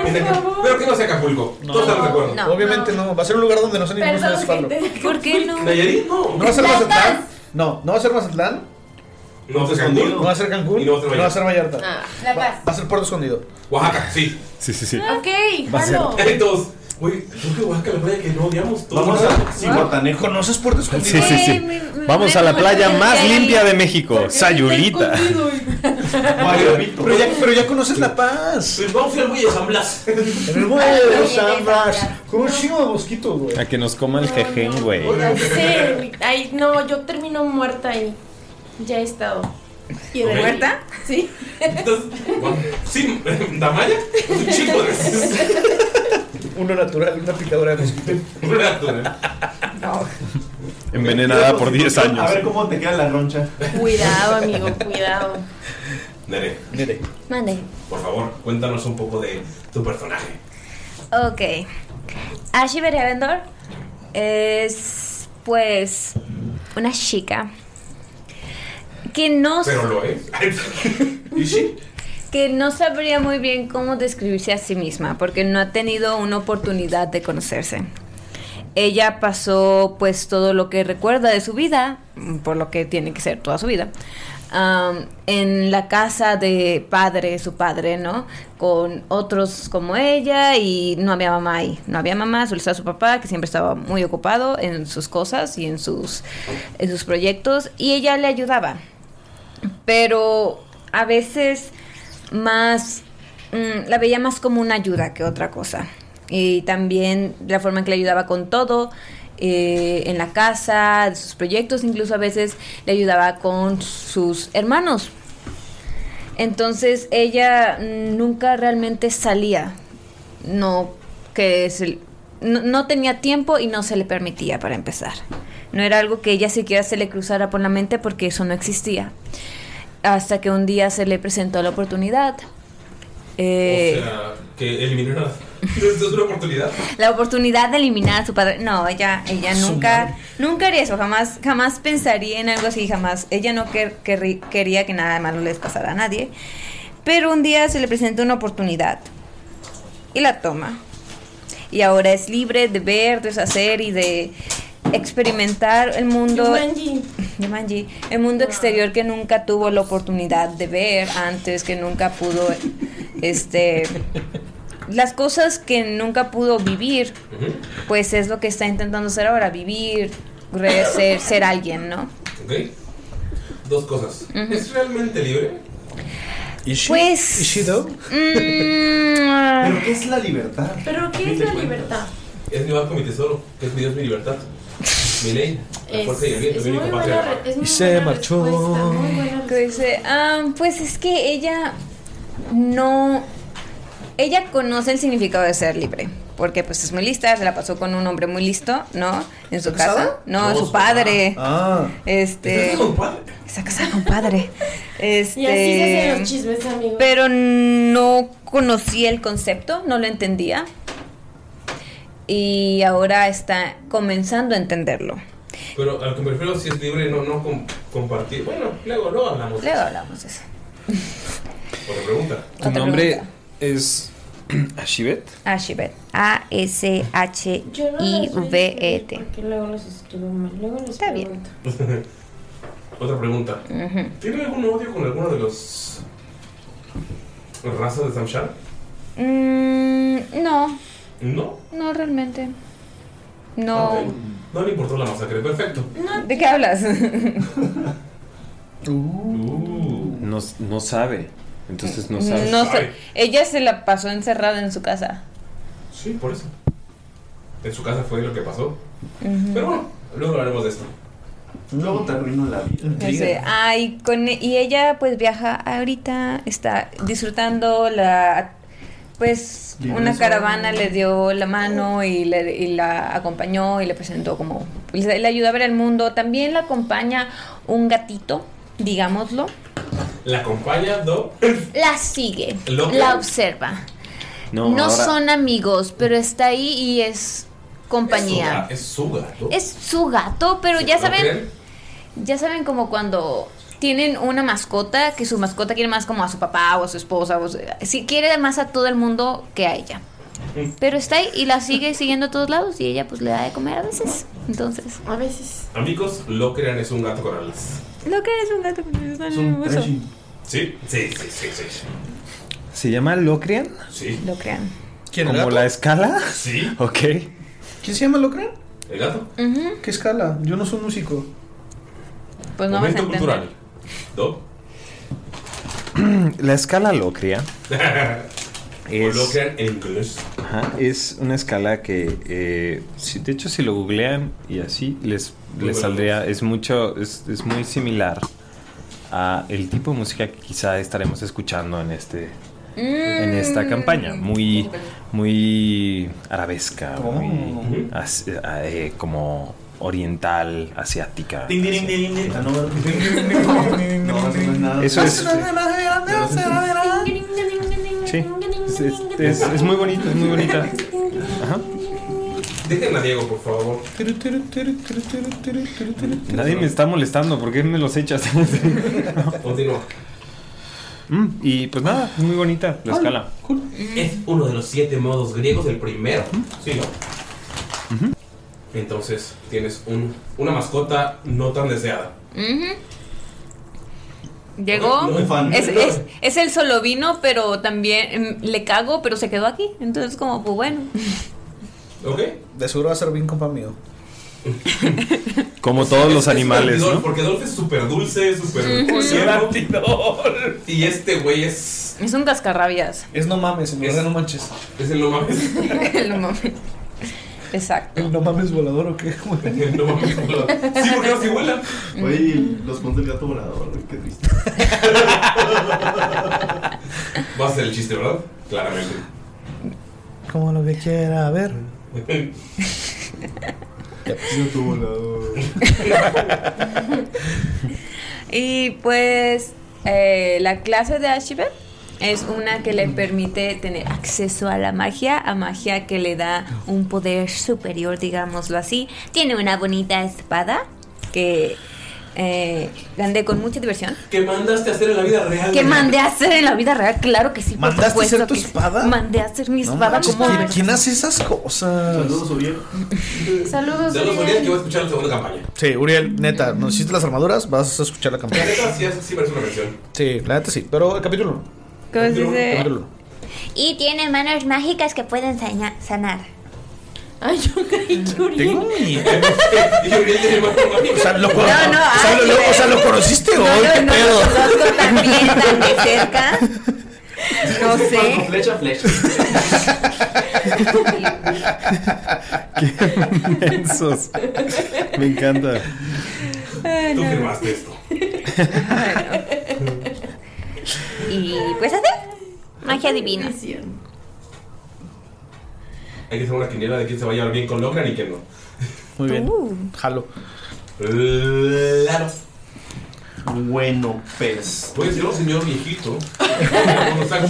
Speaker 1: En Acapulco. Pero que no sea Acapulco. Todos estamos de acuerdo.
Speaker 2: No, Obviamente no. Va a ser un lugar donde no se ni
Speaker 7: Perdón,
Speaker 2: ustedes fallo.
Speaker 7: gente. ¿Por qué no?
Speaker 1: ¿Nayarit? No.
Speaker 2: ¿No va a ser Mazatlán? No, no va a ser Mazatlán.
Speaker 1: No va a ser Cancún.
Speaker 2: No va a ser Cancún. No va a ser Vallarta.
Speaker 4: Ah,
Speaker 7: La
Speaker 2: Va
Speaker 7: paz.
Speaker 2: va a ser Puerto Escondido.
Speaker 1: Oaxaca, sí.
Speaker 9: Sí, sí, sí.
Speaker 3: Ok,
Speaker 9: Va a ser-
Speaker 3: jalo.
Speaker 1: Entonces, güey, creo que Oaxaca la playa que no odiamos todos.
Speaker 5: Vamos a
Speaker 1: Cihuatanejo.
Speaker 2: ¿Conoces Puerto
Speaker 9: Sí, sí, sí. Vamos a la playa más limpia de México, Sayulita.
Speaker 2: Pero ya, pero ya conoces La Paz.
Speaker 1: Pues vamos a ir al Muelle de San Blas.
Speaker 2: El hermoso San Blas. Con un chingo de mosquitos, güey.
Speaker 9: A que nos coma el jejen, güey.
Speaker 3: Ya sé, ay, no, yo termino muerta ahí. Ya he estado. ¿Y
Speaker 1: Ok.
Speaker 3: muerta? Sí.
Speaker 1: Sí, Damaya. Un chico de
Speaker 2: Uno natural, una picadora de mosquito.
Speaker 9: Envenenada por 10 años.
Speaker 5: A ver cómo te queda la roncha.
Speaker 3: Cuidado, amigo, cuidado.
Speaker 1: Nere,
Speaker 2: Nere,
Speaker 4: Mande.
Speaker 1: por favor, cuéntanos un poco de tu personaje.
Speaker 4: Ok. Ashi Bereavendor es, pues, una chica que
Speaker 3: Ah,
Speaker 4: no,
Speaker 1: Pero lo es. ¿Y sí?
Speaker 4: que no sabría muy bien cómo describirse a sí misma, porque no ha tenido una oportunidad de conocerse. Ella pasó, pues, todo lo que recuerda de su vida, por lo que tiene que ser toda su vida, am, en la casa de padre, su padre, ¿no? Con otros como ella y no había mamá ahí. No había mamá, solo estaba su papá, que siempre estaba muy ocupado en sus cosas y en sus, en sus proyectos, y ella le ayudaba. Pero a veces más, mm, la veía más como una ayuda que otra cosa. Y también la forma en que le ayudaba con todo, eh, en la casa, sus proyectos, incluso a veces le ayudaba con sus hermanos. Entonces ella mm, nunca realmente salía, no, que se- no, no tenía tiempo y no se le permitía para empezar. No era algo que ella siquiera se le cruzara por la mente porque eso no existía. Hasta que un día se le presentó la oportunidad. Eh,
Speaker 1: O sea, que eliminaron. Esto es una oportunidad.
Speaker 4: la oportunidad de eliminar a su padre. No, ella, ella
Speaker 1: Su
Speaker 4: nunca, nunca haría eso. Jamás, jamás pensaría en algo así. Jamás. Ella no quer- querri- quería que nada malo les pasara a nadie. Pero un día se le presenta una oportunidad y la toma. Y ahora es libre de ver, de deshacer y de experimentar el mundo.
Speaker 3: Jumanji.
Speaker 4: Jumanji, El mundo exterior que nunca tuvo la oportunidad de ver antes, que nunca pudo, este, las cosas que nunca pudo vivir, pues es lo que está intentando hacer ahora, vivir, re- ser, ser alguien, ¿no?
Speaker 1: ¿Ok? Dos cosas. ¿Es realmente libre?
Speaker 4: Pues-
Speaker 5: ¿Pero
Speaker 3: mm,
Speaker 5: qué es la libertad?
Speaker 3: ¿Pero qué es la libertad?
Speaker 1: Es mi barco, mi tesoro. Es mi Dios, mi libertad. Mi ley, la
Speaker 3: Es,
Speaker 1: fuerza y el viento,
Speaker 3: es
Speaker 1: mi
Speaker 3: muy
Speaker 1: único
Speaker 3: buena,
Speaker 1: patria.
Speaker 3: re- es muy
Speaker 2: Se marchó.
Speaker 4: Que dice, ah, pues es que ella no, ella conoce el significado de ser libre. Porque pues es muy lista, se la pasó con un hombre muy listo, ¿no? En su
Speaker 2: ¿Casada?
Speaker 4: casa. No,
Speaker 2: No,
Speaker 4: su
Speaker 2: su-
Speaker 4: padre.
Speaker 2: Ah.
Speaker 4: Este.
Speaker 2: ¿Está casada con
Speaker 4: Está casada con padre. Este.
Speaker 3: Y así se hacen los chismes, amigo.
Speaker 4: Pero no conocía el concepto, no lo entendía. Y ahora está comenzando a entenderlo.
Speaker 1: Pero al que me refiero, si es libre, no, no com- compartir. Bueno, luego, luego hablamos.
Speaker 4: Luego hablamos de eso.
Speaker 1: Otra pregunta.
Speaker 6: Tu nombre es Ashibet.
Speaker 4: Ashibet. E, A-S-H-I-V-E-T.
Speaker 3: Porque luego los escribo mal. Luego los Está bien.
Speaker 1: Otra pregunta. ¿Tiene algún odio con alguno de los razas de Samshar?
Speaker 4: Mm, no,
Speaker 1: No.
Speaker 4: no realmente. No.
Speaker 1: Ok. No le importó la masacre. Perfecto.
Speaker 4: ¿De qué hablas?
Speaker 9: Uh. No, no sabe. Entonces no sabe.
Speaker 4: no sé. Ella se la pasó encerrada en su casa.
Speaker 1: Sí, por eso. En su casa fue lo que pasó.
Speaker 4: Ujú.
Speaker 1: Pero bueno, luego hablaremos de esto.
Speaker 5: Luego te arruino la vida.
Speaker 4: Ya sé. Ah, y, con, y ella pues viaja ahorita, está disfrutando la... Pues
Speaker 7: Libre
Speaker 4: una
Speaker 7: sol.
Speaker 4: caravana le dio la mano y, le- y la acompañó y le presentó como... pues, Le, le ayudó a ver el mundo. También la acompaña un gatito, digámoslo.
Speaker 1: La acompaña Do.
Speaker 4: La sigue,
Speaker 1: Loco.
Speaker 4: la observa. No,
Speaker 1: ahora-
Speaker 4: son amigos, pero está ahí y es compañía.
Speaker 1: Es su gato.
Speaker 4: Es su gato, pero ya
Speaker 1: ¿Lo
Speaker 4: saben,
Speaker 1: creen?
Speaker 4: ya saben como cuando tienen una mascota, que su mascota quiere más como a su papá o a su esposa, o su- si quiere más a todo el mundo que a ella. Pero está ahí y la sigue siguiendo a todos lados y ella pues le da de comer a veces. Entonces,
Speaker 3: a veces.
Speaker 1: Amigos, lo crean es un gato con alas.
Speaker 4: Lo que es un gato con alas,
Speaker 1: un
Speaker 4: hermoso.
Speaker 1: trashy. Sí, sí, sí, sí, sí. sí.
Speaker 6: ¿Se llama Locrian?
Speaker 1: Sí.
Speaker 4: Locrian.
Speaker 2: ¿Quién
Speaker 6: ¿Como la escala?
Speaker 1: Sí.
Speaker 6: Ok.
Speaker 2: ¿Quién se llama Locran?
Speaker 1: El gato.
Speaker 2: ¿Qué escala? Yo no soy músico.
Speaker 4: Pues
Speaker 2: no vas a
Speaker 1: Momento
Speaker 2: entender.
Speaker 1: cultural. Do.
Speaker 6: La escala Locria
Speaker 1: O lo crean en inglés.
Speaker 6: ajá, es una escala que, eh, si, de hecho, si lo googlean y así, les,
Speaker 1: Muy
Speaker 6: les saldría, es mucho, es, es muy similar a el tipo de música que quizá estaremos escuchando en este en
Speaker 3: Mm.
Speaker 6: esta campaña muy muy arabesca muy as- eh, como oriental asiática
Speaker 5: Ding, ding, ding, ding. Ah, no, no. No, eso no es nada.
Speaker 6: Eso es- sí es, es- es muy bonito es muy bonita Ajá.
Speaker 1: Déjenla, Diego, por favor.
Speaker 6: nadie me está molestando ¿por qué me los echas
Speaker 1: Continúa.
Speaker 6: Mm, y pues nada es muy bonita la escala
Speaker 2: Mm.
Speaker 1: Es uno de los siete modos griegos, el primero. Sí, ¿no? Entonces tienes un- una mascota no tan deseada.
Speaker 4: Ujú. Llegó.
Speaker 1: No, no, fan.
Speaker 4: es, es- es el solo vino, pero también mm, le cago, pero se quedó aquí. Entonces, como, pues bueno.
Speaker 1: ¿Ok?
Speaker 2: De seguro va a ser bien compa mío.
Speaker 6: como todos los animales
Speaker 1: Dolph,
Speaker 6: ¿no?
Speaker 1: Porque Dolph es súper dulce, súper
Speaker 4: Ujú.
Speaker 1: tierno. Y este güey es.
Speaker 4: Es un cascarrabias.
Speaker 2: Es no mames, en verdad no manches.
Speaker 1: Es el no mames.
Speaker 4: No mames. Exacto.
Speaker 2: ¿El no mames volador o qué?
Speaker 1: no mames volador. Sí, porque no se vuela.
Speaker 5: Oye, y los pons del gato volador, güey, qué triste.
Speaker 1: Va a ser el chiste, ¿verdad? Claramente.
Speaker 2: Como lo que quiera, a ver.
Speaker 5: Gato volador.
Speaker 4: Y pues eh, la clase de Ashibet es una que le permite tener acceso a la magia, a magia que le da un poder superior, digámoslo así. Tiene una bonita espada que eh, andé con mucha diversión.
Speaker 1: ¿Qué mandaste a hacer en la vida real?
Speaker 4: Que mandé a hacer en la vida real, claro que sí. por
Speaker 2: ¿Mandaste a
Speaker 4: supuesto
Speaker 2: hacer tu
Speaker 4: que sí.
Speaker 2: espada?
Speaker 4: Mandé a hacer mi
Speaker 2: No
Speaker 4: espada
Speaker 2: manches,
Speaker 4: como
Speaker 2: ¿quién, quién hace esas cosas? Saludos,
Speaker 5: Uriel.
Speaker 1: Saludos,
Speaker 3: Saludos. Uriel.
Speaker 1: Uriel, que voy a escuchar la segunda campaña.
Speaker 2: Sí, Uriel, neta, nos hiciste las armaduras, vas a escuchar la
Speaker 1: La
Speaker 2: campaña.
Speaker 1: neta sí, es- sí parece una versión.
Speaker 2: Sí, la neta sí, pero el capítulo uno,
Speaker 4: ¿Cómo se dice?
Speaker 2: capítulo uno.
Speaker 4: Y tiene manos mágicas que pueden sanar.
Speaker 3: Ay, yo creí que
Speaker 2: Tengo
Speaker 3: Uriel.
Speaker 2: mi.
Speaker 1: O
Speaker 2: sea, lo, cono-
Speaker 4: No,
Speaker 2: o
Speaker 4: no,
Speaker 2: sea, lo-
Speaker 4: ay,
Speaker 2: lo-
Speaker 4: güey.
Speaker 2: o sea, ¿lo conociste
Speaker 4: No,
Speaker 2: hoy,
Speaker 4: no,
Speaker 2: qué
Speaker 4: no lo
Speaker 2: pedo.
Speaker 4: conozco tan bien, tan de cerca. No sé.
Speaker 5: Flecha, flecha.
Speaker 6: Mensos. me encanta
Speaker 10: 哎
Speaker 4: Ay,
Speaker 1: Tú
Speaker 4: no.
Speaker 1: firmaste esto.
Speaker 4: Y pues así. Magia divina.
Speaker 1: Hay que hacer una quiniela de quién se va a llevar bien con Logan y quién no.
Speaker 2: Muy bien.
Speaker 4: Uh.
Speaker 2: Jalo.
Speaker 1: Claro.
Speaker 5: Bueno, pues.
Speaker 1: Voy a ser un señor viejito.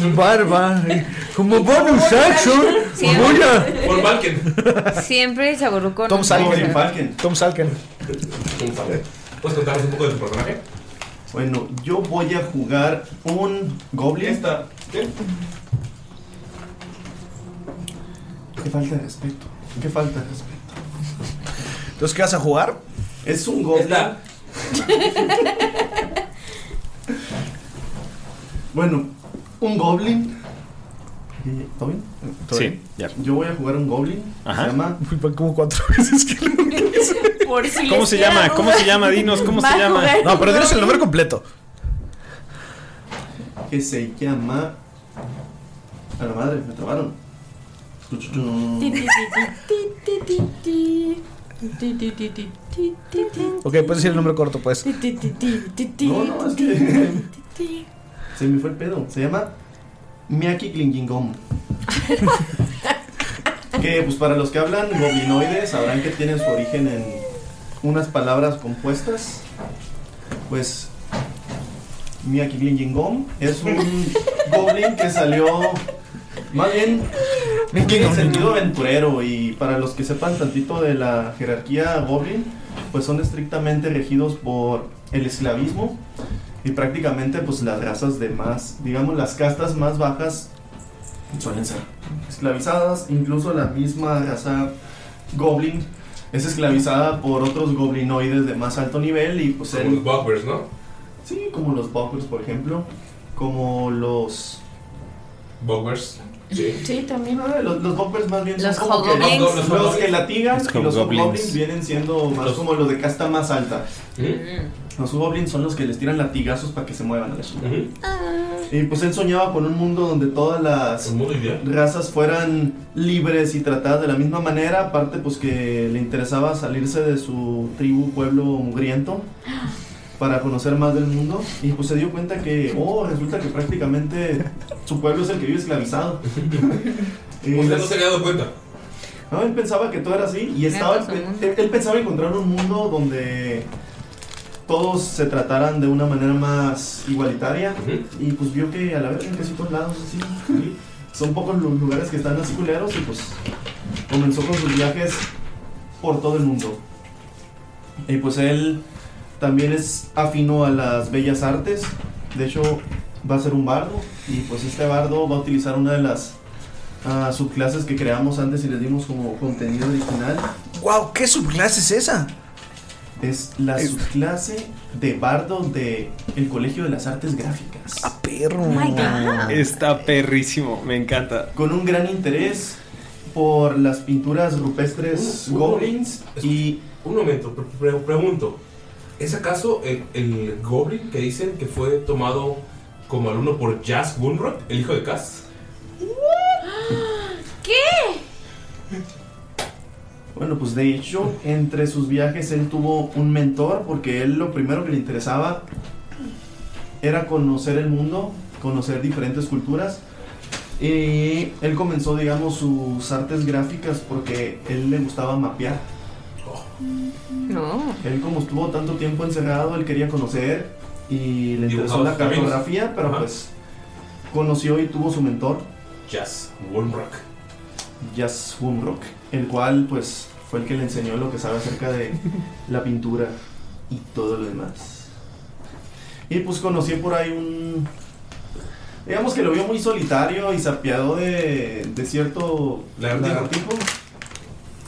Speaker 11: Con barba. eh, Como bonus action.
Speaker 4: Siempre.
Speaker 11: Voy a.
Speaker 1: Por Malkin.
Speaker 4: Siempre se aburró con.
Speaker 2: Tom Salken.
Speaker 5: Falken.
Speaker 2: Tom Salken.
Speaker 1: Un favor. ¿Puedes contarnos un poco de tu personaje?
Speaker 5: Bueno, yo voy a jugar un Goblin.
Speaker 1: Esta. ¿Qué?
Speaker 5: Qué falta de respeto. Qué falta de respeto.
Speaker 2: Entonces, ¿qué vas a jugar?
Speaker 5: Es un Goblin.
Speaker 1: Esta.
Speaker 5: Bueno, un Goblin. Eh, ¿Todo bien?
Speaker 2: ¿Todo
Speaker 6: sí
Speaker 2: bien?
Speaker 6: ya
Speaker 5: Yo voy a jugar un Goblin.
Speaker 6: Ajá.
Speaker 5: Se llama.
Speaker 2: Uy, van como cuatro veces que lo
Speaker 4: Por si
Speaker 6: ¿Cómo
Speaker 4: les
Speaker 6: se
Speaker 4: queda
Speaker 6: llama?
Speaker 4: duda.
Speaker 6: ¿Cómo se llama? Dinos, ¿cómo
Speaker 4: Va
Speaker 6: se
Speaker 4: a
Speaker 6: llama?
Speaker 4: jugar.
Speaker 2: No, pero dinos el nombre completo.
Speaker 5: Que se llama. A la madre, me trabaron.
Speaker 3: Ti, ti, ti, ti, ti, ti, ti, ti. Ti, ti, ti, ti, ti, ti, ti.
Speaker 2: Ok, puedes decir el nombre corto, pues.
Speaker 3: Ti, ti, ti, ti, ti, ti,
Speaker 5: No, no, es
Speaker 3: ti,
Speaker 5: que-
Speaker 3: ti, ti.
Speaker 5: Se me fue el pedo. Se llama Miaki Klingingom. que, pues, para los que hablan goblinoides, sabrán que tienen su origen en unas palabras compuestas. Pues, Miaki Klingingom es un goblin que salió. Más bien, tiene sentido aventurero. Y para los que sepan tantito de la jerarquía goblin, pues son estrictamente regidos por el esclavismo y prácticamente pues las razas de más, digamos las castas más bajas suelen ser esclavizadas, incluso la misma raza goblin es esclavizada por otros goblinoides de más alto nivel y pues
Speaker 1: Como los Buffers, ¿no?
Speaker 5: Sí, como los Buffers por ejemplo, como los
Speaker 1: Buffers. Sí.
Speaker 3: Sí, también.
Speaker 5: los, los Buffers más bien
Speaker 3: Los
Speaker 5: son como que-
Speaker 3: Hobgoblins.
Speaker 5: los,
Speaker 3: Los
Speaker 5: que
Speaker 3: Hobgoblins.
Speaker 5: latigan
Speaker 9: Los
Speaker 5: y los
Speaker 9: Hobgoblins.
Speaker 5: Hobgoblins vienen siendo más como los de casta más alta. Los Hobgoblins son los que les tiran latigazos para que se muevan a la chingada. Y pues él soñaba con un mundo donde todas las razas fueran libres y tratadas de la misma manera, aparte pues que le interesaba salirse de su tribu, pueblo mugriento para conocer más del mundo y pues se dio cuenta que, oh, resulta que prácticamente su pueblo es el que vive esclavizado. Y
Speaker 1: Usted
Speaker 5: les-
Speaker 1: no se había dado cuenta.
Speaker 5: no, él pensaba que todo era así y estaba. Él, él pensaba encontrar un mundo donde todos se trataran de una manera más igualitaria. Y pues vio que a la vez en casi todos lados así. y Son pocos los lugares que están así culeros y pues comenzó con sus viajes por todo el mundo. Y pues él también es afino a las bellas artes. De hecho, va a ser un bardo. Y pues este bardo va a utilizar una de las ah, subclases que creamos antes y les dimos como contenido original.
Speaker 2: ¡Wow! ¿Qué subclase es esa?
Speaker 5: Es la subclase de bardo de el Colegio de las Artes Gráficas. ¡A
Speaker 2: Ah, perro!
Speaker 9: Está perrísimo, me encanta.
Speaker 5: Con un gran interés por las pinturas rupestres
Speaker 1: Un- un
Speaker 5: goblins y...
Speaker 1: Un momento, pre- pre- pregunto. ¿Es acaso el, el Goblin que dicen que fue tomado como alumno por Jazz Woonrock, el hijo de Cass?
Speaker 3: ¿Qué?
Speaker 5: Bueno, pues de hecho, entre sus viajes él tuvo un mentor porque él lo primero que le interesaba era conocer el mundo, conocer diferentes culturas. Y él comenzó, digamos, sus artes gráficas porque él le gustaba mapear.
Speaker 8: No.
Speaker 5: Él como estuvo tanto tiempo encerrado, él quería conocer y le interesó
Speaker 1: Dibujaba
Speaker 5: la
Speaker 1: sus caminos.
Speaker 5: cartografía, pero
Speaker 1: Ajá.
Speaker 5: pues conoció y tuvo su mentor,
Speaker 1: Jazz Woonrock.
Speaker 5: Jazz Humrock, el cual pues fue el que le enseñó lo que sabe acerca de la pintura y todo lo demás. Y pues conocí por ahí un... Digamos que lo vio muy solitario y sapeado de, de cierto
Speaker 1: Lagartijo.
Speaker 5: lagartijo.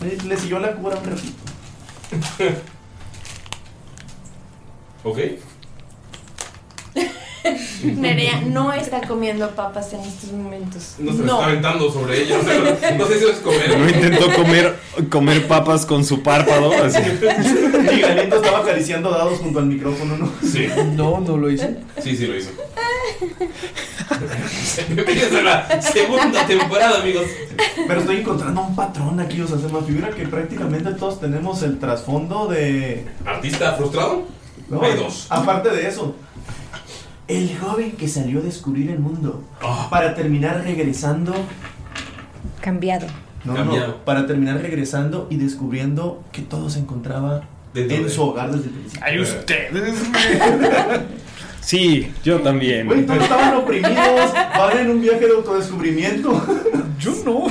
Speaker 5: Le, le siguió la cura un ratito.
Speaker 1: ¿Ok?
Speaker 3: Nerea no está comiendo papas en estos momentos.
Speaker 1: No se me está aventando sobre ella. o sea, no, no sé si es comer.
Speaker 9: No intentó comer, comer papas con su párpado. Así.
Speaker 5: Y Galindo estaba acariciando dados junto al micrófono, ¿no?
Speaker 1: Sí.
Speaker 2: No, no lo hice.
Speaker 1: Sí, sí lo hizo. Bienvenidos a la segunda temporada, amigos.
Speaker 5: Pero estoy encontrando un patrón aquí, o sea, se me figura que prácticamente todos tenemos el trasfondo de...
Speaker 1: ¿Artista frustrado?
Speaker 5: No,
Speaker 1: Hay dos.
Speaker 5: Aparte de eso, el joven que salió a descubrir el mundo
Speaker 1: Ah.
Speaker 5: para terminar regresando...
Speaker 8: Cambiado.
Speaker 5: No,
Speaker 1: Cambiado.
Speaker 5: no, para terminar regresando y descubriendo que todo se encontraba
Speaker 1: Dentro
Speaker 5: en
Speaker 1: de-
Speaker 5: su hogar desde el principio.
Speaker 9: Ay, ustedes. Sí, yo también.
Speaker 5: Güey, todos estaban oprimidos, van en un viaje de autodescubrimiento. Yo no.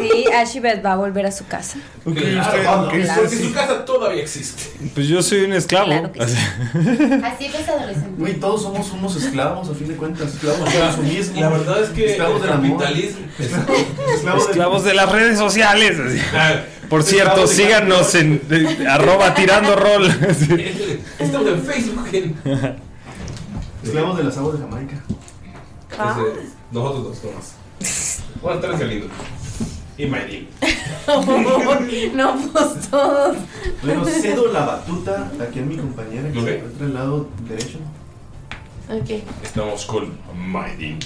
Speaker 8: Sí, Ashibet va a volver a su casa.
Speaker 1: Claro,
Speaker 9: usted-
Speaker 1: porque su casa todavía existe.
Speaker 9: Pues yo soy un esclavo.
Speaker 7: Así es adolescente.
Speaker 5: Güey, todos somos unos esclavos, a fin de cuentas. Esclavos del
Speaker 1: La-
Speaker 5: consumismo.
Speaker 1: la verdad es que
Speaker 5: Esclavos
Speaker 1: el
Speaker 5: del amor.
Speaker 1: capitalismo-
Speaker 5: Esclavos del-
Speaker 9: Esclavos de las redes sociales. así. Por cierto,
Speaker 1: Esclavos de-
Speaker 9: síganos en eh, arroba tirando rol. Así.
Speaker 1: Estamos en Facebook. en-
Speaker 5: Esclavos de las aguas de Jamaica.
Speaker 1: Entonces, nosotros dos nomás. Buenas tardes, Galindo. Y Maylin.
Speaker 8: no, pues todos.
Speaker 5: Bueno, cedo la batuta aquí a mi compañera que se encuentra al lado derecho.
Speaker 3: Ok.
Speaker 1: Estamos con Maylin.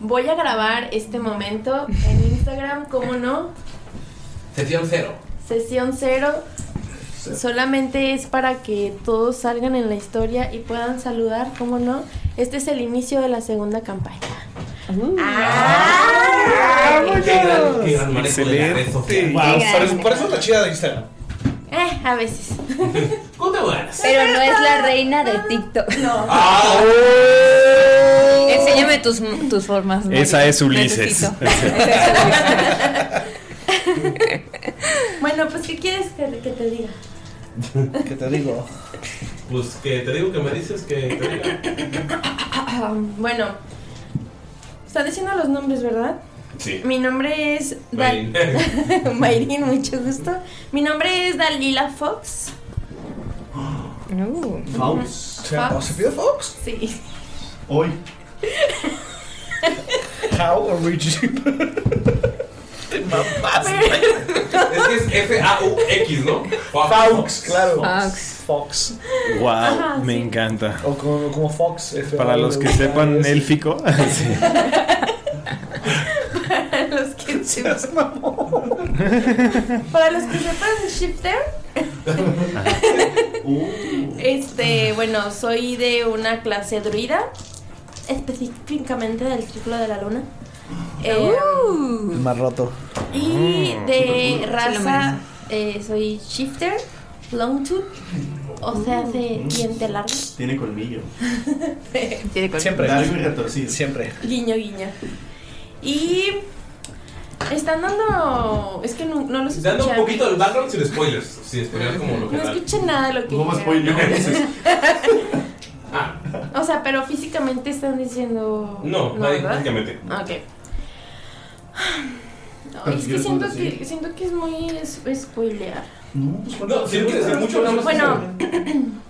Speaker 3: Voy a grabar este momento en Instagram, ¿cómo no?
Speaker 1: Sesión cero.
Speaker 3: Sesión cero. Solamente es para que todos salgan en la historia y puedan saludar, ¿cómo no? Este es el inicio de la segunda campaña.
Speaker 1: Mm.
Speaker 3: ¡Ah!
Speaker 5: ¡Ah,
Speaker 1: Qué gran, qué gran manejo de la red social.
Speaker 2: Wow, por eso- por eso está chida de Instagram.
Speaker 3: Eh, a veces.
Speaker 4: Pero no es la reina de TikTok. No. Enséñame tus, tus formas. ¿no?
Speaker 9: Esa es Ulises.
Speaker 4: Necesito.
Speaker 3: Bueno, pues ¿qué quieres que, que te diga?
Speaker 2: ¿Qué te digo?
Speaker 1: Pues que te digo que me dices que te diga.
Speaker 3: bueno, están diciendo los nombres, ¿verdad?
Speaker 1: Sí.
Speaker 3: Mi nombre es
Speaker 1: Mayrin.
Speaker 3: Mayrin, mucho gusto. Mi nombre es Dalila Fox.
Speaker 5: Uh. Fox.
Speaker 2: O sea, ¿Se pide Fox?
Speaker 3: Sí.
Speaker 5: Hoy.
Speaker 2: How original. Te mamaste.
Speaker 1: Es que es F-A-U-X, ¿no?
Speaker 2: Fox, claro.
Speaker 4: Fox.
Speaker 2: Fox.
Speaker 9: Wow,
Speaker 2: Ajá,
Speaker 9: me encanta.
Speaker 2: O como, como Fox. este, F-
Speaker 9: Para los que sepan élfico. sí.
Speaker 3: Para los que sepan. Para los que sepan Shifter. Este, bueno, soy de una clase druida, específicamente del círculo de la luna. Eh,
Speaker 2: El más roto.
Speaker 3: Y de
Speaker 2: Mm. Se lo
Speaker 3: raza
Speaker 2: merece.
Speaker 3: eh, soy Shifter, Longtooth, o sea, de diente largo.
Speaker 5: Tiene colmillo.
Speaker 2: Siempre.
Speaker 5: Largo y retorcido.
Speaker 2: Siempre.
Speaker 3: Guiño, guiño. Y están dando. Es que no, no los escuché.
Speaker 1: Dando un poquito del background sin spoilers. Sin spoilers como lo que
Speaker 3: No
Speaker 1: tal.
Speaker 3: escuché nada de lo que
Speaker 1: ¿Cómo
Speaker 3: dijeron.
Speaker 1: spoiler?
Speaker 3: O sea, pero físicamente están diciendo.
Speaker 1: No, nadie-
Speaker 3: ¿verdad?
Speaker 1: físicamente.
Speaker 3: Ok. Ay, es que
Speaker 1: Yo
Speaker 3: siento
Speaker 1: respondo,
Speaker 3: que, siento que es muy es- spoilear.
Speaker 5: No, pues
Speaker 1: No, si no quieres hacer mucho, nada más
Speaker 3: Bueno,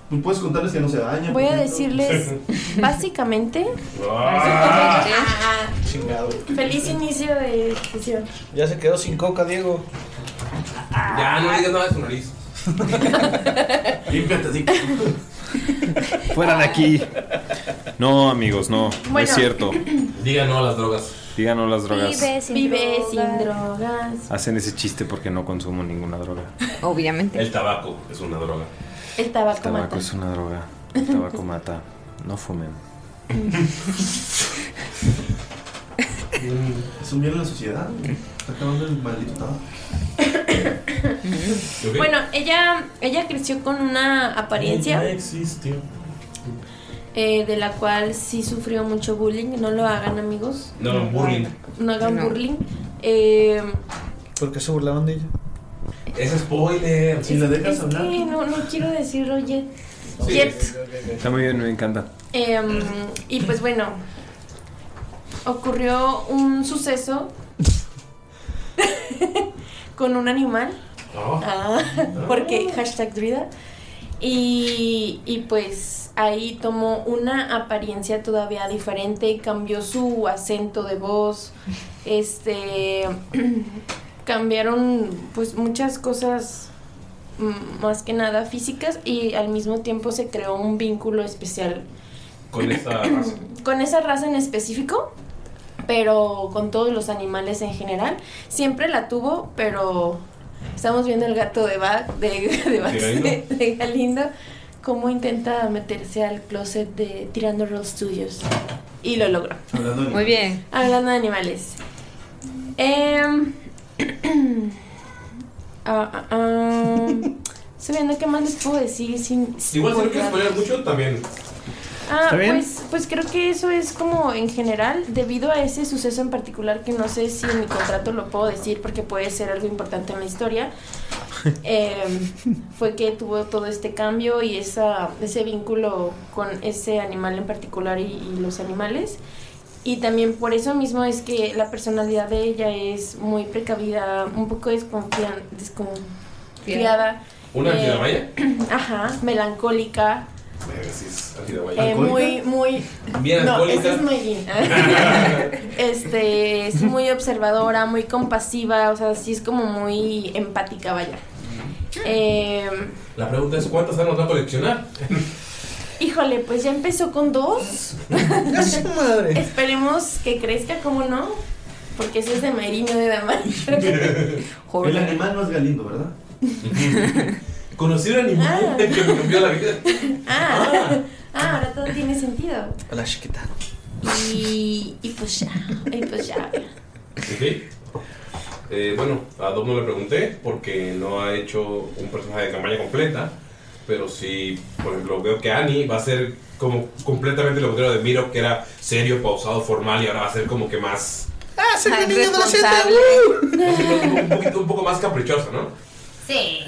Speaker 5: Pues puedes contarles que no se daña. por
Speaker 3: voy
Speaker 5: ejemplo.
Speaker 3: a decirles básicamente Ah.
Speaker 2: Chingado.
Speaker 3: feliz inicio de sesión.
Speaker 2: Ya se quedó sin coca, Diego.
Speaker 1: Ya, no le digas nada de su nariz.
Speaker 3: Ah.
Speaker 5: Límpiate así.
Speaker 9: Fuera de aquí. No, amigos, no. No
Speaker 3: Bueno.
Speaker 9: es cierto.
Speaker 1: Digan no a las drogas.
Speaker 9: Digan no a las drogas.
Speaker 3: sin, drogas.
Speaker 9: Hacen ese chiste porque no consumo ninguna droga.
Speaker 4: Obviamente.
Speaker 1: El tabaco es una droga.
Speaker 3: El
Speaker 9: El
Speaker 3: tabaco
Speaker 9: tabaco
Speaker 3: mata.
Speaker 9: es una droga. El tabaco mata. No fumen.
Speaker 5: Es un bien de la sociedad. Está acabando el maldito tabaco.
Speaker 3: Bueno, ella, ella creció con una apariencia.
Speaker 1: existió.
Speaker 3: eh, de la cual sí sufrió mucho bullying. No lo hagan, amigos.
Speaker 2: No hagan bullying.
Speaker 3: No hagan
Speaker 2: No.
Speaker 3: bullying. Eh,
Speaker 2: Porque se burlaban de ella.
Speaker 1: Es spoiler.
Speaker 5: Si la dejas
Speaker 3: es
Speaker 5: hablar.
Speaker 3: que no, no quiero decirlo yet.
Speaker 5: Sí.
Speaker 3: Yet.
Speaker 9: Está muy bien, me encanta.
Speaker 3: Em, y pues bueno, ocurrió un suceso con un animal. Ah, porque hashtag druida. Y, y pues ahí tomó una apariencia todavía diferente, cambió su acento de voz, este cambiaron pues muchas cosas mm, más que nada físicas y al mismo tiempo se creó un vínculo especial
Speaker 1: Con esta raza.
Speaker 3: con esa raza en específico, pero con todos los animales en general. Siempre la tuvo, pero estamos viendo el gato de, Ba- de, de, Bax-
Speaker 1: Galindo.
Speaker 3: de Galindo, cómo intenta meterse al closet de Tirando Roll Studios. Y lo logró.
Speaker 5: Hablando de-
Speaker 3: bien. Hablando de animales. Em, ah, ah, ah, estoy viendo qué más les puedo decir sin... sin
Speaker 1: Igual si no quieres
Speaker 3: voltear.
Speaker 1: spoiler mucho, también.
Speaker 3: Ah,
Speaker 1: ¿Está bien?
Speaker 3: Pues, pues creo que eso es como en general, debido a ese suceso en particular que no sé si en mi contrato lo puedo decir porque puede ser algo importante en la historia, eh, fue que tuvo todo este cambio y esa, ese vínculo con ese animal en particular y, y los animales. Y también por eso mismo es que la personalidad de ella es muy precavida, un poco desconfian- desconfiada.
Speaker 1: ¿Una
Speaker 3: eh,
Speaker 1: antirramaya?
Speaker 3: Ajá, melancólica.
Speaker 1: Verga, sí es antirramaya.
Speaker 3: Eh, muy, muy.
Speaker 1: Bien
Speaker 3: no,
Speaker 1: alcohólica.
Speaker 3: esa es Mayrin. este, es muy observadora, muy compasiva, o sea, sí es como muy empática, vaya.
Speaker 4: Ah.
Speaker 3: Eh,
Speaker 1: La pregunta es: ¿cuántas armas va a coleccionar?
Speaker 3: híjole, pues ya empezó con dos.
Speaker 2: madre!
Speaker 3: Esperemos que crezca, ¿cómo no? Porque ese es de Marino de Damar.
Speaker 5: El animal no es Galindo, ¿verdad?
Speaker 1: Conocí un animal que me cambió la vida.
Speaker 3: Ah, ah, ahora todo tiene sentido.
Speaker 2: A la chiquita.
Speaker 3: Y, y pues ya, y pues ya.
Speaker 1: Ok. Eh, bueno, a Dob no le pregunté porque no ha hecho un personaje de campaña completa. Pero sí, por ejemplo, veo que Annie va a ser como completamente lo contrario de Miro, que era serio, pausado, formal, y ahora va a ser como que más.
Speaker 2: ¡Ah, soy
Speaker 7: Tan
Speaker 2: un niño adolescente!
Speaker 1: un poquito- un poco más caprichosa, ¿no?
Speaker 7: Sí.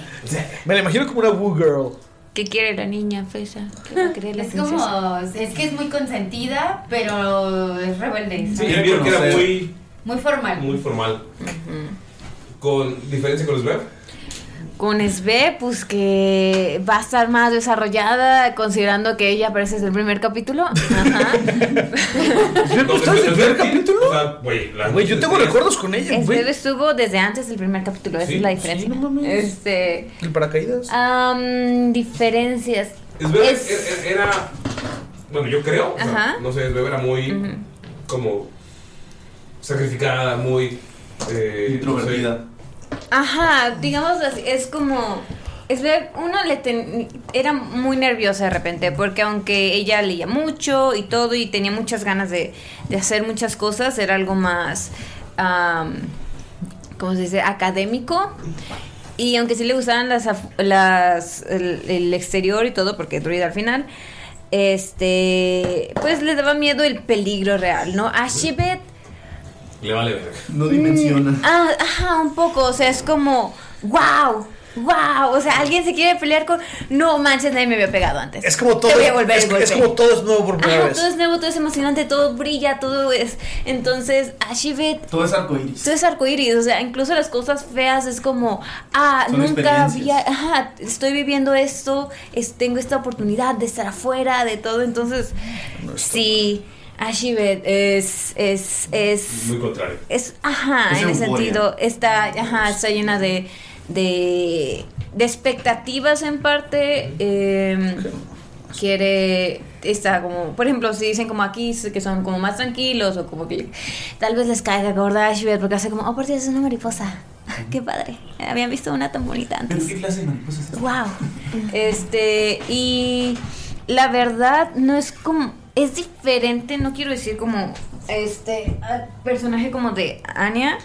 Speaker 2: Me la imagino como una woo girl.
Speaker 4: ¿Qué quiere la niña, Fesa? ¿Qué va a querer la
Speaker 7: Es
Speaker 4: princesa?
Speaker 7: como, es que es muy consentida, pero es rebelde.
Speaker 1: Sí, y Miro que era muy,
Speaker 7: Muy formal.
Speaker 1: muy formal. Con diferencia con los web.
Speaker 4: Con Esbe, pues que va a estar más desarrollada, considerando que ella aparece desde el primer capítulo.
Speaker 1: ¿No estás en el primer capítulo? O sea, güey, la-
Speaker 2: Güey, yo tengo recuerdos con ella, güey.
Speaker 4: Esbe estuvo desde antes del primer capítulo, esa
Speaker 1: Sí,
Speaker 4: es la diferencia. este,
Speaker 2: ¿El paracaídas?
Speaker 4: am, diferencias.
Speaker 1: Esbebe
Speaker 4: Es-
Speaker 1: er- er- era. Bueno, yo creo. o sea,
Speaker 4: Ajá.
Speaker 1: no sé, Esbebe era muy. Como. Sacrificada, muy. eh,
Speaker 5: Introvertida.
Speaker 4: Ajá, digamos así, es como... Es ver, uno le ten- era muy nerviosa de repente, porque aunque ella leía mucho y todo y tenía muchas ganas de, de hacer muchas cosas, era algo más, am, ¿cómo se dice?, académico. Y aunque sí le gustaban las, af- las el, el exterior y todo, porque es druida al final, este, pues le daba miedo el peligro real, ¿no? A Shibet
Speaker 1: no sé, le vale verga.
Speaker 5: No dimensiona.
Speaker 4: Ah, ajá, un poco, o sea, es como, wow, wow, o sea, alguien se quiere pelear con, no manches, nadie me había pegado antes.
Speaker 2: Es como todo.
Speaker 4: Te voy a volver
Speaker 2: es,
Speaker 4: el golpe.
Speaker 2: es como todo es nuevo por primera
Speaker 4: Ajá,
Speaker 2: vez.
Speaker 4: todo es nuevo, todo es emocionante, todo brilla, todo es, entonces, Ashibet,
Speaker 5: Todo es arcoíris.
Speaker 4: todo es arcoíris, o sea, incluso las cosas feas es como, ah,
Speaker 5: Son
Speaker 4: nunca había,
Speaker 5: experiencias.
Speaker 4: ajá, estoy viviendo esto, es- tengo esta oportunidad de estar afuera, de todo, entonces, sí, Ashibet es, es, es
Speaker 1: Muy contrario.
Speaker 4: es ajá
Speaker 5: Es
Speaker 4: en ese
Speaker 5: euforia.
Speaker 4: sentido está ajá está llena de de, de expectativas en parte eh, quiere está como por ejemplo si dicen como aquí que son como más tranquilos o como que tal vez les caiga gorda a Ashibet porque hace como oh por Dios es una mariposa qué padre habían visto una tan bonita
Speaker 5: ¿Pero
Speaker 4: antes
Speaker 5: qué clase de mariposa es esta?
Speaker 4: Wow. Este, y la verdad no es como es diferente, no quiero decir como este al personaje como de Anya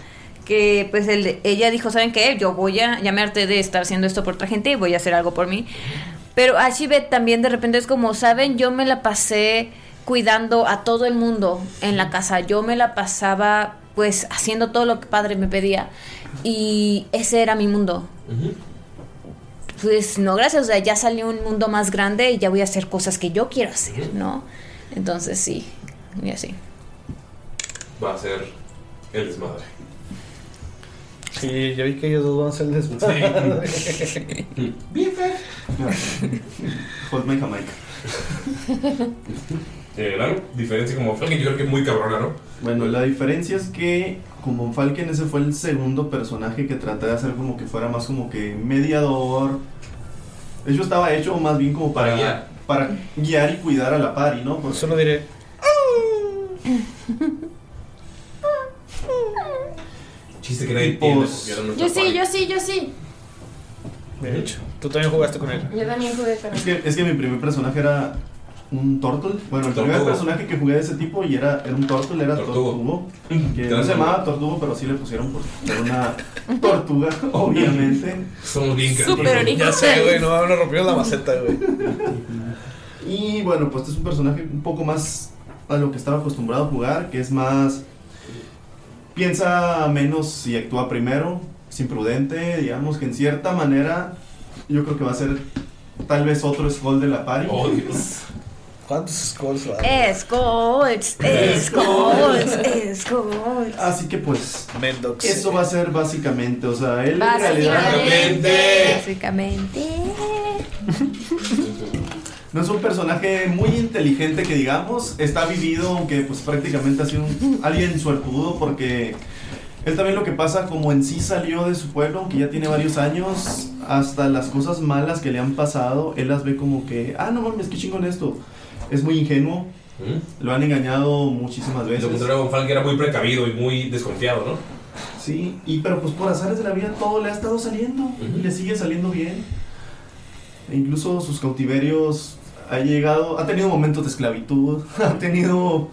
Speaker 4: que pues el- ella dijo, "¿Saben qué? Yo voy a llamarte de estar haciendo esto por otra gente y voy a hacer algo por mí." Pero Ashibet también de repente es como, saben, yo me la pasé cuidando a todo el mundo en la casa. Yo me la pasaba pues haciendo todo lo que padre me pedía. Y ese era mi mundo. Pues no, gracias. O sea, ya salió un mundo más grande y ya voy a hacer cosas que yo quiero hacer, ¿no? Entonces sí, y así.
Speaker 1: Va a ser el desmadre.
Speaker 2: Sí, yo vi que ellos dos van a ser desmadre. pues.
Speaker 5: Hot Mike Jamaica.
Speaker 1: Eh, claro, diferencia como Falcon, yo creo que muy cabrona, ¿no?
Speaker 5: Bueno, la diferencia es que como Falken ese fue el segundo personaje que traté de hacer como que fuera más como que mediador. De hecho estaba hecho más bien como para,
Speaker 1: Para
Speaker 5: para
Speaker 1: guiar.
Speaker 5: guiar, y cuidar a la pari, ¿no? Porque
Speaker 2: Solo diré.
Speaker 1: Chiste que nadie
Speaker 5: Pues,
Speaker 1: entiende. porque era nuestra
Speaker 3: Yo sí,
Speaker 1: Falcon.
Speaker 3: yo sí, yo sí.
Speaker 2: De hecho, tú también jugaste con él.
Speaker 3: Yo también jugué con
Speaker 5: es, que, es que mi primer personaje era un turtle. Bueno, el primer
Speaker 1: Tortugo.
Speaker 5: personaje que jugué de ese tipo y era, era un turtle, era
Speaker 1: Tortugo.
Speaker 5: tortugo. Que no se llamaba tortugo, pero sí le pusieron por por una tortuga, obviamente.
Speaker 1: Somos bien
Speaker 3: Súper
Speaker 1: creativos.
Speaker 2: Ya
Speaker 3: original.
Speaker 2: sé, güey, no, nos rompieron la maceta, güey.
Speaker 5: Y bueno, pues este es un personaje un poco más a lo que estaba acostumbrado a jugar, que es más... Piensa menos y actúa primero, es imprudente, digamos que en cierta manera yo creo que va a ser tal vez otro Skull de la party.
Speaker 1: Oh, Dios.
Speaker 2: ¿Cuántos scores va a
Speaker 3: Eh,
Speaker 2: dar?
Speaker 4: Escolts, escolts, escolts.
Speaker 5: Así que pues
Speaker 2: Mendox.
Speaker 5: eso va a ser básicamente, o sea, él en realidad
Speaker 1: Básicamente.
Speaker 4: Básicamente.
Speaker 5: no es un personaje muy inteligente que digamos, está vivido, aunque pues prácticamente ha sido un- alguien suertudo porque... Es también lo que pasa, como en sí salió de su pueblo, aunque ya tiene varios años, hasta las cosas malas que le han pasado, él las ve como que, ah, no mames, qué chingón esto. Es muy ingenuo, Lo han engañado muchísimas veces.
Speaker 1: Lo contrario a Bonfalque era muy precavido y muy desconfiado, ¿no?
Speaker 5: Sí, y pero pues por azares de la vida todo le ha estado saliendo y le sigue saliendo bien. E incluso sus cautiverios ha llegado, ha tenido momentos de esclavitud, ha tenido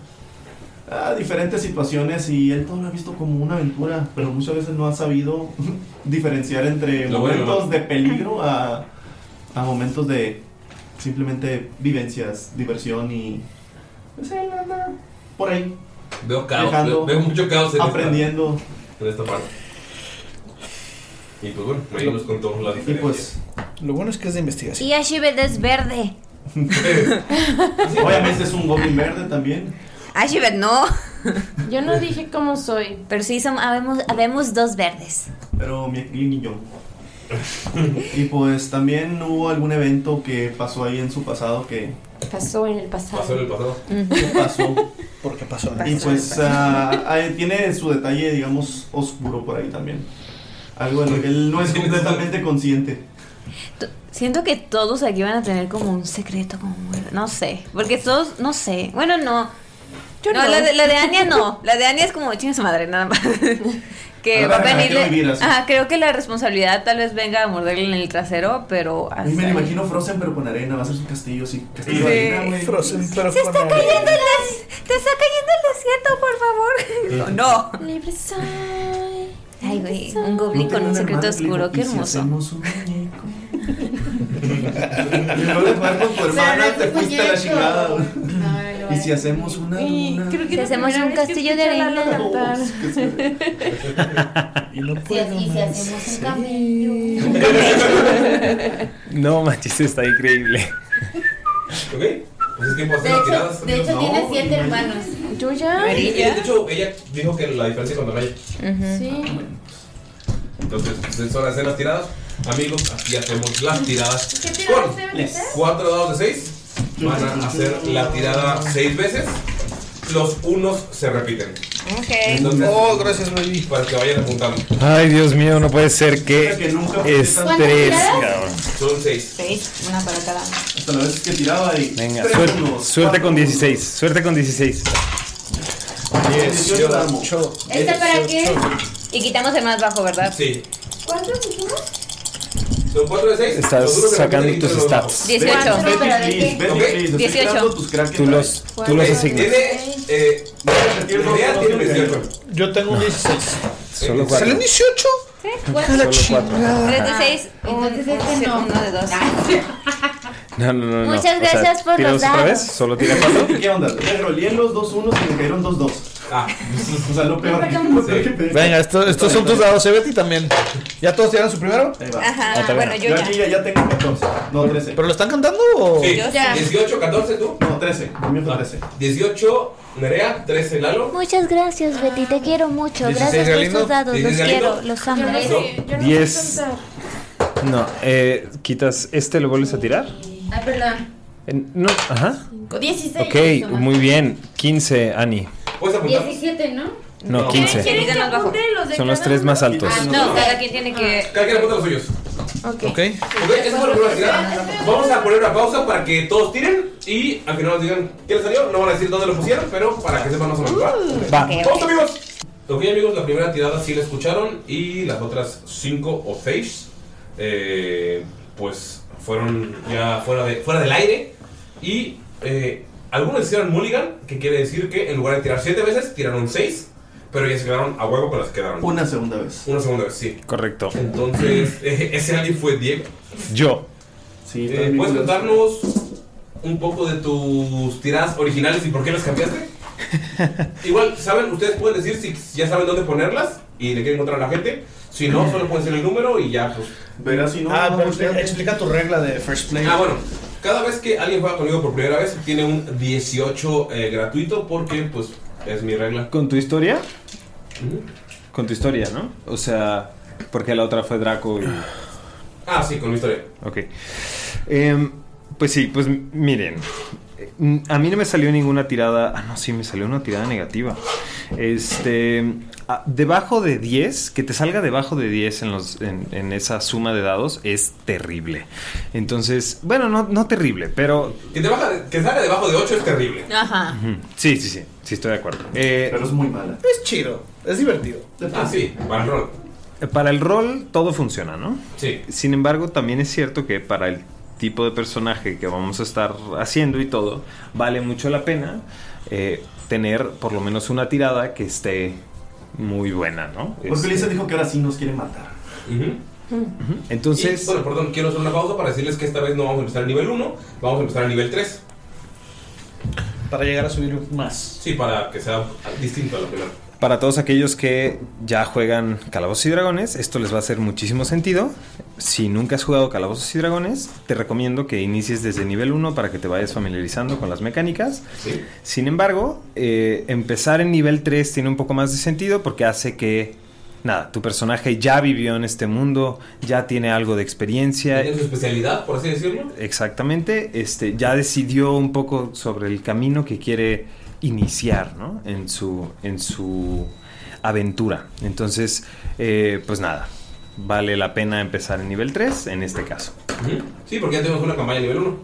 Speaker 5: ah, diferentes situaciones y él todo lo ha visto como una aventura, pero muchas veces no ha sabido diferenciar entre
Speaker 1: Lo bueno y lo
Speaker 5: momentos
Speaker 1: malo.
Speaker 5: de peligro a, a momentos de simplemente vivencias, diversión y pues, él anda por ahí
Speaker 1: Veo caos,
Speaker 5: Dejando-
Speaker 1: veo, veo mucho caos en
Speaker 5: aprendiendo.
Speaker 1: Esta, en esta parte. Y pues bueno, ahí nos contó
Speaker 4: Ah,
Speaker 1: la
Speaker 5: Y
Speaker 1: diferencia.
Speaker 5: pues
Speaker 2: lo bueno es que es de investigación.
Speaker 4: Y Ashibet es verde.
Speaker 5: Obviamente es un goblin verde también.
Speaker 4: Ashibet no.
Speaker 3: Yo no dije cómo soy.
Speaker 4: Pero sí, son, habemos, habemos dos verdes.
Speaker 5: Pero mi Lin y yo. y pues también hubo algún evento que pasó ahí en su pasado que
Speaker 3: Pasó en el pasado.
Speaker 1: Pasó en el pasado.
Speaker 5: pasó.
Speaker 2: Porque pasó.
Speaker 5: Y pues ah, ah, tiene su detalle, digamos, oscuro por ahí también. Algo en lo que él no es completamente consciente.
Speaker 4: Siento que todos aquí van a tener como un secreto, como un- no sé, porque todos, no sé, bueno, no. no,
Speaker 3: no.
Speaker 4: La, de, la de Ania no, la de Ania es como chinga su madre, nada más. que
Speaker 5: Ah,
Speaker 4: va a
Speaker 5: la quiero vivir
Speaker 4: venirle.
Speaker 5: así.
Speaker 4: Ajá, creo que la responsabilidad tal vez venga a morderle en el trasero, pero.
Speaker 5: A mí me lo
Speaker 4: hasta-
Speaker 5: imagino Frozen, pero con arena, va a ser su castillo, sí. Castillo
Speaker 4: Sí.
Speaker 5: de arena, güey.
Speaker 2: Frozen, pero
Speaker 4: Se
Speaker 2: con
Speaker 4: está
Speaker 2: arena.
Speaker 4: cayendo el des- te está cayendo el desierto, por favor. No.
Speaker 3: Libre soy.
Speaker 4: Ay, güey, un goblin
Speaker 5: tengo
Speaker 4: con un secreto
Speaker 5: hermano, primo,
Speaker 4: oscuro, qué
Speaker 5: y si
Speaker 4: hermoso.
Speaker 5: hacemos un muñeco. y luego de jugar con tu hermana, te fuiste a la chingada. güey. y si hacemos una luna.
Speaker 4: Si hacemos un castillo de arena.
Speaker 2: Y no
Speaker 7: Si-
Speaker 2: puedo.
Speaker 7: y si
Speaker 2: más.
Speaker 7: hacemos un camello.
Speaker 9: No manches, está increíble.
Speaker 1: Ok, pues es tiempo de
Speaker 7: De
Speaker 1: hacer las
Speaker 7: hecho,
Speaker 1: tiradas.
Speaker 7: de hecho
Speaker 1: No.
Speaker 7: tiene siete hermanos.
Speaker 3: Yo ya.
Speaker 1: Y- y de hecho, ella dijo que la diferencia cuando vaya.
Speaker 3: Sí.
Speaker 1: Entonces, pues, es hora de hacer las tiradas. Amigos, aquí hacemos las tiradas.
Speaker 3: ¿Qué
Speaker 1: Con
Speaker 3: tiraste?
Speaker 5: Les.
Speaker 1: 4 dados de 6 van a hacer la tirada 6 veces. Los unos se repiten.
Speaker 4: Ok.
Speaker 1: Entonces,
Speaker 2: Oh, gracias, baby.
Speaker 1: para que vayan apuntando.
Speaker 9: Ay, Dios mío, no puede ser que
Speaker 5: que nunca fue tan-
Speaker 9: estrés, cabrón.
Speaker 1: Son 6.
Speaker 4: Seis, una para cada uno.
Speaker 5: Hasta la vez que tiraba y.
Speaker 9: Venga,
Speaker 5: tres
Speaker 9: suerte,
Speaker 5: unos,
Speaker 9: suerte
Speaker 5: cuatro
Speaker 9: con
Speaker 5: unos.
Speaker 9: 16, suerte con 16.
Speaker 5: 18
Speaker 1: Yo
Speaker 5: damos.
Speaker 7: ¿Esta para qué?
Speaker 4: Y quitamos el más bajo, ¿verdad?
Speaker 1: Sí.
Speaker 7: ¿Cuántos dijimos?
Speaker 1: Son 4 de 6.
Speaker 9: Estás sacando tus stats.
Speaker 4: 18.
Speaker 7: Cuatro, pero ¿de
Speaker 5: Betty, please,
Speaker 7: qué?
Speaker 5: Betty,
Speaker 1: Ok.
Speaker 5: please, estoy
Speaker 4: 18.
Speaker 5: creando tus crackers.
Speaker 9: Tú los, tú los asignas.
Speaker 1: Tiene. Eh, Nerea tiene 18.
Speaker 2: Yo tengo un 16.
Speaker 9: Solo
Speaker 2: ¿Salen
Speaker 9: cuatro.
Speaker 2: 18?
Speaker 9: Solo cuatro.
Speaker 4: 3 de 6,
Speaker 7: Entonces este no.
Speaker 4: uno de dos.
Speaker 9: No, no, no. no.
Speaker 4: Muchas gracias por
Speaker 9: tíralos
Speaker 4: los
Speaker 9: otra vez,
Speaker 4: dados.
Speaker 9: Solo tira cuatro.
Speaker 5: ¿Qué onda? Le roleé los dos unos y me cayeron dos dos.
Speaker 1: Ah,
Speaker 5: O sea, lo peor. lo peor que pedí.
Speaker 2: Venga, esto- estos son tus dados, eh, Betty, también. ¿Ya todos tiraron su primero?
Speaker 5: Ahí va.
Speaker 4: Ajá, Ah, bueno, yo
Speaker 5: Yo
Speaker 4: ya.
Speaker 5: aquí ya, ya tengo 14. No, 13.
Speaker 2: ¿Pero lo están cantando o...?
Speaker 1: sí.
Speaker 3: Ya.
Speaker 1: 18, 14 tú.
Speaker 5: No, 13. A mí me fue 13.
Speaker 1: 18, Nerea, 13 Lalo.
Speaker 4: Muchas gracias, Betty, te quiero mucho.
Speaker 2: 16 Gracias por Galindo. tus
Speaker 4: dados,
Speaker 1: 16 los Galindo. quiero,
Speaker 4: los
Speaker 3: Yo no sé, yo no
Speaker 9: Diez.
Speaker 3: sé contar.
Speaker 9: No, eh, quitas este, lo vuelves a tirar.
Speaker 7: Ah, perdón.
Speaker 9: En- No, ajá.
Speaker 7: 16.
Speaker 9: Ok, muy bien. 15, Ani.
Speaker 1: Puedes apuntar.
Speaker 7: 17, ¿no?
Speaker 9: No,
Speaker 1: No.
Speaker 3: ¿Quieren
Speaker 9: 15.
Speaker 3: que apunte los de
Speaker 9: Son los
Speaker 3: cada
Speaker 9: tres
Speaker 3: uno?
Speaker 9: más altos.
Speaker 7: Ah,
Speaker 4: No, cada quien tiene que.
Speaker 1: Cada quien apunta los suyos.
Speaker 2: Ok.
Speaker 1: Ok, eso fue lo que iba a tirar. Vamos a poner una pausa para que todos tiren y al final nos digan qué les salió. No van a decir dónde lo pusieron, pero para que sepan más o menos. ¿va?
Speaker 9: Va.
Speaker 1: ¡Vamos, amigos! Ok, amigos, la primera tirada sí la escucharon y las otras 5 o 6, pues fueron ya fuera, de, fuera del aire. Y eh, algunos hicieron mulligan, que quiere decir que en lugar de tirar 7 veces, tiraron 6, pero ya se quedaron a huevo con las que quedaron.
Speaker 5: Una segunda vez.
Speaker 1: Una segunda vez, sí.
Speaker 9: Correcto.
Speaker 1: Entonces, eh, ese alguien fue Diego.
Speaker 9: Yo.
Speaker 5: Sí,
Speaker 1: Eh,
Speaker 5: también
Speaker 1: ¿Puedes
Speaker 5: fue-
Speaker 1: contarnos un poco de tus tiradas originales y por qué las cambiaste? Igual, ¿saben? Ustedes pueden decir si ya saben dónde ponerlas y le quieren encontrar a la gente. Si no, solo pueden decir el número y ya, pues.
Speaker 5: Verás si no.
Speaker 2: Ah,
Speaker 5: no,
Speaker 2: pero
Speaker 5: voltea.
Speaker 2: explica, explica tu regla de first play.
Speaker 1: Ah, bueno. Cada vez que alguien juega conmigo por primera vez, tiene un 18 eh, gratuito porque, pues, es mi regla.
Speaker 9: Con tu historia.
Speaker 1: Ujú.
Speaker 9: Con tu historia, ¿no? O sea, porque la otra fue Draco y.
Speaker 1: Ah, sí, con mi historia.
Speaker 9: Ok. Em, pues sí, pues miren. eh,
Speaker 6: Mm, A mí no me salió ninguna tirada. Ah, no, sí, me salió una tirada negativa. Este. ah, Debajo de 10, que te salga debajo de 10 en, los, en, en esa suma de dados es terrible. Entonces, bueno, no, no terrible, pero.
Speaker 1: Que, te baja- que salga debajo de 8 es terrible.
Speaker 4: Ajá.
Speaker 6: Ujú. Sí, sí, sí, sí, estoy de acuerdo. Eh, pero es muy mala.
Speaker 2: Es chido, es divertido.
Speaker 1: Ah, sí, para el rol.
Speaker 6: Para el rol todo funciona, ¿no?
Speaker 1: Sí.
Speaker 6: Sin embargo, también es cierto que para el tipo de personaje que vamos a estar haciendo y todo, vale mucho la pena eh, tener por lo menos una tirada que esté muy buena, ¿no?
Speaker 5: Porque
Speaker 6: Este,
Speaker 5: Lisa dijo que ahora sí nos quiere matar.
Speaker 6: Entonces,
Speaker 1: Y, bueno, perdón, quiero hacer una pausa para decirles que esta vez no vamos a empezar al nivel 1, vamos a empezar al nivel 3.
Speaker 2: Para llegar a subir más.
Speaker 1: Sí, para que sea distinto a lo primero.
Speaker 6: para todos aquellos que ya juegan Calabozos y Dragones, esto les va a hacer muchísimo sentido. Si nunca has jugado Calabozos y Dragones, te recomiendo que inicies desde nivel 1 para que te vayas familiarizando con las mecánicas.
Speaker 1: Sí.
Speaker 6: Sin embargo, eh, empezar en nivel 3 tiene un poco más de sentido porque hace que, nada, tu personaje ya vivió en este mundo, ya tiene algo de experiencia.
Speaker 1: Tiene su especialidad, por así decirlo.
Speaker 6: Exactamente, este, ya decidió un poco sobre el camino que quiere iniciar, ¿no? En su, en su aventura. Entonces, eh, pues nada, vale la pena empezar en nivel 3 en este caso.
Speaker 1: Ujú. Sí, porque ya tenemos una campaña nivel 1.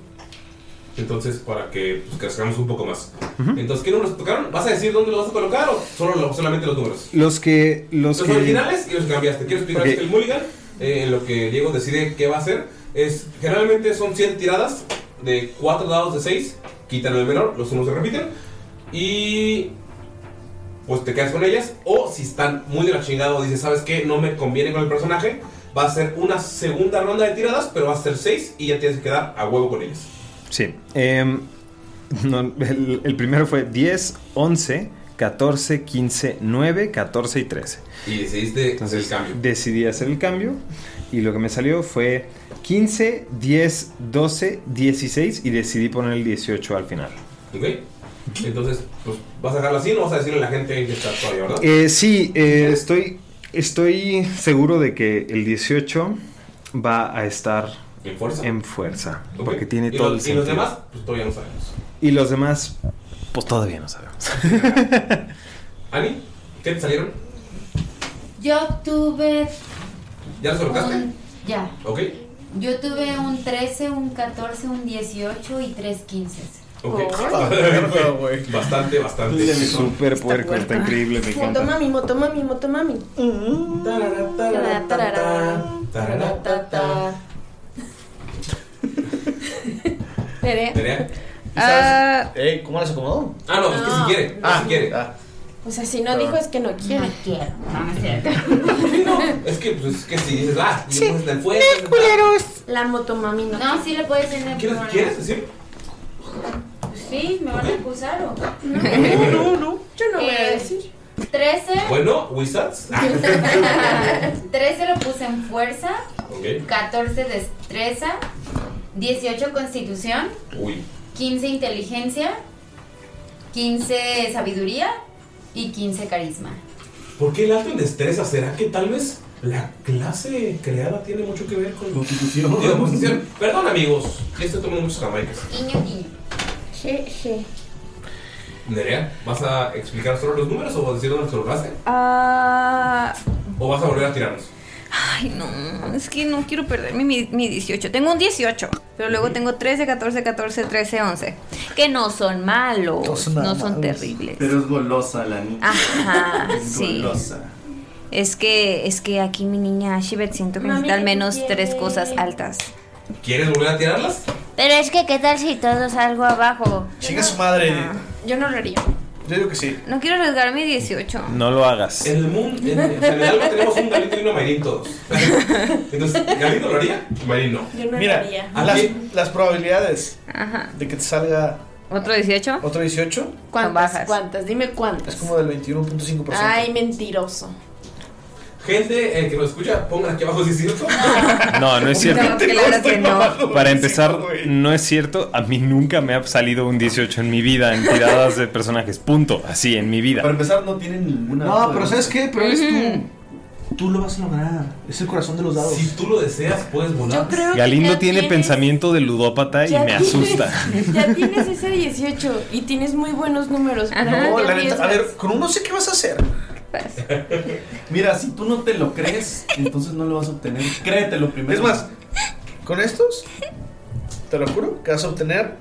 Speaker 1: Entonces, para que pues, crezcamos un poco más. Entonces, ¿qué números tocaron? ¿Vas a decir dónde los vas a colocar o solo, lo- solamente los números?
Speaker 6: Los que... Los,
Speaker 1: Los,
Speaker 6: que...
Speaker 1: originales y los que cambiaste. Quiero explicarles
Speaker 6: Ok.
Speaker 1: que el mulligan, eh, en lo que Diego decide qué va a hacer, es generalmente son 100 tiradas de 4 dados de 6, quitan el menor, los unos se repiten, y pues te quedas con ellas, o si están muy de la chingada o dices, ¿sabes qué? No me conviene con el personaje, va a ser una segunda ronda de tiradas, pero va a ser 6 y ya tienes que quedar a huevo con ellas.
Speaker 6: Sí. em, no, el, el primero fue 10, 11, 14, 15, 9, 14 y 13.
Speaker 1: Y decidiste el cambio.
Speaker 6: Decidí hacer el cambio y lo que me salió fue 15, 10, 12, 16 y decidí poner el 18 al final.
Speaker 1: ¿Ok? Entonces, pues, ¿vas a dejarlo así o vas a decirle a la gente que está todavía, verdad?
Speaker 6: Eh, sí, eh, estoy, estoy seguro de que el 18 va a estar
Speaker 1: ¿En fuerza?
Speaker 6: fuerza,
Speaker 1: ¿Ok?
Speaker 6: porque tiene
Speaker 1: ¿Y
Speaker 6: todo
Speaker 1: los-
Speaker 6: el
Speaker 1: ¿Y los
Speaker 6: sentido.
Speaker 1: demás? Pues todavía no sabemos.
Speaker 6: Y los demás, pues todavía no sabemos.
Speaker 1: Ani, ¿qué te salieron?
Speaker 7: Yo tuve
Speaker 1: ¿Ya los colocaste?
Speaker 7: un. Ya.
Speaker 1: Ok.
Speaker 7: Yo tuve un 13, un 14, un 18 y tres 15.
Speaker 1: Ok.
Speaker 7: Oh.
Speaker 1: bastante, bastante.
Speaker 6: Súper puerco, está increíble, me
Speaker 3: Moto
Speaker 6: encanta.
Speaker 3: mami, moto mami, moto mami. Tarara, tarara, tarara.
Speaker 1: Tarara, ta, ta.
Speaker 12: Tere.
Speaker 1: ¿Terea?
Speaker 12: Ah,
Speaker 2: Ey, ¿cómo las acomodó?
Speaker 1: Ah, no, es que si
Speaker 3: No.
Speaker 1: quiere. no,
Speaker 2: Ah.
Speaker 1: si quiere.
Speaker 3: O sea, si no dijo es que no quiere. No
Speaker 7: quiero.
Speaker 1: Es que, pues, es que si dices, ah, y entonces del fuego.
Speaker 3: La moto mami no.
Speaker 7: No, sí le puedes decir. no
Speaker 1: ¿Quieres,
Speaker 7: hay
Speaker 1: ¿Quieres decir?
Speaker 7: problema. Sí, me van a acusar o.
Speaker 3: No, no, no. Yo no voy a
Speaker 7: Eh,
Speaker 3: decir.
Speaker 7: 13.
Speaker 1: Bueno, Wizards. Ah,
Speaker 7: 13 lo puse en fuerza,
Speaker 1: ok.
Speaker 7: 14 destreza, 18 constitución,
Speaker 1: Uy.
Speaker 7: 15 inteligencia, 15 sabiduría y 15 carisma.
Speaker 1: ¿Por qué el alto en destreza? ¿Será que tal vez la clase creada tiene mucho que ver con constitución? constitución. Perdón, amigos. Ya estoy tomando muchos jamaicas.
Speaker 7: Guiño, guiño.
Speaker 3: Jeje.
Speaker 1: Nerea, ¿vas a explicar solo los números o vas a decir dónde los colocaste?
Speaker 4: Ah,
Speaker 1: ¿O vas a volver a tirarnos?
Speaker 4: ay, no. Es que no quiero perder mi, mi, mi 18. Tengo un 18, pero luego tengo 13, 14, 14, 13, 11. Que no son malos. No son, terribles.
Speaker 5: Pero es golosa la niña.
Speaker 4: Ajá,
Speaker 5: es
Speaker 4: sí.
Speaker 5: golosa.
Speaker 4: Es que, es que aquí mi niña Shibet siento que
Speaker 3: Mami,
Speaker 4: necesita al
Speaker 3: ¿qué
Speaker 4: menos
Speaker 3: quieres?
Speaker 4: tres cosas altas.
Speaker 1: ¿Quieres volver a tirarlas?
Speaker 4: Pero es que, ¿qué tal si todo salgo abajo?
Speaker 2: Chinga su madre.
Speaker 3: Yo no lo haría.
Speaker 2: Ah. Yo digo que sí.
Speaker 4: No quiero arriesgar mi 18.
Speaker 6: No lo hagas.
Speaker 1: En el mundo, en, en general tenemos un Galito y una Mayrin todos. Entonces, ¿Galito lo haría? Mayrin no.
Speaker 3: Yo no
Speaker 2: Mira,
Speaker 3: lo haría.
Speaker 2: las, las probabilidades
Speaker 4: Ajá.
Speaker 2: de que te salga
Speaker 4: ¿Otro 18?
Speaker 2: otro 18
Speaker 4: Son
Speaker 3: ¿Cuántas?
Speaker 4: bajas.
Speaker 3: ¿Cuántas? Dime
Speaker 2: es
Speaker 3: cuántas.
Speaker 2: como del 21.5%.
Speaker 3: Ay, mentiroso.
Speaker 1: Gente eh, que nos escucha, pongan aquí abajo si es cierto.
Speaker 6: No, no es cierto.
Speaker 4: No, claro que no.
Speaker 6: Para empezar, no es cierto. A mí nunca me ha salido un 18 en mi vida en tiradas de personajes. Punto. Así, en mi vida.
Speaker 5: Para empezar, no tienen ninguna.
Speaker 13: No, pero ¿sabes qué? Pero eres tú.
Speaker 2: Mm, Tú lo vas a lograr. Es el corazón de los dados. Si
Speaker 1: tú lo deseas, puedes volar.
Speaker 3: Yo creo que
Speaker 9: Galindo
Speaker 3: ya
Speaker 9: tiene
Speaker 3: tienes-
Speaker 9: pensamiento de ludópata y
Speaker 3: ya
Speaker 9: me
Speaker 3: tienes-
Speaker 9: asusta.
Speaker 3: Ya tienes ese 18 y tienes muy buenos números. ¿por qué
Speaker 2: No,
Speaker 3: te
Speaker 2: la neta, a
Speaker 3: arriesgas?
Speaker 2: ver, con uno sé qué vas a hacer.
Speaker 5: Mira, si tú no te lo crees, entonces no lo vas a obtener. Créetelo primero.
Speaker 2: Es más, con estos, te lo juro, que vas a obtener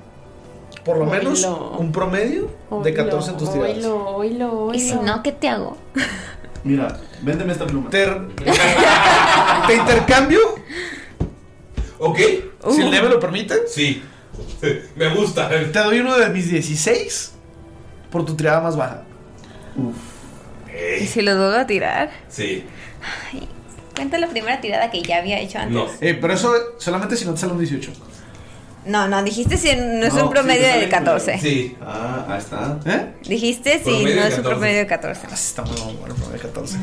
Speaker 2: por lo
Speaker 3: Oilo.
Speaker 2: menos un promedio de 14 en tus
Speaker 3: Oilo,
Speaker 2: tiradas.
Speaker 3: Oilo, oilo, oilo.
Speaker 4: Y si no, ¿qué te hago?
Speaker 5: Mira, véndeme esta pluma.
Speaker 2: ¿Te intercambio?
Speaker 1: Ok.
Speaker 4: Uh.
Speaker 2: Si el D me lo permite.
Speaker 1: Sí. Me gusta.
Speaker 2: Te doy uno de mis 16 por tu tirada más baja.
Speaker 5: Eh.
Speaker 4: ¿Y si los vuelvo a tirar?
Speaker 1: Sí.
Speaker 4: Ay, cuenta la primera tirada que ya había hecho antes.
Speaker 2: No. Eh, pero eso solamente si no te sale un 18.
Speaker 4: No, no, dijiste si no es
Speaker 5: No,
Speaker 4: un promedio
Speaker 5: sí,
Speaker 4: de 14.
Speaker 1: Sí.
Speaker 5: Ah, ahí está.
Speaker 2: ¿Eh?
Speaker 4: Dijiste si
Speaker 5: Promedio
Speaker 4: no
Speaker 5: de
Speaker 4: es un
Speaker 5: 14.
Speaker 4: promedio de 14.
Speaker 2: Está muy bueno, promedio de 14.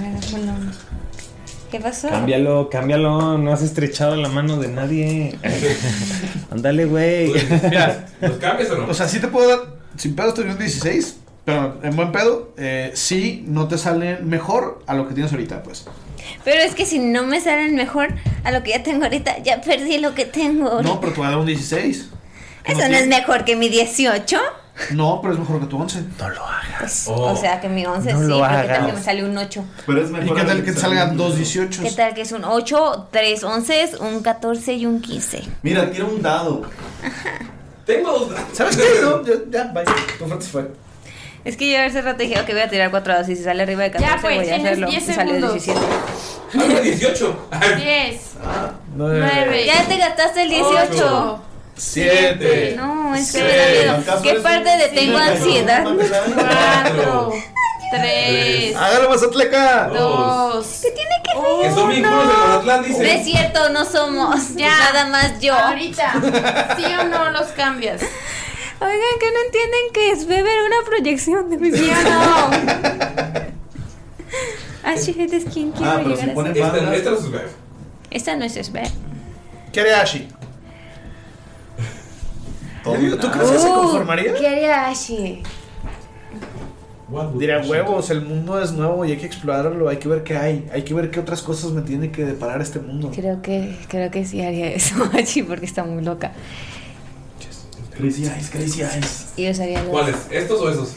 Speaker 4: ¿Qué pasó?
Speaker 9: Cámbialo, cámbialo. No has estrechado la mano de nadie. Ándale, güey.
Speaker 2: Mira,
Speaker 1: ¿los cambias o no?
Speaker 2: O sea, sí te puedo dar. Sin pedo, estoy en un 16. Pero en buen pedo, eh, sí no te sale mejor a lo que tienes ahorita, pues.
Speaker 4: Pero es que si no me salen mejor a lo que ya tengo ahorita, ya perdí lo que tengo ahorita.
Speaker 2: No, pero te voy a dar un 16.
Speaker 4: ¿Eso no es mejor que mi 18?
Speaker 2: No, pero es mejor que tu 11. No lo hagas.
Speaker 4: Pues, O sea que mi 11
Speaker 2: No
Speaker 4: sí,
Speaker 2: lo
Speaker 4: pero ¿qué tal
Speaker 2: hagas.
Speaker 4: que me sale un 8?
Speaker 5: Pero es
Speaker 2: ¿Y
Speaker 5: mejor.
Speaker 2: qué tal que te salgan dos
Speaker 4: ¿Qué
Speaker 2: 18?
Speaker 4: tal que es un 8, 3 11, un 14 y un 15?
Speaker 5: Mira, tira un dado.
Speaker 1: Tengo dos
Speaker 2: ¿Sabes qué? No, ya, ya, vaya. Tu frente se fue.
Speaker 4: Es que yo hace rato dije, ok, voy a tirar 4 dados y si sale arriba de 14
Speaker 3: Ya, pues,
Speaker 4: voy a
Speaker 3: tienes
Speaker 4: hacerlo.
Speaker 3: 10
Speaker 4: Y sale
Speaker 3: segundos.
Speaker 4: 17.
Speaker 1: Hazme 18.
Speaker 3: 10,
Speaker 4: Ya te gastaste el 18.
Speaker 1: Siete.
Speaker 4: No, es que
Speaker 1: Seis.
Speaker 4: me da miedo.
Speaker 1: Acaso
Speaker 4: ¿Qué
Speaker 1: eres
Speaker 4: parte de tengo ansiedad?
Speaker 3: 3,
Speaker 2: Hágalo más atleca.
Speaker 3: Dos.
Speaker 4: ¿Qué tiene
Speaker 5: Oh.
Speaker 4: que ver?
Speaker 1: Que son bien culos de Mazatlán,
Speaker 4: No
Speaker 1: dice.
Speaker 4: es cierto, no somos.
Speaker 3: Ya.
Speaker 4: Nada más yo.
Speaker 3: Ahorita. ¿Sí o no los cambias?
Speaker 4: Oigan, que no entienden que es beber una proyección de mi vida. Ah, shit, es quien quiero
Speaker 5: Ah, pero
Speaker 4: llegar
Speaker 5: si
Speaker 4: a
Speaker 5: pone
Speaker 4: ser.
Speaker 1: Este,
Speaker 5: panda.
Speaker 4: Esta no es Sver.
Speaker 2: ¿Qué haría Ashi? ¿Tú crees que se conformaría?
Speaker 4: ¿Qué haría Ashi?
Speaker 2: Diría huevos, el mundo es nuevo y hay que explorarlo, hay que ver qué hay, hay que ver qué otras cosas me tiene que deparar este mundo.
Speaker 4: Creo que, creo que sí haría eso, Ashi, porque está muy loca.
Speaker 5: Crazy Eyes, Crazy Eyes.
Speaker 4: Y usaría los.
Speaker 1: ¿Cuáles? ¿Estos o esos?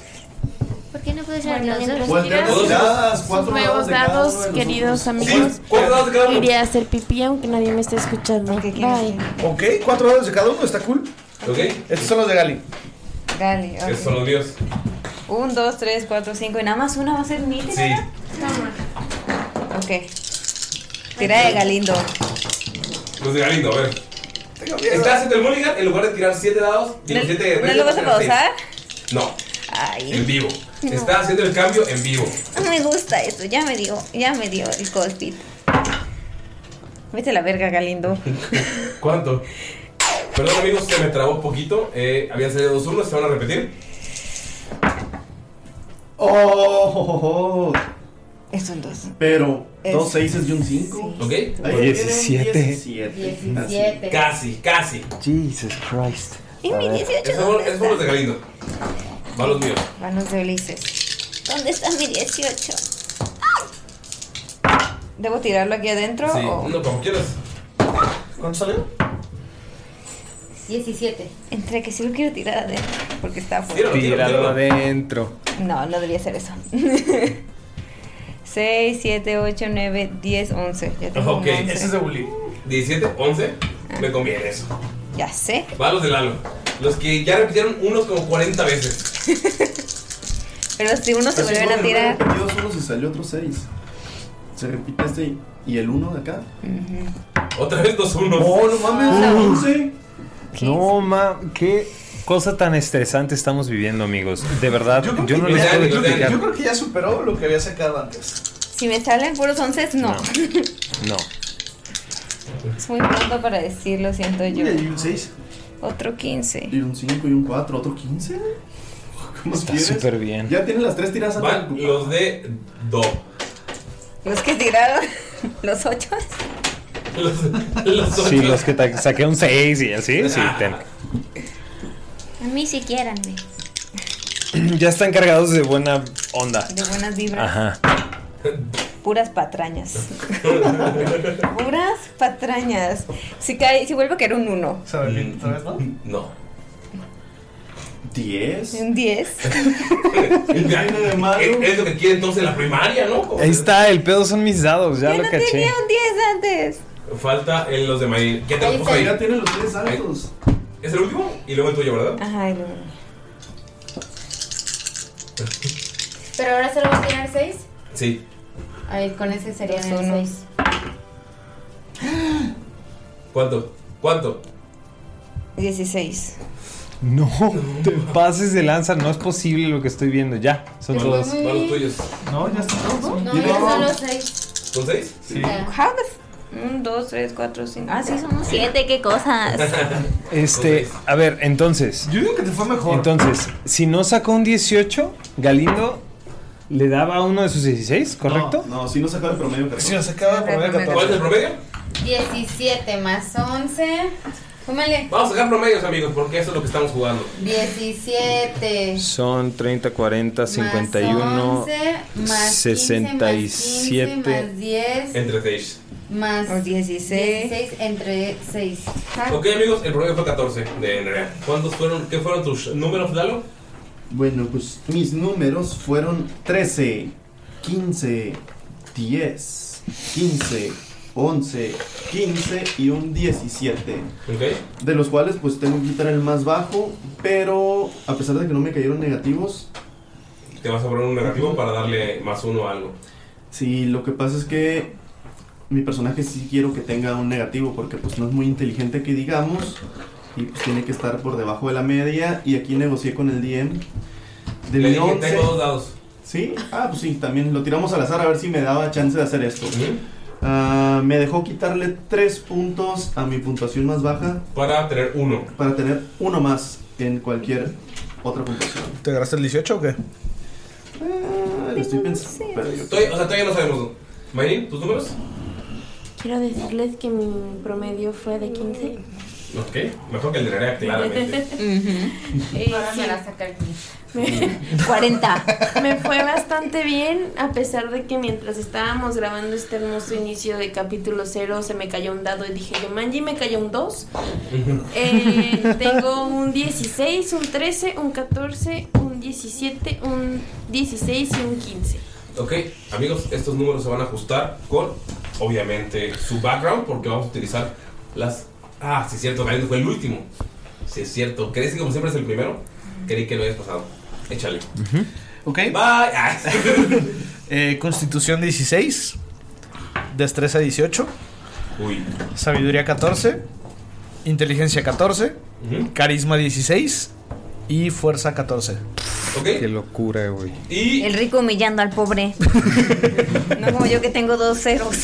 Speaker 4: ¿Por qué no puedes
Speaker 3: Bueno,
Speaker 4: usar los
Speaker 3: mientras
Speaker 4: dos?
Speaker 5: Voltea
Speaker 3: tiras
Speaker 5: dos
Speaker 3: sus-
Speaker 5: dadas,
Speaker 3: sus
Speaker 5: cuatro
Speaker 3: nuevos
Speaker 5: dados de cada
Speaker 3: dados,
Speaker 5: uno de
Speaker 3: queridos
Speaker 5: nosotros.
Speaker 3: amigos.
Speaker 5: Sí, ¿cuántos dados de cada uno?
Speaker 3: Iré a hacer pipí aunque nadie me esté escuchando. Bye.
Speaker 2: Ok, cuatro dados de cada uno, está cool.
Speaker 1: Ok.
Speaker 2: Estos son los de Gali.
Speaker 4: Dale,
Speaker 1: Estos son los míos.
Speaker 4: 1, 2, 3, 4, 5. Y nada más una va a ser mi
Speaker 1: Sí.
Speaker 4: tirada. Ok. Tira de Galindo.
Speaker 1: Los de Galindo, a ver. Está haciendo el mulligan en lugar de tirar 7 dados. digo, siete veces,
Speaker 4: ¿No lo vas a
Speaker 1: tirar seis.
Speaker 4: pausar?
Speaker 1: No, en
Speaker 4: Ay.
Speaker 1: vivo.
Speaker 4: No.
Speaker 1: Está haciendo el cambio en vivo.
Speaker 4: No Ah, me gusta esto. Ya me dio, ya me dio el cospit. Vete a la verga, Galindo.
Speaker 1: ¿Cuánto? Perdón amigos, se me trabó un poquito. Eh, habían salido dos turnos, se van a repetir.
Speaker 5: Oh, oh, oh, oh.
Speaker 4: Es un 2.
Speaker 5: Pero,
Speaker 4: Es-
Speaker 5: dos seises y un cinco.
Speaker 1: ¿Ok?
Speaker 5: Ahí
Speaker 9: Diecisiete.
Speaker 5: tienen diecisiete.
Speaker 1: Casi, casi.
Speaker 9: Jesus Christ.
Speaker 4: Y mi 18.
Speaker 1: Esos fueron- esos fueron los de Galindo. Van los míos.
Speaker 4: Manos de Ulises. ¿Dónde está mi 18? ¿Debo tirarlo aquí adentro?
Speaker 1: Sí,
Speaker 4: o?
Speaker 1: uno como quieras.
Speaker 2: ¿Cuánto salió?
Speaker 4: 17. Entre que sí lo quiero tirar adentro, porque está fuera.
Speaker 9: Tíralo adentro.
Speaker 4: No, no debía ser eso. 6, 7, 8, 9, 10, 11. Ya tengo
Speaker 1: Ok,
Speaker 4: un 11.
Speaker 1: ese es de Bully. 17, 11. Me conviene eso.
Speaker 4: Ya sé.
Speaker 1: Va los de Lalo. Los que ya repitieron unos como 40 veces.
Speaker 4: Pero si uno se vuelven a tirar.
Speaker 5: Repetidos uno se salió otro seis. Se repite este y el uno de acá.
Speaker 1: Otra vez dos unos.
Speaker 5: Oh, no mames.
Speaker 9: Ah.
Speaker 5: Once.
Speaker 9: No, ma, qué cosa tan estresante estamos viviendo, amigos. De verdad, yo, no les
Speaker 2: Ya,
Speaker 9: puedo
Speaker 2: yo, creo que-
Speaker 9: explicar.
Speaker 2: yo creo que ya superó lo que había sacado antes.
Speaker 4: Si me salen puros 11, no.
Speaker 9: No.
Speaker 4: es muy pronto para decirlo, siento
Speaker 5: Y
Speaker 4: yo.
Speaker 5: un seis.
Speaker 4: Otro 15.
Speaker 5: Y un cinco y un cuatro. Otro quince. ¿Cómo
Speaker 9: Está
Speaker 5: quieres?
Speaker 9: súper bien.
Speaker 5: Ya tienen las tres tiradas
Speaker 1: Van los de Do.
Speaker 4: Los que tiraron los 8.
Speaker 1: Los, los
Speaker 9: Sí, los que ta- saqué un 6 y
Speaker 2: Ah.
Speaker 9: así, sí, ten.
Speaker 4: A mí si quieran,
Speaker 9: Ya están cargados de buena onda.
Speaker 4: de buenas vibras.
Speaker 9: Ajá.
Speaker 4: puras patrañas. puras patrañas. Si cae, si vuelvo a caer un 1.
Speaker 1: ¿Otra vez no? No.
Speaker 5: ¿Diez?
Speaker 4: Un 10.
Speaker 1: Es es lo que quiere entonces la primaria, ¿no?
Speaker 9: Ahí está, el pedo son mis dados, ya
Speaker 4: Yo
Speaker 9: lo
Speaker 4: no
Speaker 9: caché.
Speaker 4: tenía un 10 antes.
Speaker 1: Falta en los de Mayrin. Ya te
Speaker 4: Ahí
Speaker 1: lo puso ahí.
Speaker 4: está. Ya
Speaker 5: tiene los tres altos.
Speaker 1: Es el último y luego el tuyo, ¿verdad?
Speaker 4: Ajá, no.
Speaker 7: Pero ahora solo va a tirar 6.
Speaker 1: Sí.
Speaker 7: A ver, con ese sería
Speaker 4: Dos,
Speaker 7: el
Speaker 4: uno.
Speaker 7: 6.
Speaker 1: ¿Cuánto? ¿Cuánto?
Speaker 4: 16.
Speaker 9: No, te pases de lanza, no es posible lo que estoy viendo. Ya, son
Speaker 1: Van los-
Speaker 9: todos.
Speaker 1: van los tuyos.
Speaker 9: No, ya están todos.
Speaker 7: No, ya solo 6.
Speaker 1: ¿Son seis? Sí.
Speaker 4: 1, 2, 3, 4, 5. Ah, sí, somos 7. Qué cosas.
Speaker 9: Este, a ver, entonces. Yo digo que te fue mejor. Entonces, si no sacó un 18, Galindo le daba uno de sus 16, ¿correcto?
Speaker 5: No, si no sacaba el promedio, Si
Speaker 2: no sacaba el
Speaker 9: promedio,
Speaker 1: ¿Cuál es el promedio?
Speaker 7: 17 más 11. Súmale.
Speaker 1: Vamos a sacar promedios, amigos, porque eso es lo que estamos jugando.
Speaker 7: 17.
Speaker 9: Son 30, 40, 51,
Speaker 7: 11, más
Speaker 9: 67.
Speaker 7: 15, más 10,
Speaker 1: Entre seis.
Speaker 7: más 16. entre 6.
Speaker 1: Ok, amigos, el promedio fue 14 de Nerea. ¿Cuántos fueron? ¿Qué fueron tus números, Lalo?
Speaker 5: Bueno, pues mis números fueron 13, 15, 10, 15, 11, 15 y un 17.
Speaker 1: Ok.
Speaker 5: De los cuales pues tengo que quitar el más bajo, pero a pesar de que no me cayeron negativos,
Speaker 1: Te vas a poner un negativo para darle más uno a algo.
Speaker 5: sí, lo que pasa es que mi personaje sí quiero que tenga un negativo porque pues no es muy inteligente que digamos y pues tiene que estar por debajo de la media y aquí negocié con el DM. De
Speaker 1: Le
Speaker 5: mi
Speaker 1: dije,
Speaker 5: 11.
Speaker 1: tengo dos dados.
Speaker 5: Sí, ah, pues sí, también lo tiramos al azar a ver si me daba chance de hacer esto. Ah, me dejó quitarle 3 puntos a mi puntuación más baja.
Speaker 1: Para tener uno.
Speaker 5: Para tener uno más en cualquier otra puntuación. Ah,
Speaker 2: ¿Te agarraste el 18 o qué?
Speaker 5: lo estoy pensando. Pero yo...
Speaker 1: Todavía- o sea, todavía no sabemos. Mayrin, ¿tus números?
Speaker 3: Quiero decirles que mi promedio fue de 15.
Speaker 1: Ok. Mejor que el de Nerea, claramente.
Speaker 3: Eh,
Speaker 7: Ahora
Speaker 3: sí.
Speaker 7: me la saca aquí.
Speaker 3: Me-
Speaker 4: 40.
Speaker 3: Me fue bastante bien, a pesar de que mientras estábamos grabando este hermoso inicio de capítulo cero, se me cayó un dado y dije, yo manji, me cayó un 2. tengo un 16, un 13, un 14, un 17, un 16 y un 15.
Speaker 1: Ok, amigos, estos números se van a ajustar con, obviamente, su background, porque vamos a utilizar las. Ah, sí, es cierto, Galindo fue el último. Sí, es cierto. ¿Crees que como siempre es el primero? Creí que lo hayas pasado. Échale.
Speaker 2: Ok.
Speaker 1: Bye. Ah.
Speaker 2: Eh, Constitución 16. Destreza 18.
Speaker 1: Uy.
Speaker 2: Sabiduría 14. Inteligencia 14.
Speaker 1: Ujú.
Speaker 2: Carisma 16. Y fuerza 14.
Speaker 9: Qué locura, güey.
Speaker 4: El rico humillando al pobre. no como yo que tengo dos ceros.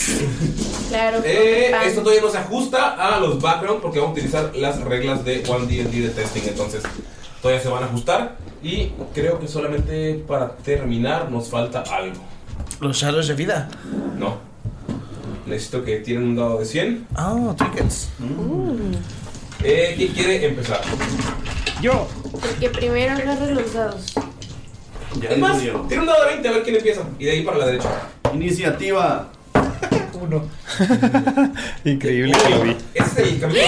Speaker 3: Claro.
Speaker 1: Eh, esto todavía no se ajusta a los background porque vamos a utilizar las reglas de 1D&D de testing, entonces todavía se van a ajustar y creo que solamente para terminar nos falta algo.
Speaker 2: Los shadows de vida.
Speaker 1: No. Necesito que tienen un dado de Mm. 100.
Speaker 2: Ah, tickets.
Speaker 1: Eh, ¿Quién quiere empezar? Yo.
Speaker 3: Porque primero agarras los dados.
Speaker 1: es más, tiene un dado de 20 a ver quién empieza y de ahí para la derecha.
Speaker 5: Iniciativa.
Speaker 1: Uno.
Speaker 9: Increíble que lo vi.
Speaker 1: Ese es el capítulo.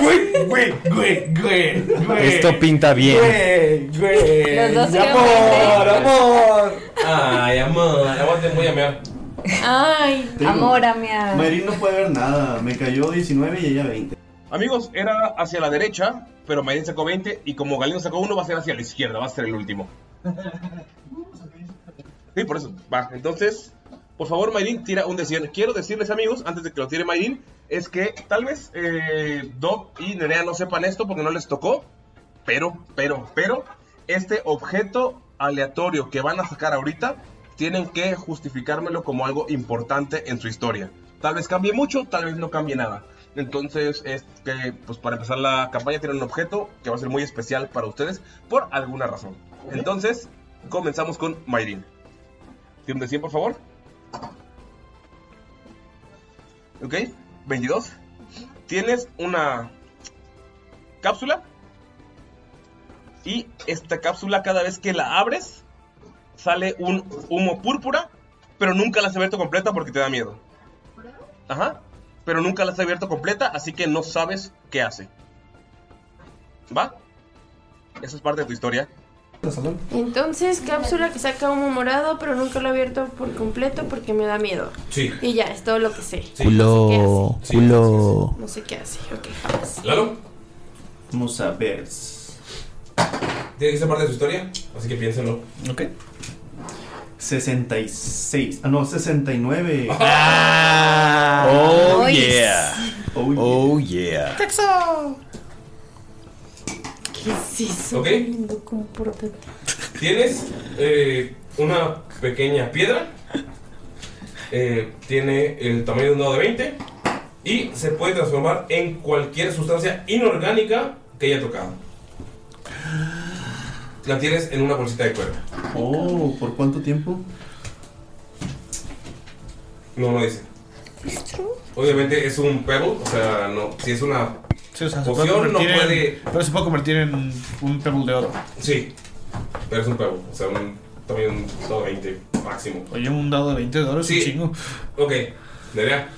Speaker 2: Güey, güey, güey, güey, güey.
Speaker 9: Esto pinta bien.
Speaker 2: Güey, güey.
Speaker 1: Los dos
Speaker 2: Y
Speaker 1: creo
Speaker 2: Amor,
Speaker 1: que-
Speaker 2: amor.
Speaker 1: Ay, amor, aguante muy a mear.
Speaker 4: Ay,
Speaker 5: Tengo.
Speaker 4: amor a mi a-
Speaker 5: Mayrin no puede ver nada. Me cayó 19 y ella 20.
Speaker 1: Amigos, era hacia la derecha, pero Mayden sacó 20 y como Galindo sacó uno va a ser hacia la izquierda, va a ser el último. Sí, por eso. Va, entonces, por favor, Mayrin, tira un de 100. Quiero decirles, amigos, antes de que lo tire Mayrin, es que tal vez eh, Doc y Nerea no sepan esto porque no les tocó, pero, pero, pero, este objeto aleatorio que van a sacar ahorita, tienen que justificármelo como algo importante en su historia. Tal vez cambie mucho, tal vez no cambie nada. Entonces, este, pues para empezar la campaña tienen un objeto que va a ser muy especial para ustedes por alguna razón. Entonces, comenzamos con Mayrin. Tiene un de 100, por favor. Ok, 22. Tienes una cápsula. Y esta cápsula, cada vez que la abres, sale un humo púrpura
Speaker 14: pero nunca las has abierto completa porque te da miedo. Ajá. Pero nunca las has abierto completa, así que no sabes qué hace. ¿Va? Esa es parte de tu historia.
Speaker 3: Entonces, cápsula que saca humo morado, pero nunca lo he abierto por completo porque me da miedo.
Speaker 1: Sí.
Speaker 3: Y ya, es todo lo que sé.
Speaker 15: Culo, culo.
Speaker 3: No sé qué hace. Ok, jamás.
Speaker 1: ¿Lalo?
Speaker 5: Vamos a ver.
Speaker 1: Tiene que ser parte de su historia, así que piénsenlo.
Speaker 5: Ok. 66. Ah, no, 69.
Speaker 6: Ah.
Speaker 9: Oh,
Speaker 5: Nice.
Speaker 9: yeah.
Speaker 5: Oh, yeah.
Speaker 2: ¡Texo!
Speaker 3: ¿Qué es eso?
Speaker 1: Ok.
Speaker 3: Lindo, compórtate.
Speaker 1: Tienes eh, una pequeña piedra. Eh, tiene el tamaño de un dado de 20. Y se puede transformar en cualquier sustancia inorgánica que haya tocado. La tienes en una bolsita de cuero.
Speaker 5: Oh, ¿por cuánto tiempo?
Speaker 1: No, no dice. Obviamente es un pebble, o sea, no. Si es una
Speaker 2: Sí, o sea, se puede
Speaker 1: poción, no
Speaker 2: convertir en-
Speaker 1: puede.
Speaker 2: Pero se puede convertir en un pebble de oro.
Speaker 1: Sí, pero es un pebble, o sea, un, también un dado de 20 máximo.
Speaker 2: Oye, un dado de 20 de oro es un chingo.
Speaker 1: Ok, Nerea.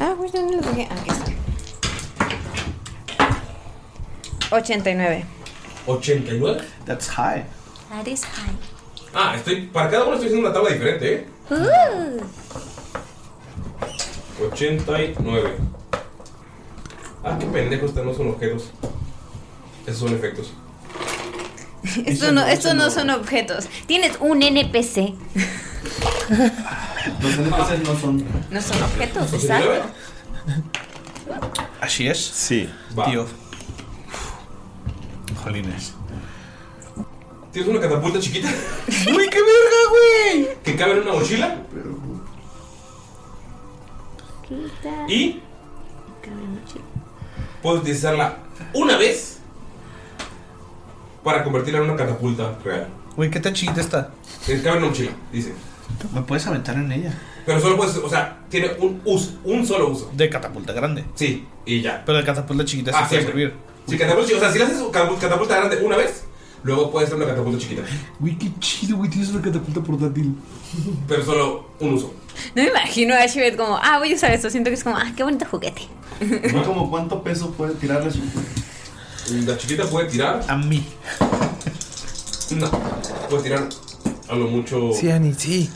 Speaker 4: Ah, güey, yo no lo dije. Aquí está. 89.
Speaker 1: 89.
Speaker 2: That's high.
Speaker 4: That is high.
Speaker 1: Ah, estoy, para cada uno estoy haciendo una tabla diferente, ¿eh?
Speaker 4: Uh.
Speaker 1: 89. Ah, qué pendejo, estos no son objetos. Esos son efectos.
Speaker 4: Esto no, esto no son objetos. Tienes un NPC.
Speaker 5: Los NPCs no son.
Speaker 4: No son objetos,
Speaker 5: ¿Son
Speaker 4: exacto.
Speaker 2: Así es.
Speaker 9: Sí.
Speaker 2: Tío. Jolines.
Speaker 1: ¿Tienes una catapulta chiquita
Speaker 2: ¡Uy, qué verga, güey!
Speaker 1: que cabe en una mochila? Y puedes utilizarla una vez para convertirla en una catapulta real.
Speaker 2: Güey, qué tan chiquita está.
Speaker 1: Que Cabe en una mochila, dice.
Speaker 2: Me puedes aventar en ella.
Speaker 1: Pero solo puedes, o sea, tiene un uso, un solo uso.
Speaker 2: De catapulta grande.
Speaker 1: Sí, y ya.
Speaker 2: Pero de catapulta chiquita sí
Speaker 1: Ah,
Speaker 2: puede
Speaker 1: siempre.
Speaker 2: servir.
Speaker 1: Si catapulta, o sea, si le haces catapul- catapulta grande una vez, luego puedes hacer una catapulta chiquita.
Speaker 2: Güey, qué chido, güey, tienes una catapulta portátil.
Speaker 1: Pero solo un uso.
Speaker 4: No me imagino a Ashibet como, ah, voy a usar esto. Siento que es como, ah, qué bonito juguete.
Speaker 5: ¿Y como cuánto peso puede tirarle su.
Speaker 1: La chiquita puede tirar.
Speaker 2: A mí.
Speaker 1: No, puede tirar a lo mucho.
Speaker 15: Sí, Ani, sí.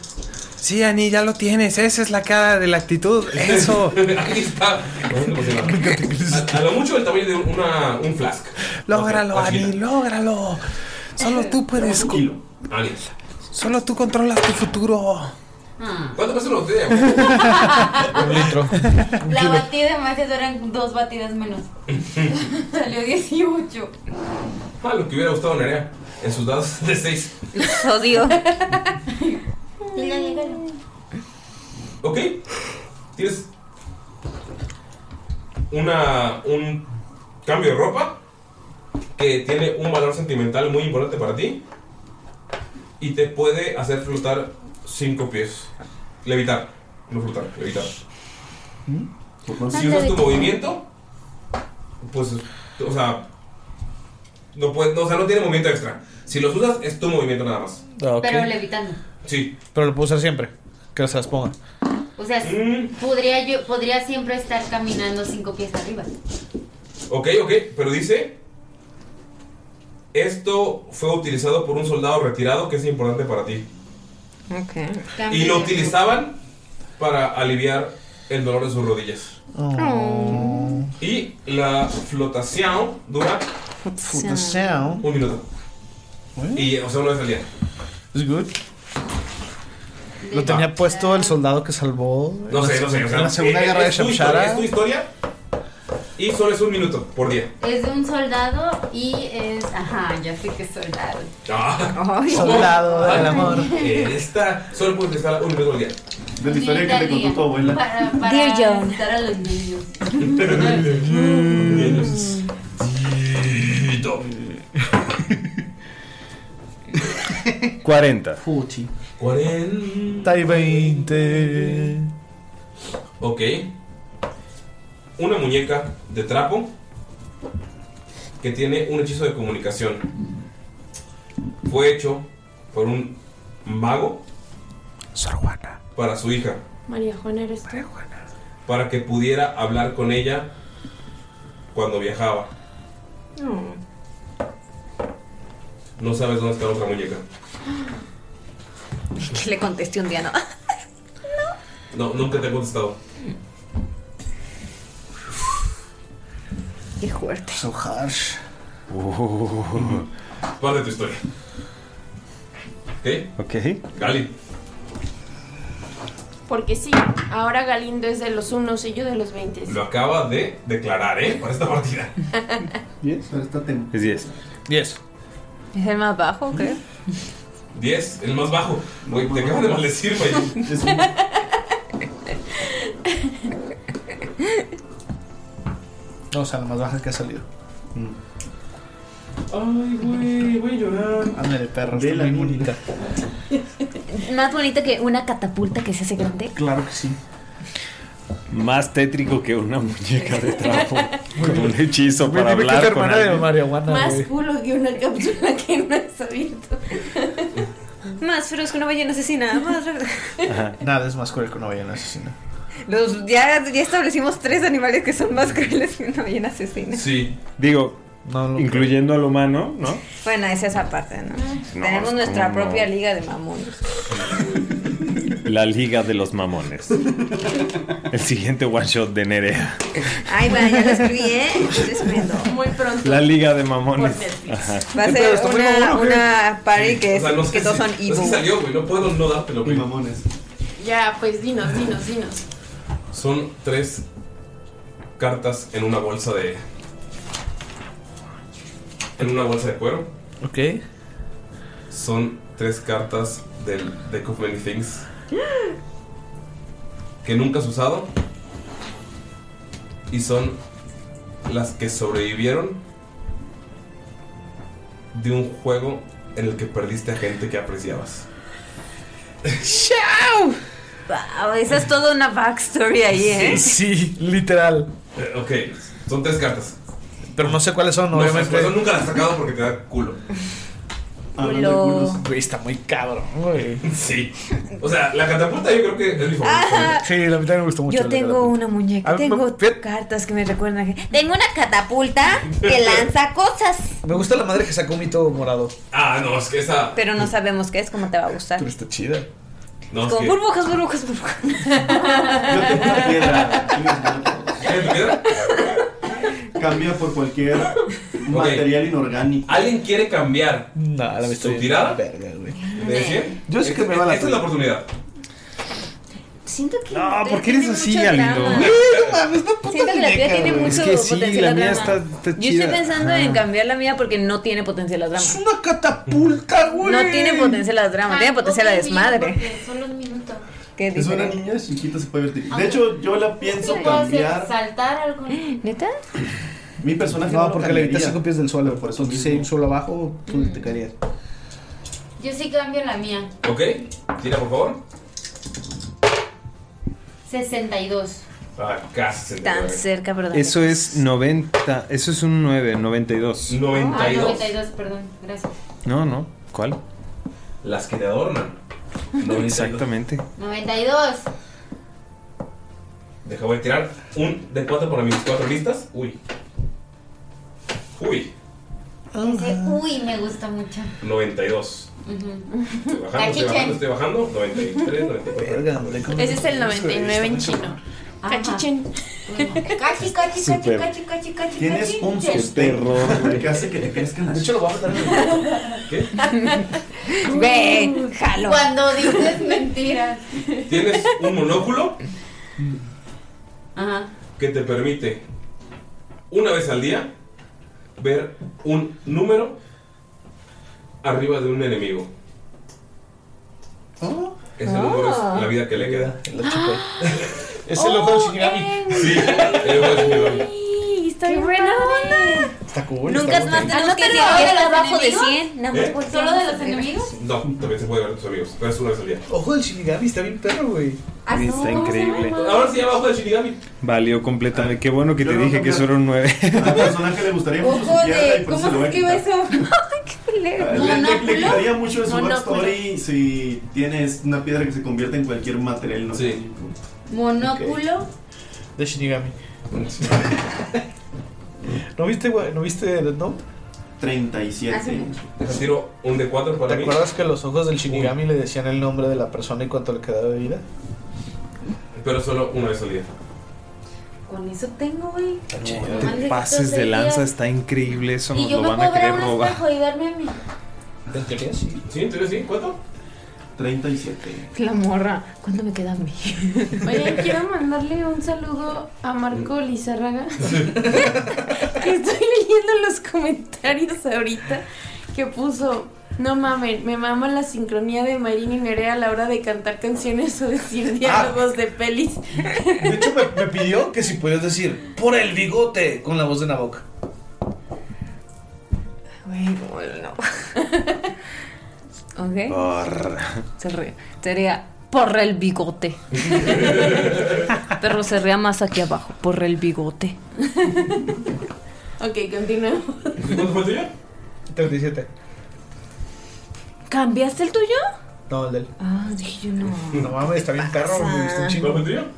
Speaker 15: Sí, Ani, ya lo tienes. Esa es la cara de la actitud. Eso.
Speaker 1: Ahí está. Bueno, pues, a, a lo mucho el tamaño de una, un flask.
Speaker 15: Lógralo,
Speaker 1: Ok,
Speaker 15: Ani,
Speaker 1: agilidad.
Speaker 15: lógralo. Solo tú puedes. co-
Speaker 1: Ani.
Speaker 15: Solo tú controlas tu futuro.
Speaker 1: ¿Cuánto pesa los de
Speaker 2: Un litro.
Speaker 7: La batida más que eran dos batidas menos. Salió 18.
Speaker 1: Ah, lo que hubiera gustado Nerea en sus dados de 6.
Speaker 4: Odio.
Speaker 1: Ok. Tienes una, un cambio de ropa que tiene un valor sentimental muy importante para ti y te puede hacer flotar 5 pies. Levitar. No flotar, levitar. Si usas tu movimiento, pues, o sea, no, puede, no, o sea, no tiene movimiento extra. Si los usas, es tu movimiento nada más.
Speaker 7: Pero levitando.
Speaker 1: Sí.
Speaker 2: Ah, Pero lo puedo usar siempre. Que se las ponga.
Speaker 7: O sea,
Speaker 1: Mm.
Speaker 7: podría yo podría siempre estar caminando cinco pies arriba.
Speaker 1: Ok, ok, pero dice. Esto fue utilizado por un soldado retirado que es importante para ti.
Speaker 4: Ok.
Speaker 1: Y lo utilizaban para aliviar el dolor de sus rodillas.
Speaker 2: Oh.
Speaker 1: Y la flotación dura
Speaker 2: Flotación.
Speaker 1: un minuto. Y, o sea, una vez al día.
Speaker 2: It's good. Lo tenía puesto el soldado que salvó.
Speaker 1: No
Speaker 2: en la
Speaker 1: sé, no sé. o
Speaker 2: seg-
Speaker 1: sea,
Speaker 2: en la Segunda
Speaker 1: es-
Speaker 2: Guerra
Speaker 1: es
Speaker 2: de
Speaker 1: tu historia,
Speaker 2: Shamshara.
Speaker 1: Es tu historia. Y solo es un minuto por día.
Speaker 7: Es de un soldado y es. Ajá, ya sé que es soldado.
Speaker 1: Ah.
Speaker 7: Soldado
Speaker 1: Ay,
Speaker 7: del amor.
Speaker 1: Esta solo puede utilizar un minuto al día.
Speaker 5: De la historia que te contó tu abuela.
Speaker 7: Para, para
Speaker 4: Dear John.
Speaker 7: visitar a los niños.
Speaker 1: Mm. Tito.
Speaker 9: 40.
Speaker 1: 40
Speaker 2: y 20.
Speaker 1: Ok. Una muñeca de trapo que tiene un hechizo de comunicación. Fue hecho por un mago para su hija,
Speaker 3: María Juana, ¿eres tú?
Speaker 1: para que pudiera hablar con ella cuando viajaba.
Speaker 3: No.
Speaker 1: No sabes dónde está la otra muñeca.
Speaker 4: Que le contesté un día, ¿no?
Speaker 1: No, nunca te he contestado.
Speaker 4: Qué fuerte.
Speaker 2: So harsh. Uh.
Speaker 1: Parte de tu historia. ¿Ok?
Speaker 9: Ok.
Speaker 1: Gali.
Speaker 3: Porque sí, ahora Galindo es de los unos y yo de los veinte.
Speaker 1: Lo acaba de declarar, ¿eh? Para esta partida.
Speaker 5: ¿10?
Speaker 9: Es 10.
Speaker 1: 10.
Speaker 4: Es el más bajo, creo.
Speaker 1: 10, el más bajo. Güey, te acabas de maldecir, güey.
Speaker 2: No, o sea, la más baja que ha salido. Mm.
Speaker 1: Ay, güey, voy a llorar.
Speaker 2: Ándale, perro, está muy bonita.
Speaker 4: Más bonito que una catapulta que se hace grande.
Speaker 2: Claro que sí.
Speaker 9: Más tétrico que una muñeca de trapo. con un hechizo para
Speaker 2: Dime que es
Speaker 9: hablar con
Speaker 2: hermana de
Speaker 9: alguien.
Speaker 2: marihuana,
Speaker 3: Más
Speaker 2: güey.
Speaker 3: culo que una cápsula que no has abierto.
Speaker 4: Más feroz que una ballena asesina. Más...
Speaker 2: Nada es más cruel que una ballena asesina.
Speaker 4: Los, ya, ya establecimos tres animales que son más crueles que una ballena asesina.
Speaker 1: Sí.
Speaker 9: Digo, incluyendo al humano, ¿no?
Speaker 4: Bueno, esa es aparte, ¿no?
Speaker 9: No,
Speaker 4: Tenemos nuestra
Speaker 9: ¿cómo no?
Speaker 4: propia liga de mamones.
Speaker 9: La Liga de los Mamones. El siguiente one shot de Nerea.
Speaker 4: Ay, bueno, ya lo escribí, ¿eh? Estoy escribiendo. Muy pronto.
Speaker 9: La Liga de Mamones.
Speaker 4: Por Netflix.
Speaker 9: Ajá.
Speaker 4: Va a
Speaker 1: Pero
Speaker 4: ser
Speaker 1: está muy
Speaker 4: una,
Speaker 1: mamón, ¿o qué?
Speaker 4: una party que,
Speaker 1: O
Speaker 4: es,
Speaker 1: sea, no sé
Speaker 4: que todos
Speaker 1: si-
Speaker 4: son
Speaker 1: No
Speaker 4: evil.
Speaker 1: sé si salió, güey. No puedo no dártelo, güey. mamones.
Speaker 3: Ya, pues dinos, dinos, dinos.
Speaker 1: Son tres cartas en una bolsa de. En una bolsa de cuero.
Speaker 2: Ok.
Speaker 1: ¿Eh? Son tres cartas del Deck of Many Things que nunca has usado. Y son las que sobrevivieron de un juego en el que perdiste a gente que apreciabas.
Speaker 4: ¡Chao! Wow, esa es toda una backstory ahí, ¿eh?
Speaker 2: Sí, literal.
Speaker 1: Eh, ok, son tres cartas.
Speaker 2: Pero no sé cuáles son,
Speaker 1: No,
Speaker 2: obviamente.
Speaker 1: pues, nunca las has sacado porque te da culo.
Speaker 2: Hablando de culos. Güey, está muy cabrón, güey.
Speaker 1: Sí. O sea, la catapulta yo creo que es mi favorita.
Speaker 2: Sí, la mitad me gustó mucho.
Speaker 4: Yo tengo una muñeca,
Speaker 2: A ver,
Speaker 4: tengo cartas que me recuerdan a que... Tengo una catapulta que lanza cosas,
Speaker 2: Me gusta la madre que sacó un mito morado.
Speaker 1: Ah, no, es que esa.
Speaker 4: pero no sabemos qué es, cómo te va a gustar.
Speaker 2: Pero está chida.
Speaker 1: No,
Speaker 4: Como burbujas, burbujas, burbujas.
Speaker 5: Cambia por cualquier material inorgánico.
Speaker 1: ¿Alguien quiere cambiar
Speaker 5: estoy
Speaker 1: su tirada? ¿De
Speaker 5: Nah.
Speaker 1: 100?
Speaker 5: Yo sí que me va la
Speaker 1: Esta es la oportunidad.
Speaker 4: Siento que.
Speaker 9: No, ¿por qué eres así, Galindo?
Speaker 4: Siento que la tuya tiene
Speaker 9: güey.
Speaker 4: mucho
Speaker 9: Es que sí,
Speaker 4: potencial
Speaker 9: la
Speaker 4: la
Speaker 9: mía
Speaker 4: drama.
Speaker 9: está- está
Speaker 4: Yo
Speaker 9: chida.
Speaker 4: estoy pensando
Speaker 9: Ajá.
Speaker 4: en cambiar la mía porque no tiene potencial la drama. Es
Speaker 2: una catapulta,
Speaker 4: No tiene potencial la drama, tiene potencial la desmadre.
Speaker 7: Son los minutos.
Speaker 4: Qué
Speaker 5: Es una
Speaker 4: diferente.
Speaker 5: niña chiquita, se puede divertir. De hecho, yo la pienso
Speaker 7: ¿Puedo hacer
Speaker 5: cambiar.
Speaker 7: saltar algo?
Speaker 4: ¿Neta?
Speaker 5: Mi personaje
Speaker 2: No,
Speaker 5: lo
Speaker 2: porque le evitas
Speaker 5: cambiaría.
Speaker 2: cinco pies del suelo. Por eso Mm. si hay un suelo abajo, tú te caerías.
Speaker 7: Yo sí cambio la mía.
Speaker 1: Ok, tira por favor.
Speaker 7: 62.
Speaker 1: Ah, casi
Speaker 7: Tan cerca, perdón.
Speaker 9: Eso es 90. Eso es un 9, 92.
Speaker 7: Ah, 92, perdón. Gracias.
Speaker 9: No, no. ¿Cuál?
Speaker 1: Las que te adornan.
Speaker 9: Exactamente.
Speaker 7: 92.
Speaker 1: Deja, voy a tirar un de 4 para mis cuatro listas. Uy. Uy,
Speaker 4: Oh.
Speaker 7: Ese, uy, me gusta mucho.
Speaker 1: 92.
Speaker 7: Ujú.
Speaker 1: Estoy bajando, estoy bajando, estoy bajando. 93, 94.
Speaker 3: Ese es el 99 en chino. Cachichen.
Speaker 7: Cachi, cachi, cachi,
Speaker 1: Súper.
Speaker 7: cachi, cachi, cachi.
Speaker 5: Tienes
Speaker 7: cachi.
Speaker 5: un
Speaker 7: Sí.
Speaker 5: terror que hace que te crezcan las De hecho, lo vamos a
Speaker 4: Ve, jalo.
Speaker 7: Cuando dices mentiras.
Speaker 1: Tienes un monóculo
Speaker 7: Ajá.
Speaker 1: que te permite una vez al día ver un número arriba de un enemigo.
Speaker 2: ¿Ah?
Speaker 1: Ese número
Speaker 3: Ah.
Speaker 1: es la vida que le queda.
Speaker 2: Es el ojo del Shinigami.
Speaker 1: Sí, el ojo de Shinigami.
Speaker 4: Sí, está bien buena onda.
Speaker 2: Está cool.
Speaker 4: Nunca es más tenemos que decir que está abajo de 100. Nada más
Speaker 1: ¿Eh?
Speaker 3: Pues
Speaker 4: por
Speaker 7: ¿Solo de los
Speaker 4: enemigos?
Speaker 1: No, también se puede ver a tus amigos, pero es una vez al día.
Speaker 2: Ojo del Shinigami está bien perro, güey.
Speaker 9: Está increíble.
Speaker 1: Ahora Ah, se llama Ojo de Shinigami.
Speaker 9: Valió completamente. Qué bueno que te dije que eso era un 9.
Speaker 5: Al personaje le gustaría mucho su
Speaker 7: Ojo
Speaker 5: pierna y
Speaker 7: de.
Speaker 5: por eso
Speaker 7: ¿Cómo
Speaker 5: se lo
Speaker 7: se
Speaker 5: voy a
Speaker 7: escribe
Speaker 5: quitar. Ah,
Speaker 7: eso? culero.
Speaker 5: Le- Le implicaría mucho de su
Speaker 7: Monóculo.
Speaker 5: backstory si tienes una piedra que se convierte en cualquier material no sí.
Speaker 7: Monóculo.
Speaker 2: De Shinigami. ¿No viste, güey? ¿No viste Death Note?
Speaker 5: 37.
Speaker 7: Hace mucho.
Speaker 1: Tiro un de cuatro para
Speaker 2: ¿Te
Speaker 1: mí.
Speaker 2: acuerdas que los ojos del Shinigami le decían el nombre de la persona y cuánto le quedaba de vida?
Speaker 1: Pero solo una vez al día.
Speaker 7: Con eso tengo, güey.
Speaker 6: No
Speaker 7: Nomás
Speaker 6: te
Speaker 7: le
Speaker 6: pases
Speaker 7: quito
Speaker 6: de lanza,
Speaker 7: sería-
Speaker 6: está increíble. Eso
Speaker 7: Y
Speaker 6: nos
Speaker 7: yo
Speaker 6: lo
Speaker 7: me
Speaker 6: van a
Speaker 7: puedo ver
Speaker 6: querer
Speaker 7: un
Speaker 6: robar.
Speaker 7: espejo y verme a mí.
Speaker 2: ¿En teoría sí?
Speaker 1: Sí, en teoría sí. ¿Cuánto?
Speaker 5: 37.
Speaker 7: La morra. ¿Cuándo me queda a mí?
Speaker 3: Oye, quiero mandarle un saludo a Marco Lizarraga. que estoy leyendo los comentarios ahorita que puso. No mames, me mama la sincronía de Marín y Nerea a la hora de cantar canciones o decir diálogos de pelis.
Speaker 2: De hecho, me, me pidió que si podías decir por el bigote con la voz de Nabok.
Speaker 4: Güey, como el no. ok.
Speaker 6: Por-
Speaker 4: Se ríe. Sería por el bigote. Pero se ría más aquí abajo, por el bigote.
Speaker 3: Ok, continuemos.
Speaker 1: ¿Cuánto fue el tuyo?
Speaker 2: 37.
Speaker 4: ¿Cambiaste el tuyo?
Speaker 2: No, el del.
Speaker 4: Ah, dije yo no.
Speaker 2: No mames, está bien carro,
Speaker 4: pasa?
Speaker 2: me viste un chingo.
Speaker 4: ¿Cuál fue
Speaker 1: el tuyo?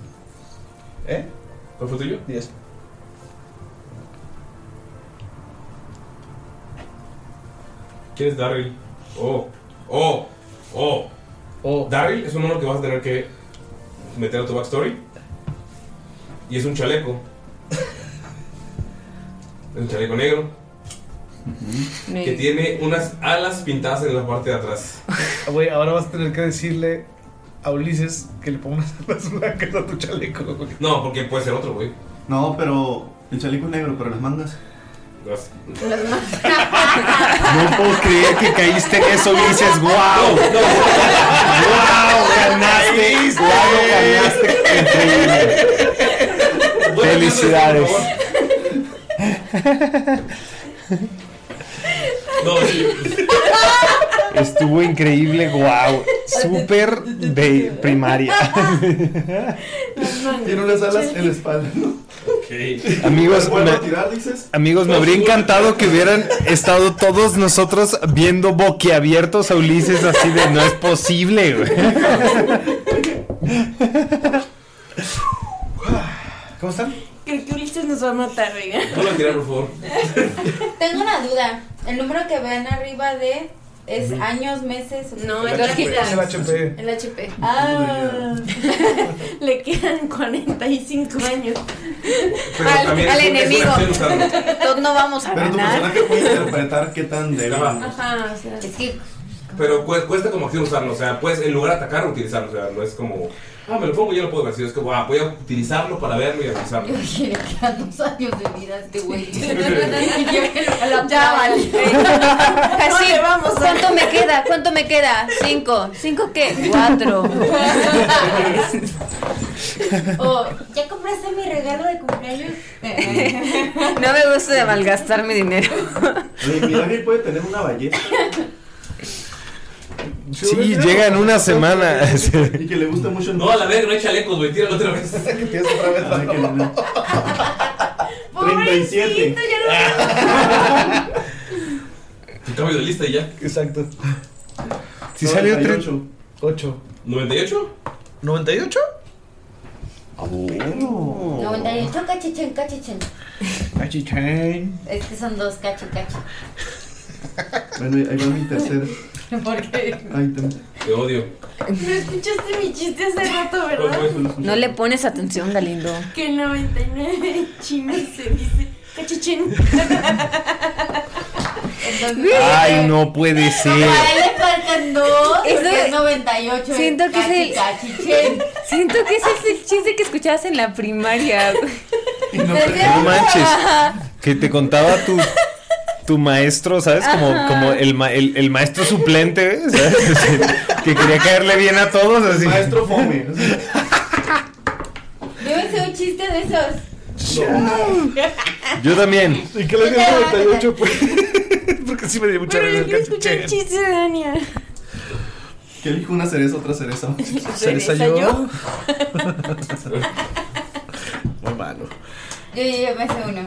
Speaker 2: ¿Eh?
Speaker 1: ¿Cuál fue el tuyo?
Speaker 2: 10.
Speaker 1: ¿Quién es Darryl? Oh, oh, oh. Darryl es un mono que vas a tener que meter a tu backstory. Y es un chaleco. es un chaleco negro. Que
Speaker 2: Negro.
Speaker 1: tiene unas alas pintadas en la parte de atrás.
Speaker 2: Güey, ahora vas a tener que decirle a Ulises que le ponga unas alas blancas a tu chaleco. güey.
Speaker 1: No, porque puede ser otro, güey.
Speaker 5: No, pero el chaleco es negro, pero las mangas.
Speaker 1: Las
Speaker 6: No puedo creer que caíste en eso, Ulises. ¡Wow!
Speaker 1: ¡Wow!
Speaker 6: ¡Ganaste! ¡Wow! ¡Ganaste! Increíble. ¡Felicidades!
Speaker 1: No, sí.
Speaker 6: Estuvo increíble, wow. Súper de primaria.
Speaker 5: Tiene unas alas en la espalda.
Speaker 1: Ok.
Speaker 6: Amigos,
Speaker 5: ¿Vuelvo a
Speaker 6: me-
Speaker 5: tirar, dices?
Speaker 6: Amigos, me habría encantado que hubieran estado todos nosotros viendo boquiabiertos a Ulises así de no es posible, güey.
Speaker 2: ¿Cómo están?
Speaker 3: Creo que Ulises nos va a matar, oiga.
Speaker 1: No lo tirar, por favor.
Speaker 7: Tengo una duda. El número que ven arriba de es
Speaker 1: Ujú.
Speaker 7: años, meses.
Speaker 3: No,
Speaker 2: El
Speaker 3: es la
Speaker 2: HP,
Speaker 3: quita.
Speaker 2: es el HP.
Speaker 3: El HP. Ah. Le quedan 45 años.
Speaker 5: Pero también es un- es un acción usado.
Speaker 4: Todos no vamos a
Speaker 5: Pero pues, tu personaje puede interpretar qué tan débil.
Speaker 3: Ajá, o sea. este
Speaker 7: Es que
Speaker 1: Pero cu- cuesta como acción usarlo, o sea, puedes en lugar de atacar, utilizarlo, o sea, no es como, ah, me lo pongo y ya lo puedo ver, sino es como, ah, voy a utilizarlo para verlo y analizarlo.
Speaker 7: Oye, le quedan dos años de vida a este güey.
Speaker 4: Ya vale. Así,
Speaker 7: Oye, vamos a-
Speaker 4: ¿Cuánto me queda? ¿Cuánto me queda? Cinco. ¿Cinco qué? Cuatro.
Speaker 7: O, Oh, ¿ya compraste mi regalo de cumpleaños?
Speaker 4: No me gusta de malgastar mi dinero.
Speaker 5: Oye, mi Daniel puede tener una ballesta.
Speaker 6: Sí, llega en una semana.
Speaker 5: Y que le gusta mucho el
Speaker 1: No, a la verga, no hay chalecos, güey, tíralo otra vez. que
Speaker 2: tienes otra vez.
Speaker 5: 37.
Speaker 1: Cambio de lista y ya.
Speaker 2: Exacto.
Speaker 6: Si salió
Speaker 2: 8.
Speaker 1: ¿98?
Speaker 2: ¿98?
Speaker 1: Ah,
Speaker 5: Oh.
Speaker 7: 98 cachichén, cachichén. Es que son dos cachi, cachi.
Speaker 5: Bueno, ahí va mi tercer
Speaker 7: ¿Por qué?
Speaker 5: item.
Speaker 1: Te odio.
Speaker 3: No escuchaste mi chiste hace rato,
Speaker 5: Pues,
Speaker 3: ¿verdad?
Speaker 4: No le pones atención, Galindo.
Speaker 3: Que el 99 chino se dice cachichín.
Speaker 1: ah.
Speaker 6: Ay, no puede ser.
Speaker 7: A él le faltan dos.
Speaker 4: Eso-
Speaker 7: porque es 98.
Speaker 4: Siento que es el-
Speaker 7: Cachichén.
Speaker 4: Siento que ese es el chiste que escuchabas en la primaria.
Speaker 6: No manches. Que te contaba tu, tu maestro, ¿sabes? Como,
Speaker 4: Ajá.
Speaker 6: como el, ma- el, el maestro suplente, ¿sabes? Así, Que quería caerle bien a todos. Así. Maestro
Speaker 5: fome.
Speaker 7: Yo hice un chiste de esos.
Speaker 6: Yo también.
Speaker 2: ¿Y qué le dio el 98? Pues?
Speaker 6: Porque sí me dio mucha risa el cachichén.
Speaker 3: Chiste de Dania.
Speaker 5: Que elijo una cereza, otra cereza.
Speaker 2: Cereza yo. yo. Muy malo.
Speaker 7: Yo, yo, yo me hice uno.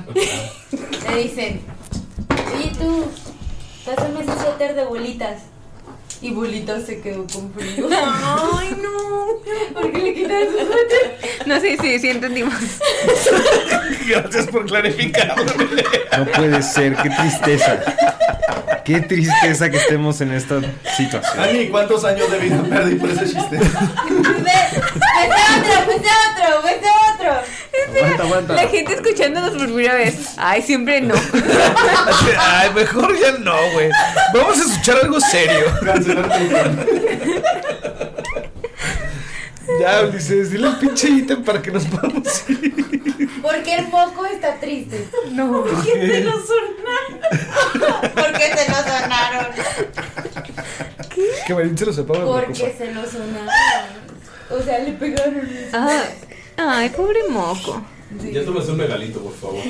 Speaker 7: Le dicen, oye tú, pásame ese Potter de bolitas. Y bolitas se quedó confundido.
Speaker 4: Ay,
Speaker 7: no. ¿Por qué le quitas su suéter?
Speaker 4: No sé, sí, sí, entendimos.
Speaker 16: Gracias por clarificarlo.
Speaker 6: No puede ser, qué tristeza. Qué tristeza que estemos en esta situación.
Speaker 5: Ani, ¿cuántos años de vida perdí por ese chiste?
Speaker 7: Fuiste otro, fuiste otro, fuiste otro.
Speaker 5: Aguanta, aguanta.
Speaker 4: La gente escuchándonos por primera vez. Ay, siempre no.
Speaker 2: Ay, mejor ya no, güey. Vamos a escuchar algo serio. Ya, Ulises, dile al pinche ítem para que nos podamos ir.
Speaker 7: ¿Por qué el moco está triste?
Speaker 4: No.
Speaker 7: ¿Por qué te lo sonaron? ¿Por qué te lo sonaron?
Speaker 2: Que Marín se lo sepa. me
Speaker 7: Porque
Speaker 2: preocupa.
Speaker 7: se lo sonaron. O sea, le pegaron.
Speaker 4: Ah, Ay, pobre moco.
Speaker 1: Ya tomas un megalito, por favor.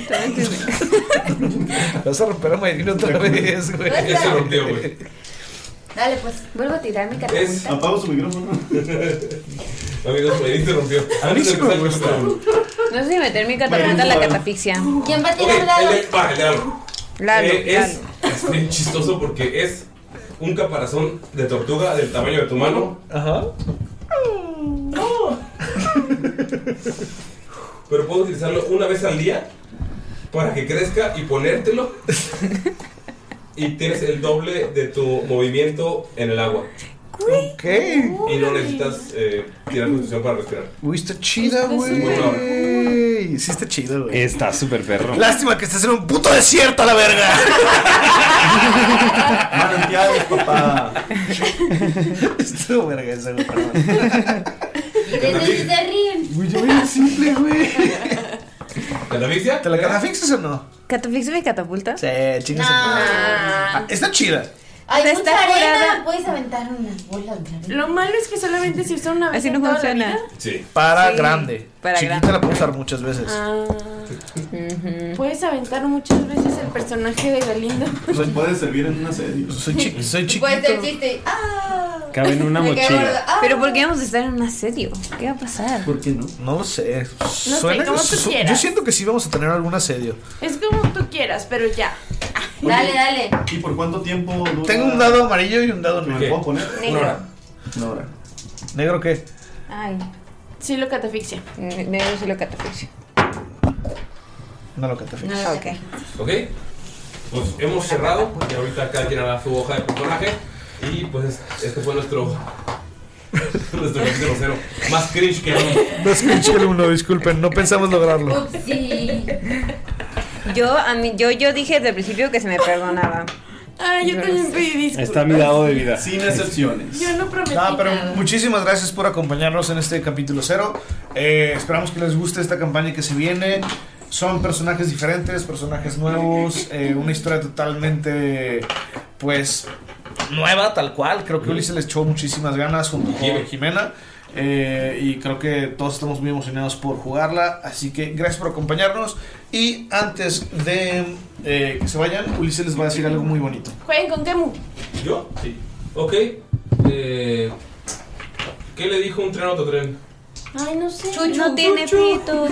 Speaker 2: Vas a romper a Mayrin otra vez, güey.
Speaker 1: Ya se rompió, güey.
Speaker 7: Dale, pues.
Speaker 4: Vuelvo a tirar mi
Speaker 1: Es-
Speaker 4: catapulta.
Speaker 1: Apago su micrófono. Amigos, me interrumpió. A mí se me gusta.
Speaker 4: No sé si meter mi catapulta en la catafixia.
Speaker 7: ¿Quién va a
Speaker 1: tirar
Speaker 4: lado? Lalo,
Speaker 1: Eh, es, es bien chistoso porque es un caparazón de tortuga del tamaño de tu mano. Ajá. Pero puedo utilizarlo una vez al día para que crezca y ponértelo. y tienes el doble de tu movimiento en el agua.
Speaker 2: Ok.
Speaker 1: Y no necesitas eh, tirar constitución para respirar.
Speaker 2: Uy, está chida, güey. Sí, está chida, güey.
Speaker 6: Está súper perro.
Speaker 2: Lástima que estés en un puto desierto, la verga.
Speaker 5: Manantiales, papá.
Speaker 2: Estuvo verga esa, güey.
Speaker 7: Y de eso sí se ríen.
Speaker 2: Güey, yo era simple, güey.
Speaker 1: ¿Catafixia?
Speaker 2: ¿Te la catafixas o no?
Speaker 4: ¿Catafixia mi catapulta?
Speaker 2: Sí, chingas.
Speaker 7: Nah.
Speaker 2: Ah, Está chida.
Speaker 7: Hay
Speaker 3: Está
Speaker 7: mucha arena, pues.
Speaker 3: curada.
Speaker 7: puedes aventar unas bolas de arena.
Speaker 3: Lo malo es que solamente se usa una vez.
Speaker 4: Así no
Speaker 3: en toda la
Speaker 4: funciona.
Speaker 3: vida.
Speaker 1: Sí.
Speaker 2: Para
Speaker 3: Sí,
Speaker 2: grande.
Speaker 3: para
Speaker 2: Chiquita
Speaker 3: grande.
Speaker 2: la puedo usar muchas veces.
Speaker 3: Ah. Puedes aventar muchas veces el personaje de Galindo.
Speaker 5: Nos puede servir en una serie.
Speaker 2: Pues Soy, chiquito. soy
Speaker 3: Pues,
Speaker 7: Puedes ser chiste. ¡Ah!
Speaker 6: Cabe en una
Speaker 7: Me quedé
Speaker 6: mochila.
Speaker 7: gorda. ¡Ah!
Speaker 4: Pero ¿por qué vamos a estar en un asedio? ¿Qué va a pasar?
Speaker 2: ¿Por qué no? No lo sé.
Speaker 3: sé, como tú quieras.
Speaker 2: yo siento que sí vamos a tener algún asedio.
Speaker 3: Es como tú quieras, pero ya.
Speaker 7: Dale, dale.
Speaker 5: ¿Y por cuánto tiempo dura?
Speaker 2: Tengo un dado amarillo y un dado negro.
Speaker 5: puedo poner?
Speaker 3: Negro. Una hora.
Speaker 5: Una hora.
Speaker 2: ¿Negro qué?
Speaker 4: Ay,
Speaker 3: Sí lo catafixia.
Speaker 4: negro sí lo catafixia.
Speaker 2: No lo catafixia.
Speaker 4: Ok.
Speaker 1: ¿Ok? Pues hemos cerrado y ahorita cada quien hará su hoja de personaje. Y pues es- este fue nuestro. nuestro capítulo cero. Más cringe que aún.
Speaker 2: No escuché el uno, disculpen, no pensamos lograrlo.
Speaker 4: Upsi. Yo, a mí, yo, yo dije desde el principio que se me perdonaba.
Speaker 3: Ay, yo también pedí disculpas.
Speaker 6: Está mi dado de vida.
Speaker 5: Sin excepciones.
Speaker 3: Yo no prometí.
Speaker 2: No, Ah, pero
Speaker 3: nada.
Speaker 2: muchísimas gracias por acompañarnos en este capítulo cero. Eh, esperamos que les guste esta campaña que se viene. Son personajes diferentes, personajes nuevos, eh, una historia totalmente, pues, nueva, tal cual. Creo que Ulises les echó muchísimas ganas junto con Jimena. eh, y creo que todos estamos muy emocionados por jugarla. Así que gracias por acompañarnos. Y antes de eh, que se vayan, Ulises les va a decir algo muy bonito.
Speaker 3: Jueguen con Kemu.
Speaker 1: ¿Yo? Sí. Ok. Eh, ¿Qué le dijo un tren a otro tren?
Speaker 3: Ay, no sé.
Speaker 4: no tiene pito.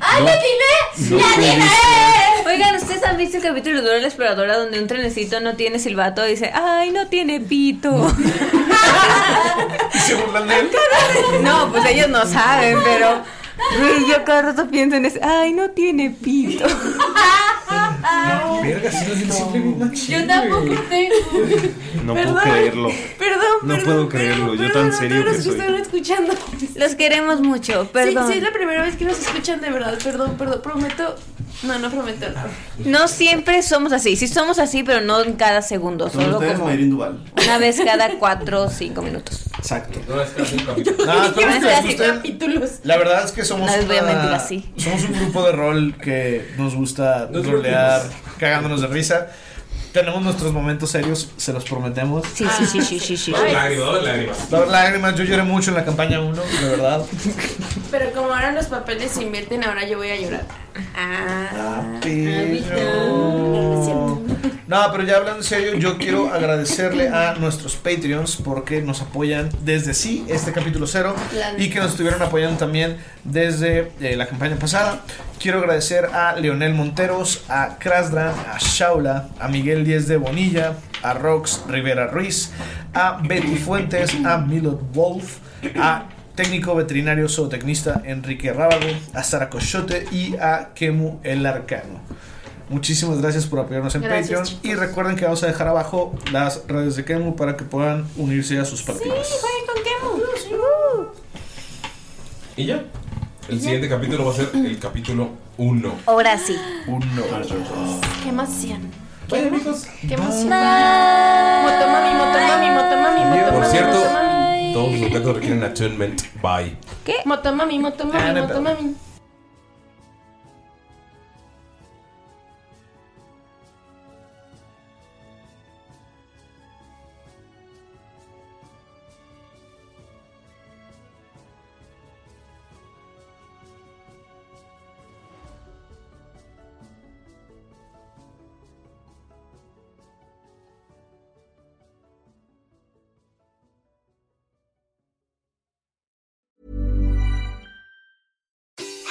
Speaker 7: ¡Ay,
Speaker 1: No.
Speaker 7: le atiné!
Speaker 1: No
Speaker 7: ¡Le atiné!
Speaker 4: Oigan, ¿ustedes han visto el capítulo de Dora la Exploradora donde un trenecito no tiene silbato y dice, ay, no tiene pito?
Speaker 2: Y se burlan de él.
Speaker 4: No, pues ellos no saben, pero güey, yo cada rato pienso en eso, ay, no tiene pito.
Speaker 2: Verga, sí, lo simple bien machín,
Speaker 7: Yo tampoco
Speaker 2: güey.
Speaker 7: tengo.
Speaker 6: No
Speaker 3: Perdón.
Speaker 6: puedo creerlo.
Speaker 3: Perdón,
Speaker 6: No puedo creerlo. Yo tan serio que
Speaker 3: los que
Speaker 6: soy.
Speaker 3: están escuchando.
Speaker 4: Los queremos mucho, perdón.
Speaker 3: Sí, sí, es la primera vez que nos escuchan de verdad. Perdón, perdón. Prometo. No, no prometo. nada.
Speaker 4: No siempre somos así, sí somos así, pero no en cada segundo,
Speaker 5: Son
Speaker 4: solo
Speaker 5: ustedes,
Speaker 4: como
Speaker 5: Mayrin Duval.
Speaker 4: una vez cada cuatro o cinco minutos.
Speaker 2: Exacto.
Speaker 1: No es casi un capítulo.
Speaker 3: Ah,
Speaker 2: No,
Speaker 4: Yo
Speaker 2: esperemos
Speaker 4: me
Speaker 2: que les
Speaker 4: estoy
Speaker 2: guste. La verdad es que somos
Speaker 4: No les voy a
Speaker 2: una-
Speaker 4: mentir así.
Speaker 2: Somos un grupo de rol que nos gusta rolear cagándonos de risa. Tenemos nuestros momentos serios, se los prometemos.
Speaker 4: Sí, sí, sí, sí, sí, sí.
Speaker 1: Dos lágrimas, dos lágrimas.
Speaker 2: Las lágrimas, yo lloré mucho en la campaña 1, de verdad.
Speaker 3: Pero como ahora los papeles se invierten, ahora yo voy a llorar. Ah.
Speaker 2: Pero... No, pero ya hablando en serio, yo quiero agradecerle a nuestros Patreons porque nos apoyan desde sí, este capítulo cero, y que nos estuvieron apoyando también desde eh, la campaña pasada. Quiero agradecer a Leonel Monteros, a Krasdran, a Shaula, a Miguel Díez de Bonilla,
Speaker 17: a Rox Rivera Ruiz, a Betty Fuentes, a Milot Wolf, a técnico veterinario zootecnista Enrique Rábago, a Sara Cochote y a Kemu el Arcano. Muchísimas gracias por apoyarnos en
Speaker 2: Gracias,
Speaker 17: Patreon y recuerden que vamos a dejar abajo las redes de Kemu para que puedan unirse a sus partidas.
Speaker 1: ¿Y ya? El siguiente capítulo va a ser el capítulo 1.
Speaker 4: Ahora sí.
Speaker 1: 1.
Speaker 3: ¿Qué más hacían?
Speaker 1: Oye, amigos.
Speaker 3: ¿Qué emoción. Motomami, motomami, motomami, motomami.
Speaker 1: Por cierto,
Speaker 3: motomami.
Speaker 1: todos los objetos requieren attunement. Bye.
Speaker 3: ¿Qué? Motomami, motomami,
Speaker 1: Ah, no hay pedo.
Speaker 3: motomami.